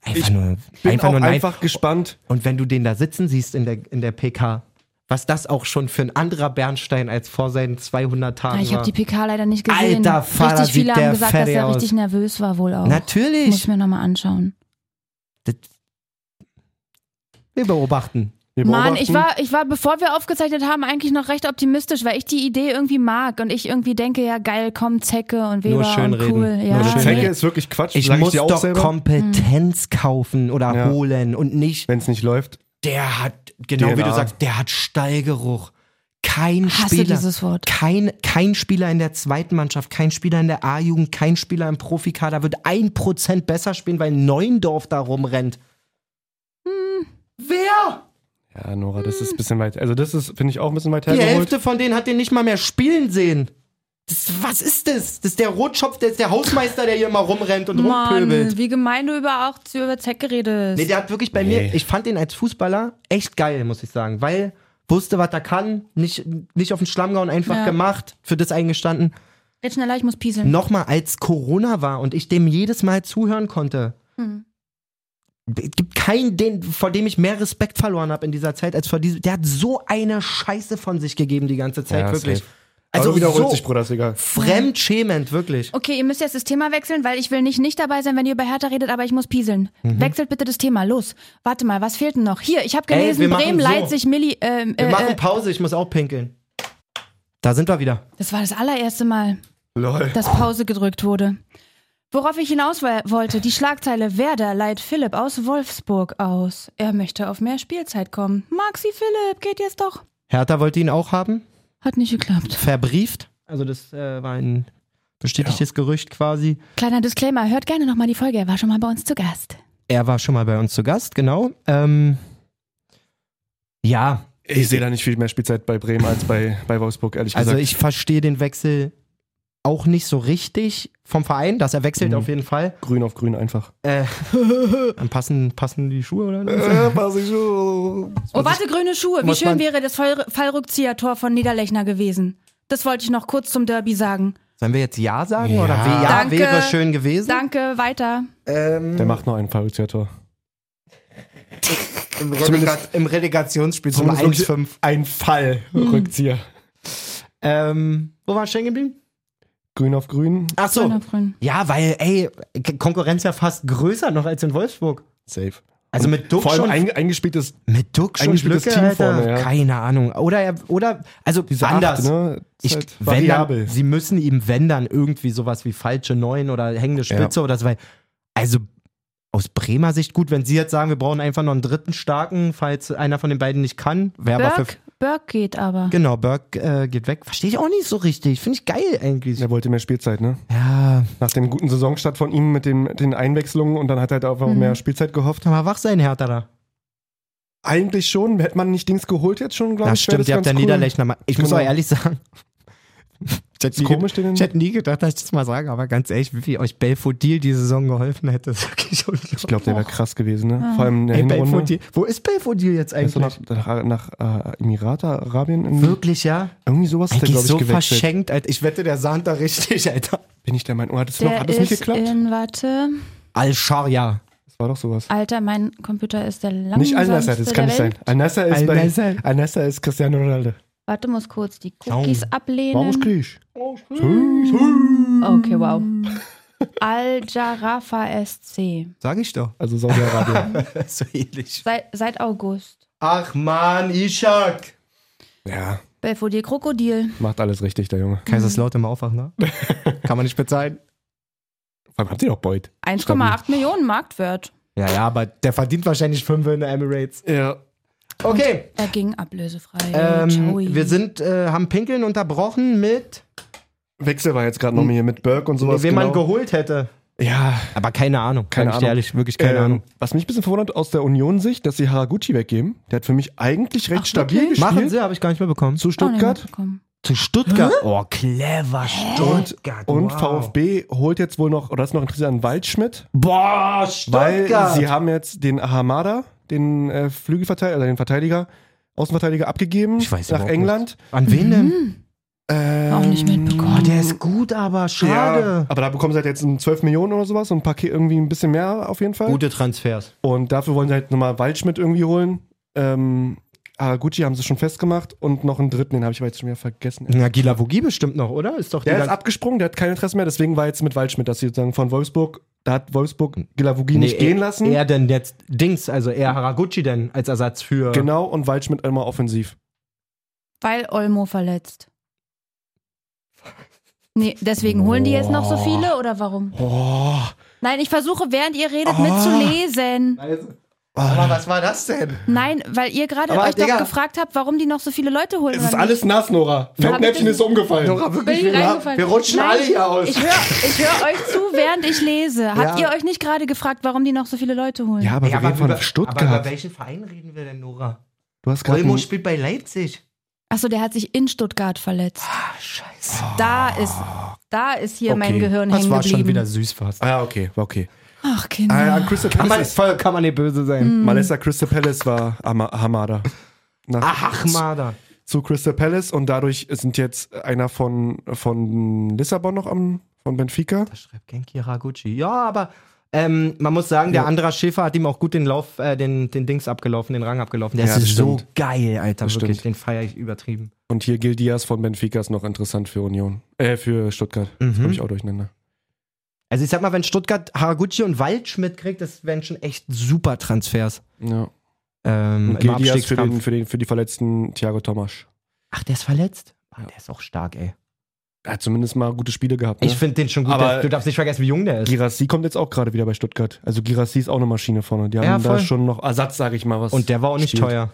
S3: Einfach
S2: Ich
S3: nur,
S2: bin
S3: einfach
S2: auch
S3: nur nein.
S2: einfach gespannt.
S3: Und wenn du den da sitzen siehst in der, in der PK, was das auch schon für ein anderer Bernstein als vor seinen 200
S4: Ah,
S3: Tagen
S4: ich habe die
S3: war.
S4: PK leider nicht gesehen.
S3: Alter Vater,
S4: richtig viele
S3: sieht der
S4: haben gesagt, dass
S3: fertig
S4: er
S3: aus.
S4: richtig nervös war wohl auch. Muss ich
S3: Natürlich.
S4: mir nochmal anschauen.
S3: Das- Wir beobachten.
S2: Wir
S4: Mann, ich
S2: beobachten.
S4: war, ich war, bevor wir aufgezeichnet haben, eigentlich noch recht optimistisch, weil ich die Idee irgendwie mag und ich irgendwie denke, ja geil, komm, Zecke und Weber
S3: Nur schön
S4: und cool.
S3: reden.
S4: Ja,
S3: Nur schön
S2: Zecke
S3: reden.
S2: ist wirklich Quatsch.
S3: Ich
S2: sag
S3: muss
S2: ich dir auch
S3: doch
S2: selber.
S4: Hm.
S3: Kompetenz kaufen oder
S2: Ja.
S3: holen und nicht,
S2: Wenn es nicht läuft.
S3: der hat, genau wie
S2: DNA.
S3: du sagst, der hat Stallgeruch. Kein
S4: Hasse
S3: Spieler.
S4: dieses Wort.
S3: Kein, kein Spieler in der zweiten Mannschaft, kein Spieler in der A-Jugend, kein Spieler im Profikader wird ein Prozent besser spielen, weil Neuendorf da rumrennt.
S4: Hm.
S3: Wer?
S2: Ja, Nora, das ist ein bisschen weit. Also, das ist, finde ich, auch ein bisschen weit
S3: Die
S2: hergeholt.
S3: Hälfte von denen hat den nicht mal mehr spielen sehen. Das, was ist das? Das ist der Rotschopf, der ist der Hausmeister, der hier immer rumrennt und rumpöbelt.
S4: Mann, wie gemein du über auch zu- über Zecke redest.
S3: Nee, der hat wirklich bei
S2: Nee.
S3: mir, ich fand ihn als Fußballer echt geil, muss ich sagen, weil wusste, was er kann, nicht, nicht auf den Schlamm gehauen, einfach
S4: Ja.
S3: gemacht, für das eingestanden.
S4: Jetzt schneller, ich muss pieseln.
S3: Nochmal, als Corona war und ich dem jedes Mal zuhören konnte.
S4: Hm.
S3: Es gibt keinen, den, vor dem ich mehr Respekt verloren habe in dieser Zeit, als vor diesem. Der hat so eine Scheiße von sich gegeben die ganze Zeit,
S2: Ja,
S3: wirklich.
S2: safe.
S3: Also
S2: Aber wiederholt
S3: so
S2: sich, Bruder, ist egal.
S3: fremdschämend, wirklich.
S4: Okay, ihr müsst jetzt das Thema wechseln, weil ich will nicht nicht dabei sein, wenn ihr über Hertha redet, aber ich muss pieseln. Wechselt bitte das Thema. Los. Warte mal, was fehlt denn noch? Hier, ich habe
S3: Mhm. Ey,
S4: gelesen,
S3: wir machen
S4: Bremen,
S3: so.
S4: Leipzig, Milli. Ähm,
S3: Wir
S4: äh,
S3: machen
S4: äh,
S3: Pause, ich muss auch pinkeln. Da sind wir wieder.
S4: das war das allererste Mal,
S2: Lol.
S4: dass Pause gedrückt wurde. Worauf ich hinaus wo- wollte, die Schlagzeile Werder leiht Philipp aus Wolfsburg aus. Er möchte auf mehr Spielzeit kommen. Maxi Philipp, geht jetzt doch.
S3: Hertha wollte ihn auch haben.
S4: Hat nicht geklappt.
S3: verbrieft. Also das äh, war ein bestätigtes Gerücht quasi.
S4: Kleiner Disclaimer, hört gerne nochmal die Folge. Er war schon mal bei uns zu Gast.
S3: Er war schon mal bei uns zu Gast, genau. Ähm, ja,
S2: Ich sehe da nicht viel mehr Spielzeit bei Bremen als bei, bei Wolfsburg, ehrlich
S3: also
S2: gesagt.
S3: ich verstehe den Wechsel auch nicht so richtig vom Verein, dass er wechselt
S2: Mhm.
S3: auf jeden Fall.
S2: grün auf grün einfach.
S3: Äh, dann passen, passen die Schuhe oder was?
S2: Äh.
S4: Oh, warte, grüne Schuhe. Wie
S3: muss
S4: schön
S3: man-
S4: wäre das Fall- Fallrückzieher-Tor von Niederlechner gewesen. Das wollte ich noch kurz zum Derby sagen.
S3: Sollen wir jetzt Ja sagen?
S2: Ja.
S3: Oder wie? Ja
S4: Danke.
S3: wäre schön gewesen.
S4: Danke, weiter.
S3: Ähm,
S2: Der macht noch einen Fallrückzieher-Tor.
S3: im, Relega Im Relegationsspiel zum
S2: Zumindest
S3: 1-5.
S2: Ein Hm. Fallrückzieher.
S3: Ähm, wo war ich stehen geblieben?
S2: Grün auf grün.
S3: Ach so.
S4: Grün auf grün.
S3: Ja, weil, ey, K- Konkurrenz ja fast größer noch als in Wolfsburg.
S2: Safe.
S3: Also mit Duck
S2: Vor allem
S3: schon,
S2: ein, eingespieltes
S3: mit Duck schon
S2: eingespieltes
S3: Glück,
S2: Team
S3: Alter.
S2: vorne, ja.
S3: Keine Ahnung. Oder, er- oder also
S2: diese
S3: anders.
S2: Acht, ne? Ist
S3: Ich,
S2: halt
S3: wenn
S2: variabel.
S3: dann, sie müssen ihm, wenn dann, irgendwie sowas wie falsche Neun oder hängende Spitze oder so. weil- Also aus Bremer Sicht gut, wenn sie jetzt sagen, wir brauchen einfach noch einen dritten starken, falls einer von den beiden nicht kann. Wäre aber für.
S4: Berg, Berg geht aber.
S3: Genau, Berg äh, geht weg. Verstehe ich auch nicht so richtig. Finde ich geil eigentlich.
S2: Er wollte mehr Spielzeit, ne?
S3: Ja,
S2: Nach dem guten Saisonstart von
S4: Mhm.
S2: ihm mit dem, den Einwechslungen und dann hat er halt einfach mehr Spielzeit gehofft.
S3: kann mal wach sein, Hertha da.
S2: Eigentlich schon. Hätte man nicht Dings geholt jetzt schon, glaube
S3: Das
S2: ich. wär
S3: stimmt,
S2: das
S3: ihr habt
S2: ganz
S3: der Niederlechner. mal- Ich muss
S2: Genau.
S3: auch ehrlich sagen. Ich hätte,
S2: Ist
S3: nie
S2: komisch,
S3: ge-
S2: den-
S3: ich hätte nie gedacht, dass ich das mal sage, aber ganz ehrlich, wie euch Belfodil die Saison geholfen hätte, ist wirklich
S2: Ich glaube, der wäre krass gewesen, ne?
S4: Ah.
S2: Vor allem in der
S3: Ey,
S2: Hinrunde.
S3: Belfodil. Wo ist Belfodil jetzt
S2: Ist er
S3: eigentlich?
S2: nach, nach, nach äh, Emirate, Arabien? In,
S3: Wirklich, ja?
S2: Irgendwie sowas ist der,
S3: Eigentlich
S2: glaube ich,
S3: so
S2: gewechselt.
S3: verschenkt, Alter. Ich wette, der sahnt da richtig, Alter.
S2: Bin ich der Meinung. Oh, hat es
S4: Der
S2: noch- hat es nicht
S4: ist
S2: geklappt?
S4: in, warte,
S3: Al-Sharia.
S2: das war doch sowas.
S4: Alter, mein Computer ist der langsamste
S2: Nicht Al-Nasser, das kann
S4: der
S2: nicht sein.
S4: Welt.
S2: Al-Nasser ist,
S3: Al-Nassr.
S2: bei- Al-Nassr ist Cristiano Ronaldo.
S4: Warte, muss kurz die Cookies ablehnen.
S2: Warum krieg
S4: Okay, wow. Al-Jarafa SC.
S3: Sag ich doch.
S2: Also Saudi-Arabien.
S3: so ähnlich.
S4: Seit, seit August.
S3: Ach man, Ishak.
S2: ja,
S4: Belfodil Krokodil.
S2: macht alles richtig, der Junge.
S3: Kaiserslautern im Aufwachen, ne? Kann man nicht bezahlen.
S2: Vor allem habt ihr doch Beut.
S4: 1,8 Millionen Marktwert.
S3: Ja, ja, aber der verdient wahrscheinlich 5 in der Emirates.
S2: Ja.
S3: Okay.
S4: Er ging ablösefrei.
S3: Ähm,
S4: Ciao.
S3: wir sind, äh, haben Pinkeln unterbrochen mit,
S2: Wechsel war jetzt gerade noch mal hier mit Burke und sowas.
S3: wen Hm. man
S2: genau.
S3: geholt hätte.
S2: Ja,
S3: Aber keine Ahnung.
S2: Keine
S3: sag ich dir
S2: Ahnung.
S3: Ehrlich, wirklich keine
S2: ähm,
S3: Ahnung.
S2: Was mich ein bisschen verwundert aus der Union-Sicht, dass sie Haraguchi weggeben. Der hat für mich eigentlich recht stabil
S4: wirklich?
S2: gespielt.
S3: Machen sie, habe ich gar nicht mehr bekommen.
S2: Zu
S4: Auch nicht
S2: Stuttgart.
S4: mitbekommen.
S3: Zu Stuttgart. Oh, clever
S4: Oh
S3: Stuttgart.
S2: Und
S3: wow.
S2: VfB holt jetzt wohl noch, oder ist noch interessiert an Waldschmidt,
S3: Boah,
S2: weil
S3: Stuttgart.
S2: sie haben jetzt den Hamada, den äh, Flügelverteidiger, oder den Verteidiger, Außenverteidiger abgegeben
S3: Ich weiß
S2: nach
S3: überhaupt
S2: England. Mhm.
S3: An wen denn?
S2: Ähm,
S4: Auch nicht mitbekommen.
S3: Oh, der ist gut, aber
S2: Ja,
S3: schade.
S2: aber da bekommen sie halt jetzt ein 12 Millionen oder sowas und ein Paket irgendwie ein bisschen mehr auf jeden Fall.
S3: Gute Transfers.
S2: Und dafür wollen sie halt nochmal Waldschmidt irgendwie holen. Ähm, Haraguchi haben sie schon festgemacht und noch einen dritten, den habe ich aber jetzt schon wieder vergessen.
S3: Na, Gila Vogi bestimmt noch, oder? Ist doch die
S2: Der ist
S3: ganz-
S2: abgesprungen, der hat kein Interesse mehr, deswegen war jetzt mit Waldschmidt, dass sie sozusagen von Wolfsburg, da hat Wolfsburg Gilavugi
S3: Nee,
S2: nicht gehen lassen.
S3: Er denn jetzt Dings, also eher Haraguchi denn als Ersatz für.
S2: genau, und Waldschmidt immer offensiv.
S4: Weil Olmo verletzt. Nee, deswegen holen die jetzt noch so viele oder warum?
S2: Oh. Boah.
S4: Nein, ich versuche, während ihr
S2: Oh.
S4: redet, mitzulesen.
S3: Aber was war das denn?
S4: Nein, weil ihr gerade
S3: Aber,
S4: euch
S3: Digga.
S4: doch gefragt habt, warum die noch so viele Leute holen.
S2: Es ist
S4: oder
S2: alles nass, Nora. Fettnäpfchen
S4: hab ich-
S2: ist umgefallen.
S3: Nora,
S4: Bin
S3: wirklich,
S4: ich reingefallen?
S3: wir rutschen
S4: Nein,
S3: alle hier aus.
S4: Ich höre ich hör euch zu, während ich lese. Habt
S3: Ja.
S4: ihr euch nicht gerade gefragt, warum die noch so viele Leute holen?
S2: Ja, aber wir reden von Stuttgart.
S3: welchen Verein reden wir denn, Nora?
S2: Du hast gerade einen-
S3: spielt bei Leipzig.
S4: Achso, der hat sich in Stuttgart verletzt. Oh.
S3: Ah, scheiße.
S4: Da ist, da ist hier mein
S2: Okay.
S4: Gehirn
S3: Das
S4: hängen
S3: war schon wieder Ähm,
S4: geblieben.
S3: süß fast.
S2: Ah, ja, okay, war okay.
S4: Ach,
S2: Äh,
S4: Kinder.
S2: an Crystal
S3: Kann man,
S2: Palace,
S3: voll, kann man nicht böse sein.
S2: Malessa Crystal Palace war Ama- Hamada. Nach,
S3: Ach, Marder.
S2: zu Crystal Palace und dadurch sind jetzt einer von, von Lissabon noch am, von Benfica.
S3: Da schreibt Genki Haraguchi. Ja, aber ähm, man muss sagen, der Andras Schäfer hat ihm auch gut den Lauf, äh, den, den Dings abgelaufen, den Rang abgelaufen. Der
S2: Ja, das
S3: ist so
S2: stimmt.
S3: geil, Alter.
S2: Das
S3: wirklich,
S2: stimmt.
S3: den feiere ich übertrieben.
S2: Und hier Gil Diaz von Benfica ist noch interessant für Union. Äh, für Stuttgart. Das
S3: Mhm.
S2: komme ich auch durcheinander.
S3: Also ich sag mal, wenn Stuttgart Haraguchi und Waldschmidt kriegt, das wären schon echt super Transfers.
S2: Ja.
S3: Ähm,
S2: Und Gil
S3: Im
S2: Diaz für den,
S3: Abstiegskampf.
S2: für, den, für die verletzten Thiago Tomasch.
S3: Ach, der ist verletzt? Mann, der ist auch stark, ey.
S2: Er hat zumindest mal gute Spiele gehabt. Ne?
S3: Ich finde den schon gut.
S2: Aber-
S3: der, du darfst nicht vergessen, wie jung der ist.
S2: Girassi kommt jetzt auch gerade wieder bei Stuttgart. Also Girassi ist auch eine Maschine vorne. Die haben
S3: Ja, voll.
S2: da schon noch Ersatz, sage ich mal. Was
S3: Und der war auch nicht
S2: spielt.
S3: teuer.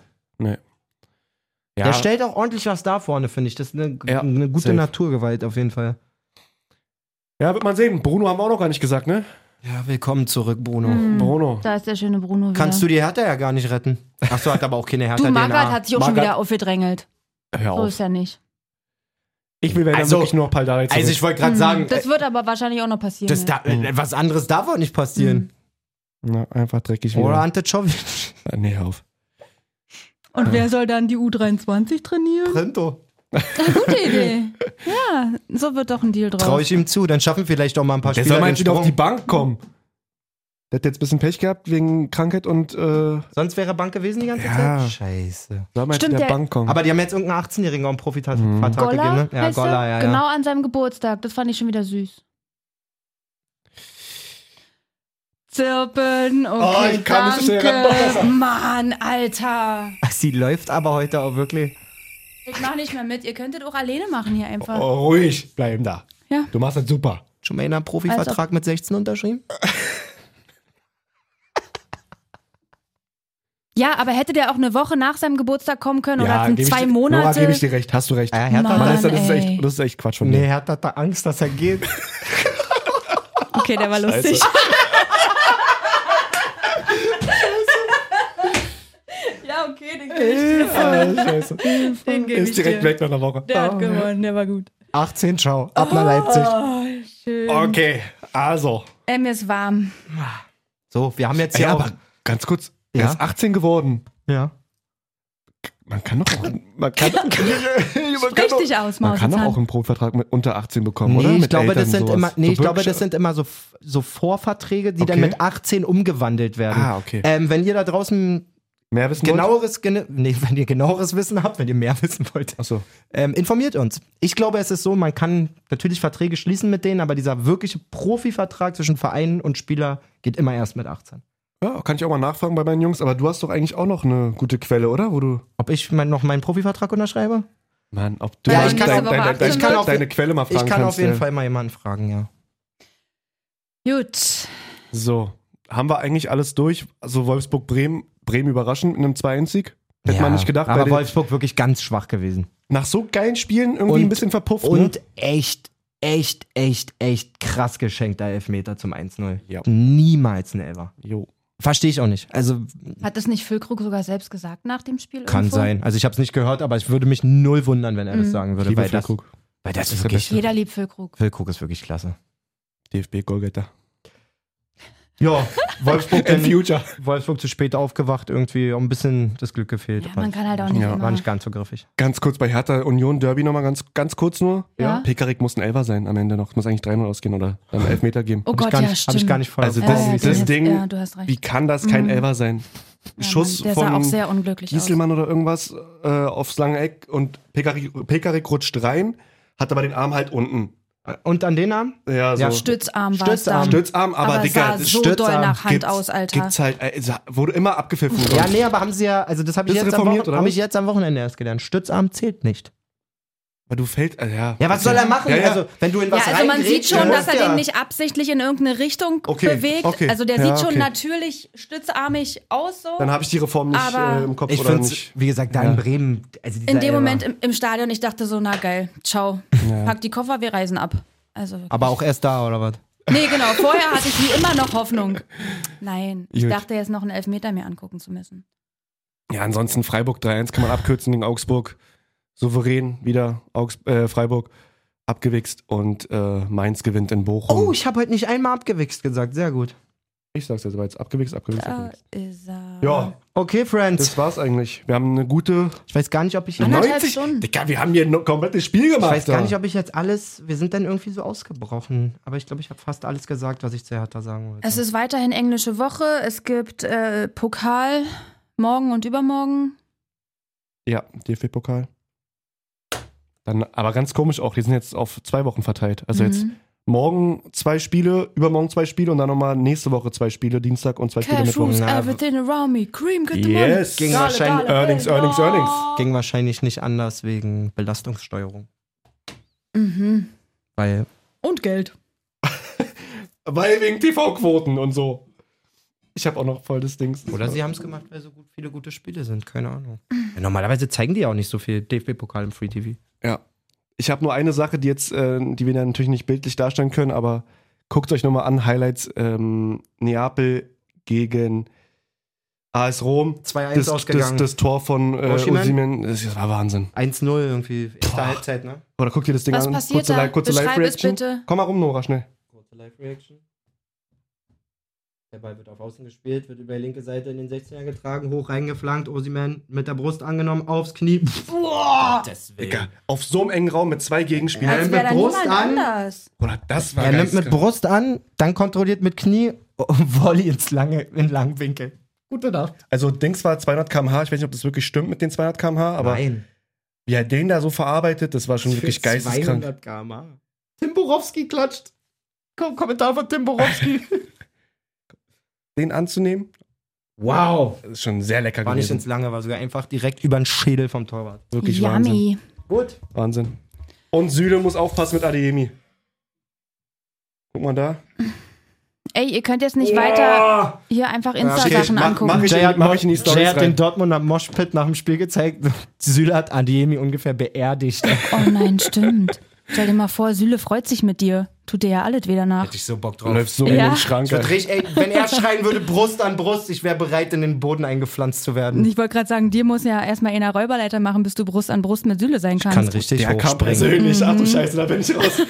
S2: Ja,
S3: Der stellt auch ordentlich was da vorne, finde ich. Das ist eine,
S2: Ja,
S3: eine gute
S2: safe.
S3: Naturgewalt auf jeden Fall.
S2: ja, wird man sehen. Bruno haben wir auch noch gar nicht gesagt, ne?
S3: Ja, willkommen zurück, Bruno.
S2: Mhm.
S4: Hm.
S2: Bruno.
S4: Da ist der schöne Bruno
S3: Kannst
S4: wieder.
S3: du die Hertha ja gar nicht retten. Achso, hat aber auch keine Hertha
S4: du, Margaret
S3: DNA.
S4: hat sich auch schon
S2: Magath-
S4: wieder aufgedrängelt.
S2: Hör
S4: So
S2: auf.
S4: ist ja nicht.
S2: Ich will wenn dann
S3: Also-
S2: wirklich nur noch Paldada zurück.
S3: Also ich wollte gerade sagen,
S4: Mhm, Hm. das
S3: das,
S4: wird aber wahrscheinlich auch noch passieren.
S3: das
S4: ja.
S3: da, äh, was anderes darf auch nicht passieren.
S4: Mhm.
S2: Na, einfach dreckig wieder.
S3: Oder Ante Czovic.
S2: Ah, Nee, hör auf.
S4: Und wer soll dann die U23 trainieren?
S3: Printo.
S4: Na, gute Idee. Ja, so wird doch ein Deal draus.
S3: Traue ich ihm zu, dann schaffen vielleicht auch mal ein paar
S2: Der
S3: Spieler
S2: soll mal
S3: den
S2: jetzt wieder auf die
S3: Sprung.
S2: Bank kommen. Der hat jetzt ein bisschen Pech gehabt wegen Krankheit und äh, soll
S3: Sonst wäre Bank gewesen die ganze
S2: Ja.
S3: Zeit. Scheiße.
S2: mal jetzt
S4: Stimmt,
S2: wieder
S4: der-
S2: der Bank kommen.
S3: Aber die haben jetzt irgendeinen 18-Jährigen auch einen Profivertrag
S2: Mhm.
S3: Vertrag gegeben,
S4: Golla,
S3: ne? Ja,
S4: heißt er?
S3: Golla, ja, ja.
S4: Genau an seinem Geburtstag. Das fand ich schon wieder süß. Zirpen, okay,
S2: Oh, ich kann nicht so schnell
S4: danke. Mann, Alter.
S3: Sie läuft aber heute auch wirklich.
S4: Ich mach nicht mehr mit. Ihr könntet auch alleine machen hier einfach.
S2: oh, ruhig bleiben da.
S4: Ja.
S2: Du machst das super.
S3: Schon mal in einem Profivertrag mit 16 unterschrieben?
S4: Ja, aber hätte der auch eine Woche nach seinem Geburtstag kommen können oder
S2: geb
S4: sind
S2: ich
S4: zwei
S2: dir-
S4: Monate?
S2: Nora, gebe ich dir recht. Hast du recht.
S3: Ja, Hertha
S4: Mann,
S2: Mann,
S3: hat,
S2: das, ist
S4: ey.
S2: echt, das ist echt Quatsch von
S3: nee,
S2: mir.
S3: Hertha hat da Angst, dass er geht.
S4: Okay, der war
S2: Also,
S4: lustig. ja, okay, den gebe ich dir.
S3: Ah, scheiße.
S4: Den gebe ich
S2: Ist direkt
S4: dir.
S2: weg nach einer Woche.
S4: Der hat gewonnen, der war gut.
S3: 18, ciao. Ab nach Leipzig.
S4: Oh, schön.
S2: Okay, also.
S4: Äh, mir ist warm.
S3: So, wir haben jetzt hier
S2: ja,
S3: auch.
S2: aber ganz kurz. Er
S3: Ja?
S2: ist 18 geworden.
S3: Ja.
S2: Man kann doch auch, man kann, man kann
S4: Sprich
S2: doch,
S4: dich aus,
S2: man kann doch auch
S4: Mausezahn.
S2: einen Profivertrag mit unter 18 bekommen,
S3: Nee,
S2: oder?
S3: ich
S2: Mit
S3: glaube,
S2: Eltern
S3: das sind
S2: sowas.
S3: immer, nee,
S2: So
S3: ich glaube,
S2: wirklich-
S3: das sind immer so, so Vorverträge, die dann
S2: Okay.
S3: mit 18 umgewandelt werden.
S2: Ah, okay.
S3: Ähm, wenn ihr da draußen
S2: Mehr wissen wollt?
S3: genaueres, gene- nee, wenn ihr genaueres Wissen habt, wenn ihr mehr wissen wollt,
S2: Achso.
S3: ähm, informiert uns. Ich glaube, es ist so, man kann natürlich Verträge schließen mit denen, aber dieser wirkliche Profivertrag zwischen Verein und Spieler geht immer erst mit 18.
S2: Ja, kann ich auch mal nachfragen bei meinen Jungs, aber du hast doch eigentlich auch noch eine gute Quelle, oder? Wo du.
S3: Ob ich mein, noch meinen Profivertrag unterschreibe?
S2: Mann, ob du
S3: Ja, ich
S2: dein-
S3: kann-
S2: dein-
S4: aber
S2: dein- dein-
S4: ich kann
S3: auf-
S2: deine Quelle mal fragen
S3: Ich kann
S2: kannst. äh.
S3: auf jeden
S2: ja.
S3: Fall mal jemanden fragen, ja.
S4: Gut.
S2: So, haben wir eigentlich alles durch? Also Wolfsburg-Bremen, Bremen überraschend mit einem 2-1-Sieg? Hätte
S3: ja,
S2: man nicht gedacht. weil
S3: Aber
S2: die-
S3: Wolfsburg wirklich ganz schwach gewesen.
S2: nach so geilen Spielen irgendwie
S3: Und-
S2: ein bisschen verpufft.
S3: Und
S2: ne?
S3: echt, echt, echt, echt krass geschenkter Elfmeter zum 1-0.
S2: Ja.
S3: Niemals ne, ein Elfer.
S2: Jo.
S3: Verstehe ich auch nicht. Also
S4: Hat das nicht Füllkrug sogar selbst gesagt nach dem Spiel?
S3: kann
S4: irgendwo? Mhm.
S3: sein. Also ich habe es nicht gehört, aber ich würde mich null wundern, wenn er das sagen würde.
S2: Liebe
S3: Weil das,
S2: Füllkrug,
S3: weil das
S2: ist der
S3: ist wirklich.
S4: Jeder liebt Füllkrug.
S3: Füllkrug ist wirklich klasse.
S2: DFB-Golgetter.
S3: Ja, Wolfsburg,
S2: In
S3: dann,
S2: Future.
S3: Wolfsburg zu spät aufgewacht, irgendwie auch ein bisschen das Glück gefehlt.
S4: Ja, man kann halt auch nicht
S2: Ja,
S4: immer. Oh
S3: war nicht ganz so griffig.
S2: Ganz kurz bei Hertha Union Derby nochmal ganz, ganz kurz nur.
S4: Ja.
S2: Pekarik muss ein Elfer sein am Ende noch. Muss eigentlich 3-0 ausgehen oder dann Elfmeter geben.
S4: oh
S3: Hab ich
S4: Gott,
S3: gar
S4: ja,
S3: nicht,
S4: stimmt.
S3: hab ich gar nicht voll
S2: Also
S4: Ja,
S2: das-
S4: ja,
S2: das
S4: du hast-
S2: Ding-
S4: Ja, du hast recht.
S2: Wie kann das kein
S4: Mhm.
S2: Elfer sein?
S4: ja,
S2: Schuss
S4: Mann, der sah auch
S2: von
S4: sehr unglücklich aus.
S2: Gieselmann oder irgendwas äh, aufs lange Eck und Pekarik, Pekarik rutscht rein, hat aber den Arm halt unten.
S3: Und an den Arm?
S2: Ja, so.
S3: Ja,
S4: Stützarm war es
S3: Stützarm.
S4: dann.
S2: Stützarm, aber,
S4: Aber sah
S2: Dicker,
S4: so doll nach Hand aus, Alter.
S2: Gibt's halt, äh, sa- wurde immer abgepfiffen.
S3: Ja, nee, aber haben sie ja, also das habe ich,
S2: Bist du
S3: jetzt am
S2: reformiert,
S3: Wochen-
S2: oder
S3: hab
S2: was?
S3: ich jetzt am Wochenende erst gelernt. Stützarm zählt nicht.
S2: Aber du fällt, äh, ja.
S3: Ja, was soll er machen?
S2: Ja, ja.
S3: Also, wenn du in
S4: Ja,
S3: was
S4: also man sieht
S3: reingrätschen
S4: schon, dass
S3: musst,
S4: er
S3: um. ja.
S4: den nicht absichtlich in irgendeine Richtung
S2: Okay,
S4: bewegt.
S2: okay.
S4: Also der
S2: Ja,
S4: sieht schon
S2: okay.
S4: natürlich stützarmig aus so.
S2: Dann habe ich die Reform nicht
S4: Aber-
S2: äh, im Kopf
S3: Ich
S2: oder
S3: finde
S2: nicht.
S3: wie gesagt, da
S2: Ja.
S3: in Bremen. Also dieser
S4: In dem
S3: Elfer.
S4: Moment im, im Stadion, ich dachte so, na geil, ciao.
S2: Ja.
S4: Pack die Koffer, wir reisen ab. Also,
S3: Aber auch erst da, oder was?
S4: nee, genau. Vorher hatte ich wie immer noch Hoffnung. Nein, ich
S2: Gut.
S4: dachte jetzt noch einen Elfmeter mir angucken zu müssen.
S2: Ja, ansonsten Freiburg 3-1 kann man abkürzen gegen Augsburg. Souverän wieder Augs äh, Freiburg abgewichst und äh, Mainz gewinnt in Bochum.
S3: Oh, ich habe heute nicht einmal abgewichst gesagt. Sehr gut.
S2: ich sag's jetzt aber jetzt abgewichst, abgewichst,
S4: Da
S2: abgewichst.
S4: ist er.
S2: Ja,
S3: Okay, Friends.
S2: das war's eigentlich. Wir haben eine gute
S3: Ich weiß gar nicht, ob ich hier.
S4: Anderthalb
S2: 90.
S4: Stunden.
S2: Digga, wir haben hier ein komplettes Spiel
S3: Ich
S2: gemacht.
S3: weiß gar
S2: da.
S3: nicht, ob ich jetzt alles. Wir sind dann irgendwie so ausgebrochen. Aber ich glaube, ich habe fast alles gesagt, was ich zu Hertha sagen wollte.
S4: Es ist weiterhin englische Woche. Es gibt äh, Pokal morgen und übermorgen.
S2: Ja, DFB-Pokal. Dann, aber ganz komisch auch, die sind jetzt auf zwei Wochen verteilt. Also jetzt
S4: Mhm.
S2: morgen zwei Spiele, übermorgen zwei Spiele und dann nochmal nächste Woche zwei Spiele, Dienstag und zwei Spiele
S4: Cash
S2: Mittwoch.
S4: rules
S3: Na,
S4: everything around me. Cream, get the money.
S2: Yes!
S3: Ging wahrscheinlich-
S2: Earnings, Earnings,
S4: Oh.
S2: Earnings.
S3: Ging wahrscheinlich nicht anders wegen Belastungssteuerung.
S4: Mhm.
S3: Weil.
S4: Und Geld.
S2: Weil wegen TV-Quoten und so. Ich habe auch noch voll des Dings.
S3: Oder sie haben es gemacht, weil so gut viele gute Spiele sind. Keine Ahnung. Ja, normalerweise zeigen die ja auch nicht so viel DFB-Pokal im Free TV.
S2: Ja. Ich habe nur eine Sache, die jetzt, äh, die wir dann natürlich nicht bildlich darstellen können, aber guckt euch nochmal an, Highlights ähm, Neapel gegen AS Rom.
S3: 2-1
S2: Das, das,
S3: ausgegangen.
S2: das Tor von äh,
S3: Osimhen?
S2: Osimhen, das das war Wahnsinn.
S3: 1-0 irgendwie. Erste
S2: Boah.
S3: Halbzeit, ne?
S2: Oder guckt ihr das Ding
S4: Was
S2: an?
S4: passiert
S2: kurze
S4: da?
S2: Li- kurze
S4: Beschreib es
S2: Live-Reaction.
S4: bitte.
S2: Komm mal rum, Nora, schnell.
S3: Kurze Live-Reaction. Der Ball wird auf Außen gespielt, wird über die linke Seite in den 16er getragen, hoch reingeflankt, Osiman mit der Brust angenommen, aufs Knie. Boah!
S2: Digga, auf so einem engen Raum mit zwei Gegenspielern.
S3: Ja,
S4: Als
S3: mit
S4: wäre da
S3: Brust
S4: niemand
S3: an.
S4: anders.
S2: Oder das war
S3: Er nimmt mit
S2: geisteskrank.
S3: Brust an, dann kontrolliert mit Knie und Volley ins lange, in langen Winkel. Gut gedacht.
S2: Also Dings war 200 km/h. Ich weiß nicht, ob das wirklich stimmt mit den 200 km/h, aber
S3: Nein.
S2: wie er den da so verarbeitet, das war schon wirklich geisteskrank.
S3: km.
S2: ah.
S3: Tim Borowski klatscht. Komm, Kommentar von Tim Borowski.
S2: Den anzunehmen,
S3: wow.
S2: das ist schon sehr lecker
S3: War nicht ins
S2: gewesen.
S3: Lange, war sogar einfach direkt über den Schädel vom Torwart.
S2: Wirklich Wahnsinn.
S4: Yummy.
S3: Gut.
S2: Wahnsinn. Und Süle muss aufpassen mit Adeyemi. Guck mal da.
S4: Ey, ihr könnt jetzt nicht weiter hier einfach Insta-Sachen
S2: mach-
S4: angucken.
S2: mach ich-
S3: Jay hat,
S2: mach ich in die Storys
S3: Jay hat
S2: rein.
S3: den Dortmunder Moshpit nach dem Spiel gezeigt. Süle hat Adiemi ungefähr beerdigt.
S4: Oh nein, stimmt. Stell dir mal vor, Süle freut sich mit dir. Tut dir ja alles wieder nach.
S3: Hätte ich so Bock
S2: Du
S3: drauf.
S2: läufst so
S4: Ja.
S2: in den Schrank.
S3: Ich würd
S2: Alter.
S3: richtig, ey, wenn er schreien würde, Brust an Brust, ich wäre bereit, in den Boden eingepflanzt zu werden.
S4: Ich wollte gerade sagen, dir muss ja erstmal einer Räuberleiter machen, bis du Brust an Brust mit Süle sein kannst.
S3: kann richtig
S2: Der kam
S3: hochspringen.
S2: persönlich.
S4: Mhm.
S2: Ach du Scheiße, da bin ich raus.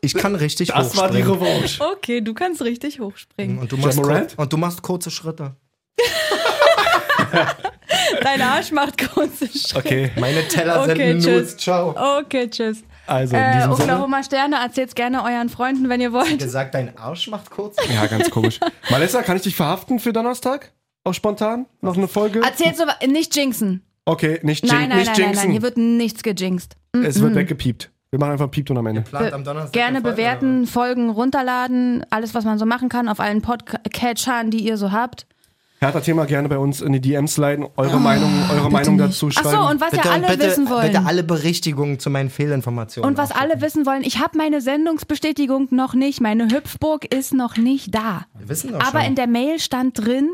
S3: Ich kann richtig
S2: Das war die
S3: hochspringen.
S2: Revanche.
S4: okay, du kannst richtig hochspringen.
S3: und, du machst
S2: Morant?
S3: kur- und du machst kurze Schritte.
S4: Dein Arsch macht große Schritte.
S2: Okay,
S3: Meine Teller
S4: Okay,
S3: sind
S4: tschüss.
S3: Nudes. Ciao.
S4: Okay, tschüss.
S2: also in
S4: Äh,
S2: diesem Sinne.
S4: Oklahoma Sterne, erzählt's gerne euren Freunden, wenn ihr wollt.
S3: gesagt, dein Arsch macht kurz.
S2: Ja, ganz komisch. Malessa, kann ich dich verhaften für Donnerstag? Auch spontan? Noch eine Folge?
S4: Erzählt so nicht jinxen.
S2: Okay, nicht, jin
S4: Nein, nein,
S2: nicht
S4: nein, nein, Mhm.
S2: jinxen.
S4: nein, hier wird nichts gejinxt.
S2: es wird weggepiept. Wir machen einfach einen Piepton am Ende.
S3: Plant am Donnerstag.
S4: Gerne
S3: eine Folge.
S4: bewerten, folgen, runterladen, alles, was man so machen kann, auf allen Podcatchern, die ihr so habt.
S2: Hertha Thema gerne bei uns in die DMs leiten, eure
S4: Ah,
S2: Meinung, eure Meinung dazu schreiben.
S4: Achso, und was
S3: Bitte,
S4: ja alle
S3: bitte,
S4: wissen wollen.
S3: bitte alle Berichtigungen zu meinen Fehlinformationen.
S4: und was alle wissen wollen, ich habe meine Sendungsbestätigung noch nicht. Meine Hüpfburg ist noch nicht da.
S3: Wir wissen doch
S4: Aber
S3: schon.
S4: in der Mail stand drin,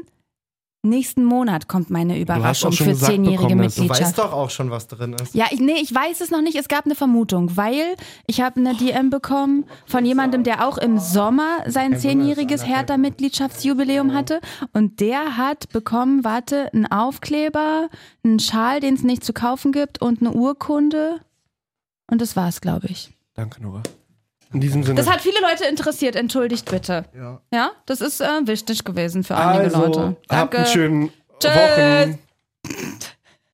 S4: nächsten Monat kommt meine Überraschung
S2: schon
S4: für
S2: gesagt
S4: zehnjährige
S2: bekommen, dass du
S3: du weißt
S4: Mitgliedschaft.
S3: doch auch schon, was drin ist.
S4: Ja, ich, nee, ich weiß es noch nicht. Es gab eine Vermutung, weil ich habe eine DM bekommen von jemandem, der auch im Sommer sein zehnjähriges
S2: Mhm.
S4: Hertha-Mitgliedschaftsjubiläum hatte. Und der hat bekommen, warte, einen Aufkleber, einen Schal, den es nicht zu kaufen gibt und eine Urkunde. Und das war's, glaube ich.
S2: Danke, Nora. In diesem Sinne.
S4: Das hat viele Leute interessiert. Entschuldigt bitte.
S3: Ja.
S4: Ja, das ist äh, wichtig gewesen für einige
S2: also,
S4: Leute.
S2: habt
S4: Danke.
S2: einen schönen
S4: Tschüss.
S2: Wochen.